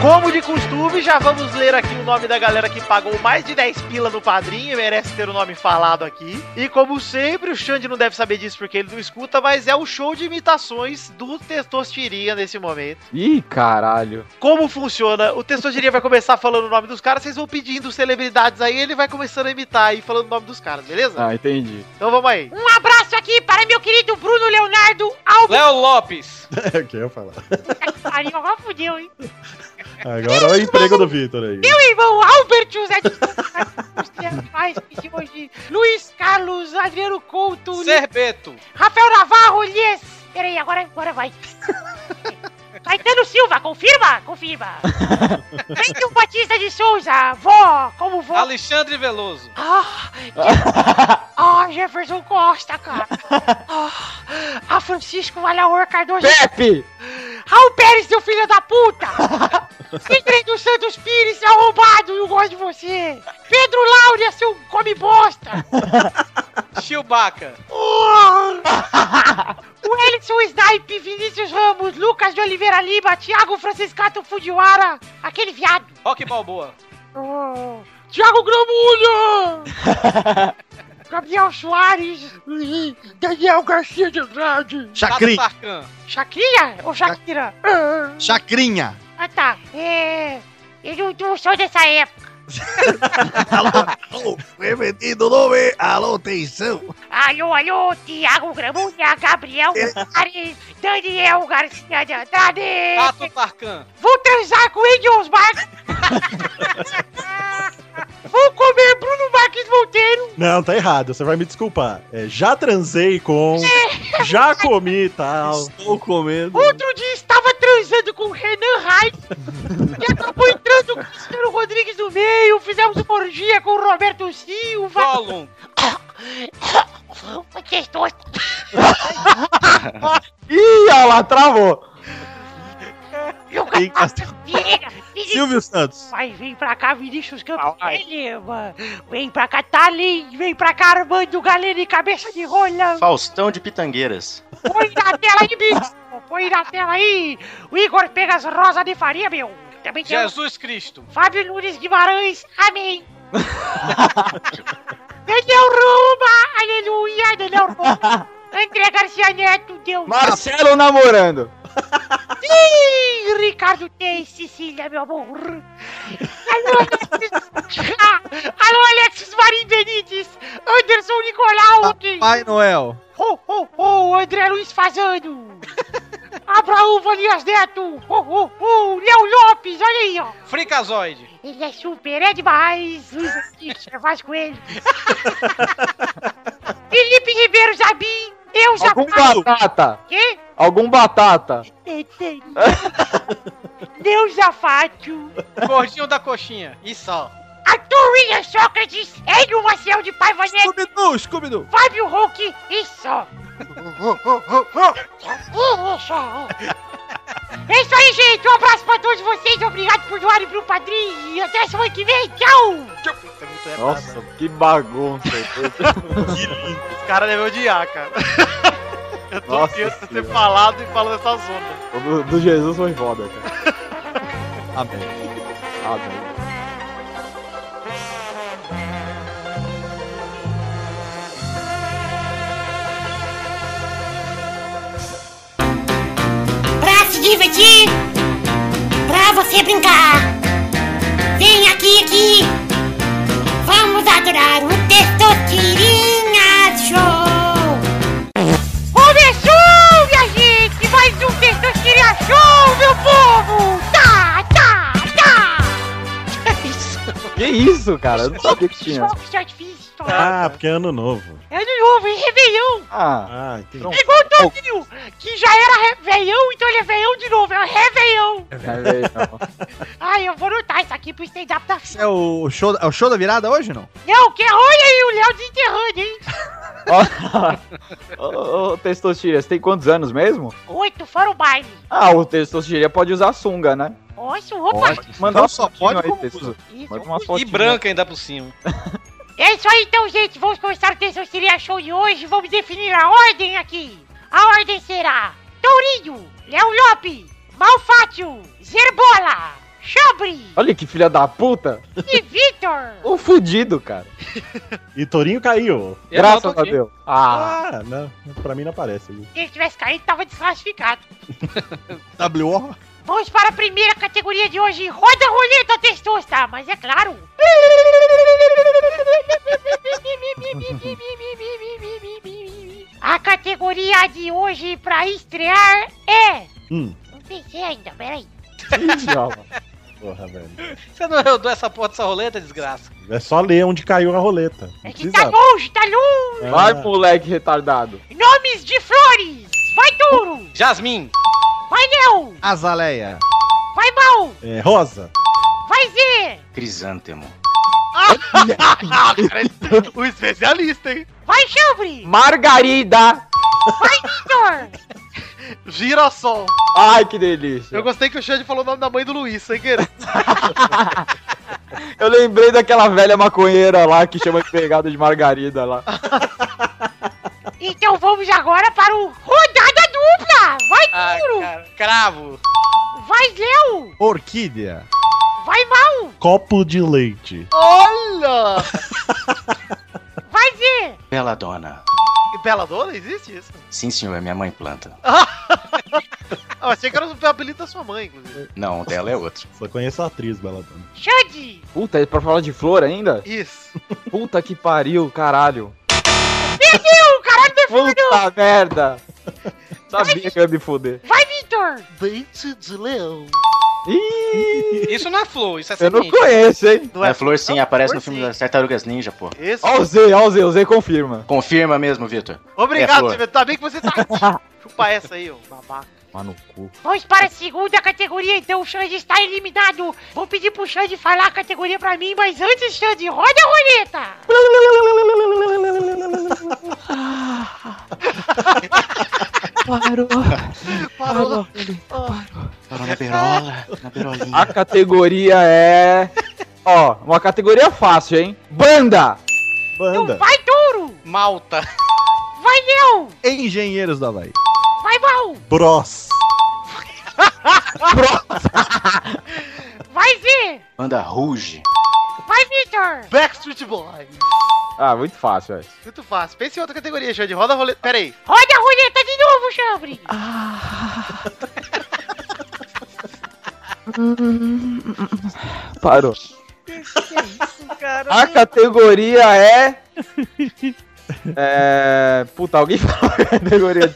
Speaker 9: Como de costume, já vamos ler aqui o nome da galera que pagou mais de 10 pila no padrinho e merece ter o nome falado aqui. E como sempre, o Xande não deve saber disso porque ele não escuta, mas é o show de imitações do Testostirinha nesse momento
Speaker 7: Ih, caralho.
Speaker 9: como funciona. O Testosterinha vai começar falando o nome dos caras, vocês vão pedindo celebridades aí, ele vai começando a imitar aí falando o nome dos caras, beleza?
Speaker 7: Ah, entendi.
Speaker 9: Então vamos aí.
Speaker 8: Um abraço aqui para meu querido Bruno Leonardo Alves.
Speaker 4: Léo Lopes.
Speaker 6: É o que eu ia falar.
Speaker 8: Pariu, agora fudeu, hein?
Speaker 6: Agora olha o emprego do Vitor aí.
Speaker 8: Meu irmão Albert José de Souza, mais que hoje. Luiz Carlos, Adriano Couto,
Speaker 4: Serbeto.
Speaker 8: Rafael Navarro, Lies. Peraí, agora, agora vai. Caetano Silva, confirma? Confirma. Bento Batista de Souza, vó, como vó.
Speaker 4: Alexandre Veloso.
Speaker 8: Ah, ah, Jefferson Costa, cara. Ah, a Francisco Valaor Cardoso.
Speaker 7: Pepe!
Speaker 8: Raul Pérez, seu filho da puta! Sidney dos Santos Pires, seu arrombado, eu gosto de você! Pedro Laura, seu come bosta!
Speaker 4: Chewbacca.
Speaker 8: O Elison Snipe, Vinícius Ramos, Lucas de Oliveira Lima, Thiago Franciscato Fujiwara, aquele viado!
Speaker 4: Rock Balboa.
Speaker 8: Oh, Thiago Gramulho! Gabriel Soares, Daniel Garcia de Andrade,
Speaker 4: Tato
Speaker 5: Chacrinha.
Speaker 4: Tarkan.
Speaker 8: Shakira ou Shakira? Ah.
Speaker 5: Chacrinha.
Speaker 8: Ah tá, é. Eu não, não sou dessa época.
Speaker 5: Repetindo o nome. Alô, atenção. É.
Speaker 8: Alô, alô, Tiago Gramunha, Gabriel Soares, Daniel Garcia de
Speaker 5: Tá
Speaker 8: Andrade.
Speaker 4: Tato Tarkan.
Speaker 8: Vou transar com Angels Marques. Vou comer Bruno Marques Monteiro.
Speaker 6: Não, tá errado. Você vai me desculpar. É, já transei com. Já comi e tal.
Speaker 5: Estou comendo.
Speaker 8: Outro dia estava transando com o Renan Reis. E acabou entrando com o Cristiano Rodrigues no meio. Fizemos uma orgia com o Roberto Silva.
Speaker 4: Gollum.
Speaker 8: Testou.
Speaker 7: Ih, olha lá, travou.
Speaker 8: Lucas
Speaker 5: Tem bastante-
Speaker 8: Vieira, Vinícius
Speaker 5: Silvio Santos.
Speaker 8: Mas vem pra cá, Vinícius Campos de Lima. Vem pra cá, Thalin. Vem pra cá, Armando Galera e Cabeça de Rolha.
Speaker 3: Faustão de Pitangueiras.
Speaker 8: Põe na tela aí, bicho. Põe na tela aí. O Igor Pegas Rosa de Faria, meu. Também tem um o
Speaker 4: Jesus Cristo.
Speaker 8: Fábio Nunes Guimarães. Amém. Daniel Roma. Aleluia, Daniel Roma. André Garcia Neto, Deus.
Speaker 7: Marcelo namorando.
Speaker 8: Sim, Ricardo Tei, Cecília, meu amor. Alô, Alexis. Ah, Alô, Alexis Marim Benítez. Anderson Nicolau.
Speaker 5: Pai Noel.
Speaker 8: Ho, ho, ho, André Luiz Fazano. Abraão Valias Neto. Ho, ho, ho, Léo Lopes, olha aí, ó.
Speaker 4: Fricazoide.
Speaker 8: Ele é super, é demais. Luiz Batista, Vascoelho. Felipe Ribeiro Zabim. Eu já
Speaker 7: Algum batata.
Speaker 8: Quê?
Speaker 7: Algum batata.
Speaker 8: Entendi. Neuza Fátio.
Speaker 4: Gordinho da coxinha. E só.
Speaker 8: Arthur William Sócrates. Hélio Maciel de Paiva Neto.
Speaker 5: Scooby-Doo, Scooby-Doo.
Speaker 8: Fábio Hulk e só. É isso aí, gente. Um abraço pra todos vocês. Obrigado por doarem pro padrinho. E até semana que vem. Tchau.
Speaker 7: Nossa, que bagunça.
Speaker 9: Os caras devem odiar, cara. Eu tô
Speaker 7: Nossa
Speaker 9: aqui antes de ter
Speaker 7: Senhora.
Speaker 9: falado e falando essa zona.
Speaker 7: O do, do Jesus foi foda, cara.
Speaker 5: Amém.
Speaker 7: Amém.
Speaker 12: Pra se divertir, pra você brincar. Vem aqui, aqui. Vamos adorar o Testosterinha Show.
Speaker 8: Começou, minha gente. Mais um Testosterinha Show, meu povo. Tá, tá, tá.
Speaker 7: Que isso, cara? É Eu não sabia que tinha.
Speaker 8: Fogos de artifício.
Speaker 6: Ah, porque é ano novo.
Speaker 8: É ano novo, hein? Réveillon.
Speaker 7: Ah,
Speaker 6: Ah, entendi.
Speaker 8: É igual o
Speaker 7: Oh.
Speaker 8: Toninho, que já era Réveillon, então ele é veião de novo, é o Réveillon.
Speaker 7: aí, não.
Speaker 8: Ai, eu vou anotar isso aqui pro stand-up da...
Speaker 5: É o show, é o show da virada hoje, não?
Speaker 8: Não, que olha aí o Léo desenterrando, hein?
Speaker 7: Ó, Ô, ô, Testosterinha, você tem quantos anos mesmo?
Speaker 8: Oito fora o baile.
Speaker 7: Ah, o Testosterinha pode usar sunga, né?
Speaker 8: Nossa, opa.
Speaker 7: Mandar
Speaker 5: Então
Speaker 7: um
Speaker 5: só
Speaker 7: só
Speaker 5: pode
Speaker 7: pode aí,
Speaker 5: como
Speaker 7: Testo.
Speaker 5: usa.
Speaker 8: Isso.
Speaker 7: Manda umas
Speaker 4: E
Speaker 7: fotinhas.
Speaker 4: branca ainda por cima.
Speaker 8: É isso aí então, gente. Vamos começar o Tensão Seria Show de hoje. Vamos definir a ordem aqui. A ordem será Tourinho, Léo Lope, Malfátio, Zerbola, Chabre
Speaker 7: Olha que filha da puta.
Speaker 8: e Vitor.
Speaker 7: O fudido, cara.
Speaker 6: E Torinho caiu.
Speaker 4: Eu
Speaker 7: Graças
Speaker 4: anoto
Speaker 7: a
Speaker 4: aqui.
Speaker 7: Deus. Ah,
Speaker 6: Ah, não. Pra mim não aparece. viu?
Speaker 8: Se ele tivesse caído, tava desclassificado.
Speaker 5: W.O.
Speaker 8: Vamos para a primeira categoria de hoje. Roda a roleta, textos, tá? Mas é claro. A categoria de hoje para estrear é.
Speaker 6: Hum.
Speaker 8: Não pensei ainda, peraí.
Speaker 7: ih, ó, mano.
Speaker 6: Porra, velho.
Speaker 4: Você não rodou essa porra dessa roleta, desgraça?
Speaker 6: É só ler onde caiu a roleta. Não
Speaker 8: É que tá
Speaker 6: precisa-
Speaker 8: longe, tá longe.
Speaker 6: Ah,
Speaker 7: Vai, moleque retardado.
Speaker 8: Nomes de flores. Vai, Touro.
Speaker 4: Jasmin.
Speaker 8: Vai, Léo.
Speaker 5: Azaleia.
Speaker 8: Vai, Mal.
Speaker 6: é, Rosa.
Speaker 8: Vai, Zê.
Speaker 3: Crisântemo.
Speaker 9: Ah, O é um especialista, hein?
Speaker 8: Vai, Chambre.
Speaker 7: Margarida!
Speaker 8: Vai, Vitor.
Speaker 9: Girassol.
Speaker 7: Ai, que delícia.
Speaker 9: Eu gostei que o Xande falou o nome da mãe do Luiz, sem querer.
Speaker 7: Eu lembrei daquela velha maconheira lá que chama de pegada de margarida lá.
Speaker 8: Então vamos agora para o Rodada Dupla.
Speaker 4: Ah,
Speaker 8: Vai, Touro.
Speaker 4: cara. Cravo.
Speaker 8: Vai, Léo.
Speaker 5: Orquídea.
Speaker 8: Vai, Mal.
Speaker 6: Copo de leite.
Speaker 9: Olha!
Speaker 8: Vai, Zê.
Speaker 3: Beladona.
Speaker 9: E Beladona? Existe isso?
Speaker 3: Sim, senhor, é minha mãe planta.
Speaker 9: Ah, eu achei que era o apelido da sua mãe, inclusive.
Speaker 3: Não, o dela é outro.
Speaker 6: Só conheço a atriz, Beladona.
Speaker 8: Xande.
Speaker 7: Puta, é pra falar de flor ainda?
Speaker 9: Isso.
Speaker 7: Puta que pariu, caralho.
Speaker 8: Perdeu. Caralho, definiu.
Speaker 7: Puta merda. Sabia que eu ia me fuder.
Speaker 8: Vai, Vitor.
Speaker 9: Dente de leão.
Speaker 7: Ih,
Speaker 4: Isso não é flor, isso é
Speaker 7: eu não
Speaker 4: semente.
Speaker 7: conheço, hein?
Speaker 9: Não
Speaker 3: É flor sim,
Speaker 9: não,
Speaker 3: aparece
Speaker 9: flor
Speaker 3: no filme
Speaker 9: sim.
Speaker 3: das Tartarugas Ninja, pô.
Speaker 9: Esse.
Speaker 7: Ó o Z, ó o Z, o Z confirma.
Speaker 3: Confirma mesmo, Vitor. É
Speaker 9: Obrigado,
Speaker 3: flor.
Speaker 9: Steven. Tá bem que você tá aqui. Chupa essa aí, ô babaca.
Speaker 7: Mano, cu.
Speaker 8: Vamos para a segunda categoria, então o Xande está eliminado. Vou pedir pro Xande falar a categoria pra mim, mas antes, Xande, roda a roleta.
Speaker 9: Parou.
Speaker 3: Parou na berola, na
Speaker 7: A
Speaker 3: berolinha.
Speaker 7: categoria é. Ó, uma categoria fácil, hein? Banda!
Speaker 6: Banda.
Speaker 8: Vai, Touro.
Speaker 4: Malta.
Speaker 8: Vai, Leão.
Speaker 5: Engenheiros da Bahia.
Speaker 8: Vai, Mal.
Speaker 6: Bros.
Speaker 3: Banda Ruge.
Speaker 8: Vai, Victor!
Speaker 9: Backstreet Boys.
Speaker 7: Ah, muito fácil, velho.
Speaker 9: Muito fácil. Pensa em outra categoria, Xande. Roda a roleta. Pera aí.
Speaker 8: Roda a roleta de novo, Chambre!
Speaker 7: Parou.
Speaker 9: Cara,
Speaker 7: A categoria é. É. Puta, alguém falou a categoria.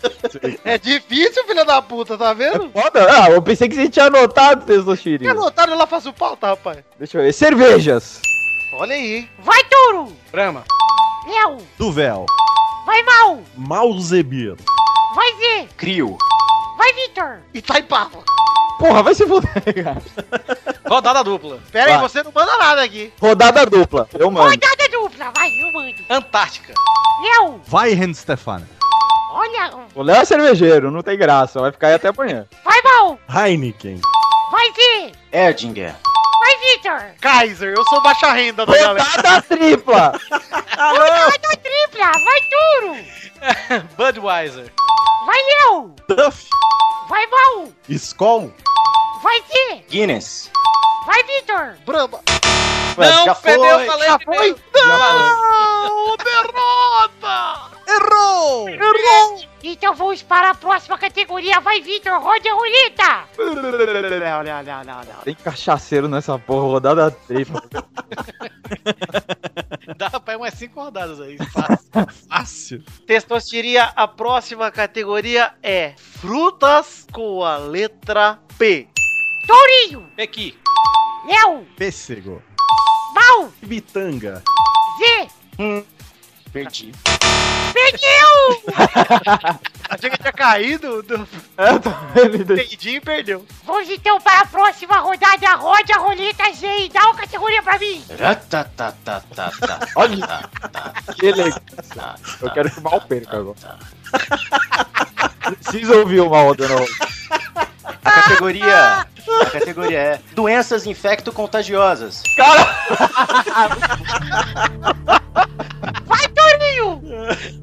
Speaker 9: É difícil, filha da puta, tá vendo?
Speaker 7: Foda. Ah, eu pensei que você tinha anotado,
Speaker 9: Que
Speaker 7: Testostirinho.
Speaker 9: anotaram é lá faço pauta, rapaz.
Speaker 7: Deixa eu ver. Cervejas.
Speaker 9: Olha aí.
Speaker 8: Vai, Touro!
Speaker 4: Brahma.
Speaker 8: Léo!
Speaker 6: Duvel.
Speaker 8: Vai, Mal!
Speaker 6: Malzebir.
Speaker 8: Vai, Zé!
Speaker 3: Crio.
Speaker 8: Vai, Victor!
Speaker 9: E tá em pavo.
Speaker 7: Porra, vai se fuder, cara.
Speaker 4: Rodada dupla.
Speaker 9: Pera aí,
Speaker 7: Vai.
Speaker 9: você não manda nada aqui.
Speaker 7: Rodada dupla. Eu mando.
Speaker 8: Rodada dupla! Vai, eu mando!
Speaker 4: Antártica.
Speaker 8: Léo!
Speaker 5: Vai, Hans Stefan.
Speaker 8: Olha!
Speaker 7: O Léo é cervejeiro, não tem graça. Vai ficar aí até amanhã.
Speaker 8: Vai, Mal!
Speaker 6: Heineken.
Speaker 8: Vai, Zé!
Speaker 3: Erdinger.
Speaker 8: Vai, Victor!
Speaker 9: Kaiser, eu sou baixa renda tá da galera.
Speaker 7: Rodada tripla.
Speaker 8: Rodada tripla! Vai, Touro!
Speaker 4: Budweiser.
Speaker 8: Vai, Léo!
Speaker 6: Duff.
Speaker 8: Vai, Mal!
Speaker 6: Skol.
Speaker 8: Vai, Zé!
Speaker 3: Guinness.
Speaker 8: Vai, Victor!
Speaker 9: Brahma.
Speaker 7: Mano, já foi.
Speaker 4: perdeu, falei. Já
Speaker 9: Foi? Não! Derrota!
Speaker 5: Errou!
Speaker 8: Então vamos para a próxima categoria. Vai, Victor, roda a roleta.
Speaker 9: Olha, olha, olha, olha, olha.
Speaker 7: Tem cachaceiro nessa porra. Rodada tripla.
Speaker 4: Dá pra ir umas 5 rodadas aí. fácil.
Speaker 6: Fácil.
Speaker 9: Testosteria, a próxima categoria é frutas com a letra P.
Speaker 8: Tourinho,
Speaker 4: Pequi.
Speaker 8: Léo,
Speaker 5: Pêssego.
Speaker 8: Mal,
Speaker 6: Bitanga.
Speaker 8: Z,
Speaker 3: Perdi.
Speaker 8: perdeu.
Speaker 9: Achei que tinha caído do
Speaker 7: É, tá vendo?
Speaker 9: peidinho e perdeu.
Speaker 8: vamos então para a próxima rodada. Roda a roleta, Z, e dá uma categoria pra mim.
Speaker 3: Olha.
Speaker 7: Que legal. Eu quero que o mal perca agora. Precisa ouvir o mal rodando. a roleta.
Speaker 3: A categoria. A categoria é doenças infecto-contagiosas.
Speaker 8: Vai, Tourinho.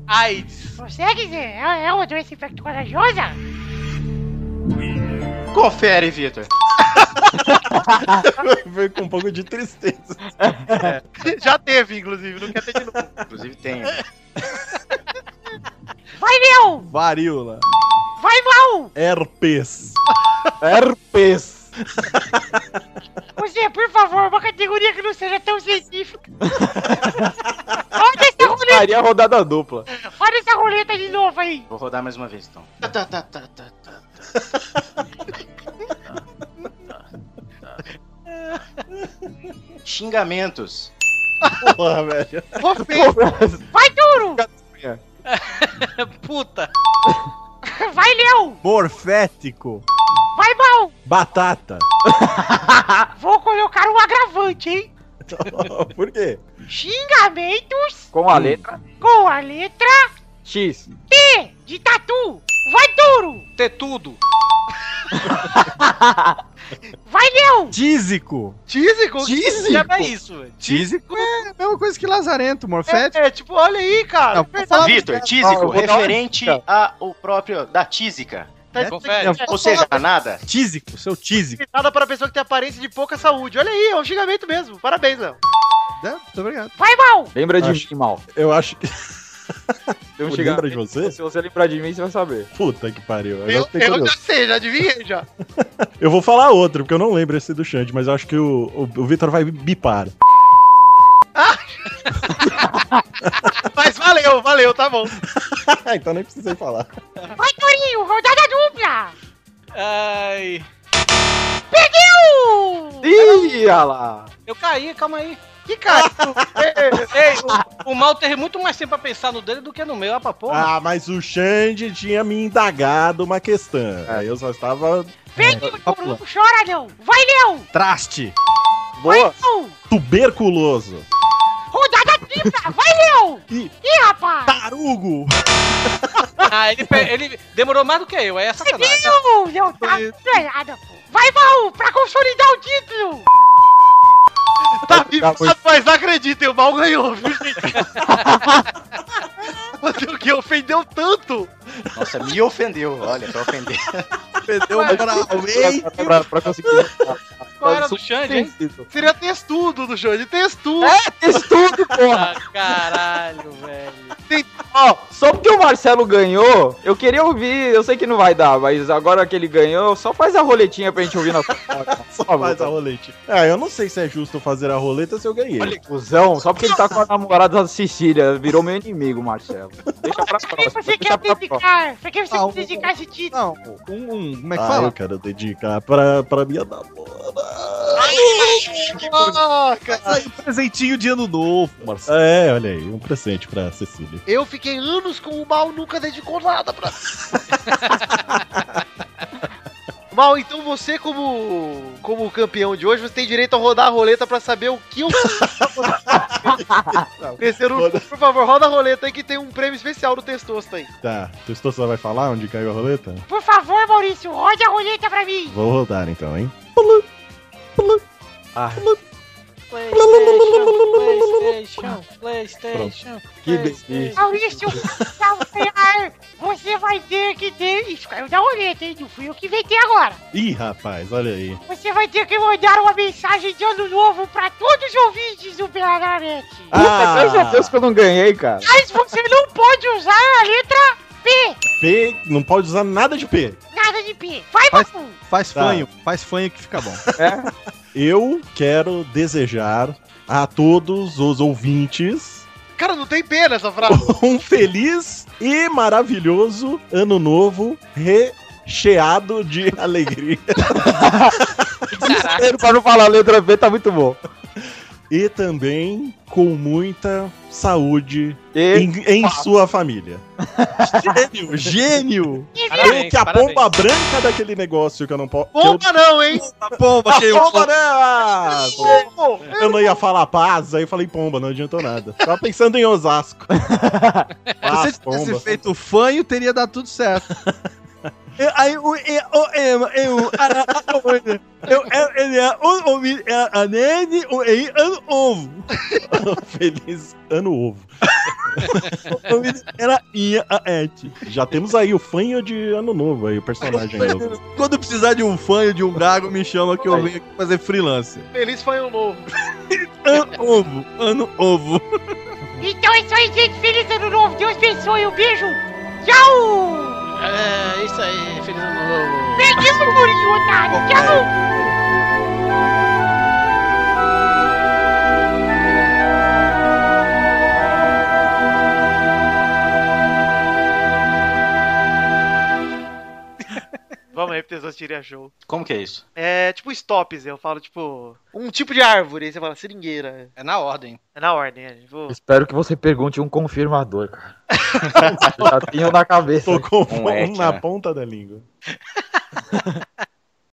Speaker 4: AIDS.
Speaker 8: Consegue, Z? É é uma doença infecto-contagiosa?
Speaker 3: Confere, Vitor.
Speaker 6: Veio com um pouco de tristeza.
Speaker 9: Já teve, inclusive, não quer ter de novo.
Speaker 3: Inclusive tem.
Speaker 8: Vai, Léo.
Speaker 6: Varíola.
Speaker 8: Vai, Mal.
Speaker 6: Herpes.
Speaker 7: Herpes.
Speaker 8: Você, por favor, uma categoria que não seja tão específica. Roda essa roleta,
Speaker 7: Faria rodada dupla.
Speaker 8: roda essa roleta de novo aí.
Speaker 3: Vou rodar mais uma vez então. Xingamentos.
Speaker 6: Porra, velho.
Speaker 8: Vai, Touro.
Speaker 4: Puta.
Speaker 8: Vai, Léo.
Speaker 6: Morfético.
Speaker 8: Vai, Mal.
Speaker 6: Batata.
Speaker 8: Vou colocar um agravante, hein?
Speaker 6: Por quê?
Speaker 8: Xingamentos
Speaker 7: Com a
Speaker 6: Hum.
Speaker 7: letra
Speaker 8: com a letra
Speaker 7: X.
Speaker 8: T de tatu. Vai, Touro.
Speaker 4: Ter tudo.
Speaker 8: Vai, Leão.
Speaker 5: Tísico.
Speaker 9: Tísico?
Speaker 5: Tísico?
Speaker 9: Já não é isso, velho.
Speaker 5: Tísico é a mesma coisa que lazarento, morfético.
Speaker 9: É, é, tipo, olha aí, cara.
Speaker 5: Não, fala-
Speaker 3: Vitor,
Speaker 7: Ah, eu
Speaker 3: tísico,
Speaker 7: vou dar uma
Speaker 3: referente
Speaker 7: dica.
Speaker 3: ao próprio da tísica.
Speaker 9: Tá
Speaker 5: é,
Speaker 9: dizendo
Speaker 4: Confere.
Speaker 3: Ou seja, nada.
Speaker 5: Tísico, seu tísico.
Speaker 9: que nada para pessoa que tem aparência de pouca saúde. Olha aí, é um xingamento mesmo. Parabéns, Léo.
Speaker 5: É, muito obrigado.
Speaker 8: Vai, Mal.
Speaker 7: Lembra de
Speaker 6: Acho-
Speaker 7: mim, mal.
Speaker 6: Eu acho que.
Speaker 7: Se eu
Speaker 6: Pô,
Speaker 7: chegar-
Speaker 6: lembra de você?
Speaker 7: Se você lembrar de mim, você vai saber.
Speaker 6: Puta que pariu. Agora
Speaker 9: Eu,
Speaker 6: fiquei
Speaker 9: eu
Speaker 6: curioso.
Speaker 9: já sei, é já adivinhei já.
Speaker 6: Eu vou falar outro, porque eu não lembro esse do Xande, mas eu acho que o, o, o Vitor vai bipar.
Speaker 9: Mas valeu, valeu, tá bom.
Speaker 6: então nem precisei falar.
Speaker 8: Vai, Tourinho. Rodada dupla.
Speaker 4: Ai.
Speaker 8: Perdeu.
Speaker 5: um-
Speaker 7: Ih, olha lá.
Speaker 4: Eu caí, calma aí.
Speaker 9: Que cara. é, tá
Speaker 4: Ei, o, o mal teve muito mais tempo pra pensar no dele do que no meu, ah, pra porra.
Speaker 6: Ah, mas o Xande tinha me indagado uma questão. Aí eu só estava.
Speaker 8: Perdeu, Touro. Não chora, não. Vai, Leão.
Speaker 5: Traste.
Speaker 7: Boa.
Speaker 8: Não.
Speaker 6: Tuberculoso.
Speaker 8: Rodada tripla. Vai, Leão.
Speaker 6: Ih.
Speaker 8: Ih, rapaz.
Speaker 6: Tarugo!
Speaker 4: Ah, ele, pe- ele demorou mais do que eu, aí é sacanagem.
Speaker 8: Perdeu. Não tá ganhada, pô. Vai, Mal, pra consolidar o título.
Speaker 9: Tá vivo,
Speaker 7: Tá, foi-
Speaker 9: mas não acreditem, o mal ganhou, viu, gente? Mas o que ofendeu tanto?
Speaker 3: Nossa, me ofendeu. Olha, pra ofender.
Speaker 5: Perdeu moralmente.
Speaker 7: Pra, pra- pra conseguir.
Speaker 4: Qual era do Xande, hein?
Speaker 9: Seria textudo do Xande, textudo.
Speaker 7: É, textudo, porra.
Speaker 4: Ah, caralho, velho.
Speaker 7: Ó, só porque o Marcelo ganhou, eu queria ouvir, eu sei que não vai dar, mas agora que ele ganhou, só faz a roletinha pra gente ouvir na sua casa.
Speaker 6: Só faz a roleta. Ah, eu não sei se é justo fazer a roleta se eu ganhei.
Speaker 7: Olha, cuzão, só porque ele tá com a namorada da Cecília, virou meu inimigo, Marcelo. Deixa pra
Speaker 8: Quem
Speaker 7: próxima.
Speaker 8: você
Speaker 7: deixa
Speaker 8: quer
Speaker 7: pra próxima.
Speaker 8: dedicar? Pra quem você
Speaker 5: Ah,
Speaker 8: quer
Speaker 5: um-
Speaker 8: dedicar esse título?
Speaker 5: Não, um, um- como é que
Speaker 6: ah,
Speaker 5: fala?
Speaker 6: eu quero dedicar pra, pra minha namorada.
Speaker 9: Ah, cara.
Speaker 5: Mas aí, um presentinho de ano novo, Marcelo.
Speaker 6: É, olha aí, um presente pra Cecília.
Speaker 9: Eu fiquei anos com o mal, nunca dedicou nada pra. mal, então você, como, como campeão de hoje, você tem direito a rodar a roleta pra saber o que eu. Terceiro, por favor, roda a roleta aí que tem um prêmio especial do Testosta aí.
Speaker 6: Tá, tu estou só vai falar onde caiu a roleta?
Speaker 8: Por favor, Maurício, rode a roleta pra mim.
Speaker 6: Vou rodar então, hein?
Speaker 7: Ah,
Speaker 4: PlayStation, PlayStation, PlayStation.
Speaker 7: que delícia.
Speaker 8: Maurício, pra ganhar, você vai ter que ter. Isso caiu da roleta, hein? Não fui eu que inventei agora.
Speaker 6: Ih, rapaz, olha aí.
Speaker 8: Você vai ter que mandar uma mensagem de ano novo pra todos os ouvintes do Belanamente.
Speaker 6: Ah,
Speaker 7: Puta, graças a Deus que eu não ganhei, cara.
Speaker 8: Mas você não pode usar a letra P.
Speaker 6: P, não pode usar nada de P.
Speaker 8: Nada de P. Vai,
Speaker 5: Mas-
Speaker 8: Babu.
Speaker 5: Faz
Speaker 6: Tá. É.
Speaker 5: fanho, faz fanho que fica bom.
Speaker 6: Eu quero desejar a todos os ouvintes
Speaker 9: Cara, não tem pena essa frase.
Speaker 6: um feliz e maravilhoso ano novo recheado de alegria
Speaker 4: Caraca, Tá
Speaker 7: Primeiro, pra não falar a letra B, tá muito bom.
Speaker 6: e também com muita saúde
Speaker 7: E...
Speaker 6: em, em sua família.
Speaker 5: Gênio, gênio!
Speaker 4: parabéns,
Speaker 6: que a
Speaker 4: parabéns.
Speaker 6: bomba branca daquele negócio que eu não posso.
Speaker 9: Bomba não, hein?
Speaker 5: A pomba, que eu-
Speaker 6: Pomba, né? Ah,
Speaker 9: Pô,
Speaker 6: Eu não ia falar paz, aí eu falei pomba, não adiantou nada. Tava pensando em Osasco.
Speaker 5: Se
Speaker 6: Paz,
Speaker 5: você tivesse feito fanho, teria dado tudo certo.
Speaker 6: Eu, aí, eu, eu, eu, eu, ele é um homem, a nele, o ei, ano ovo. Feliz ano ovo. Era Ia a Et. Já temos aí o fanho de ano novo aí, o personagem novo.
Speaker 5: Quando precisar de um fanho, de um gago, me chama que eu venho aqui fazer freelance.
Speaker 9: feliz foi o novo.
Speaker 5: Ano ovo, ano ovo.
Speaker 8: Então é isso aí, gente. Feliz ano novo. Deus abençoe. Um beijo. Tchau.
Speaker 4: É, isso aí, feliz ano novo.
Speaker 8: Peguei o Maurício, otário. Tchau.
Speaker 9: Vamos aí, Testosta tiria show.
Speaker 3: Como que é isso?
Speaker 9: É tipo stops, eu falo tipo. Um tipo de árvore, aí você fala seringueira.
Speaker 4: É na ordem.
Speaker 9: É na ordem, é. Tipo,
Speaker 7: Espero que você pergunte um confirmador, cara. Já tenho na cabeça.
Speaker 6: Tô com
Speaker 3: Um
Speaker 6: um
Speaker 3: et,
Speaker 6: na
Speaker 3: né?
Speaker 6: ponta da língua.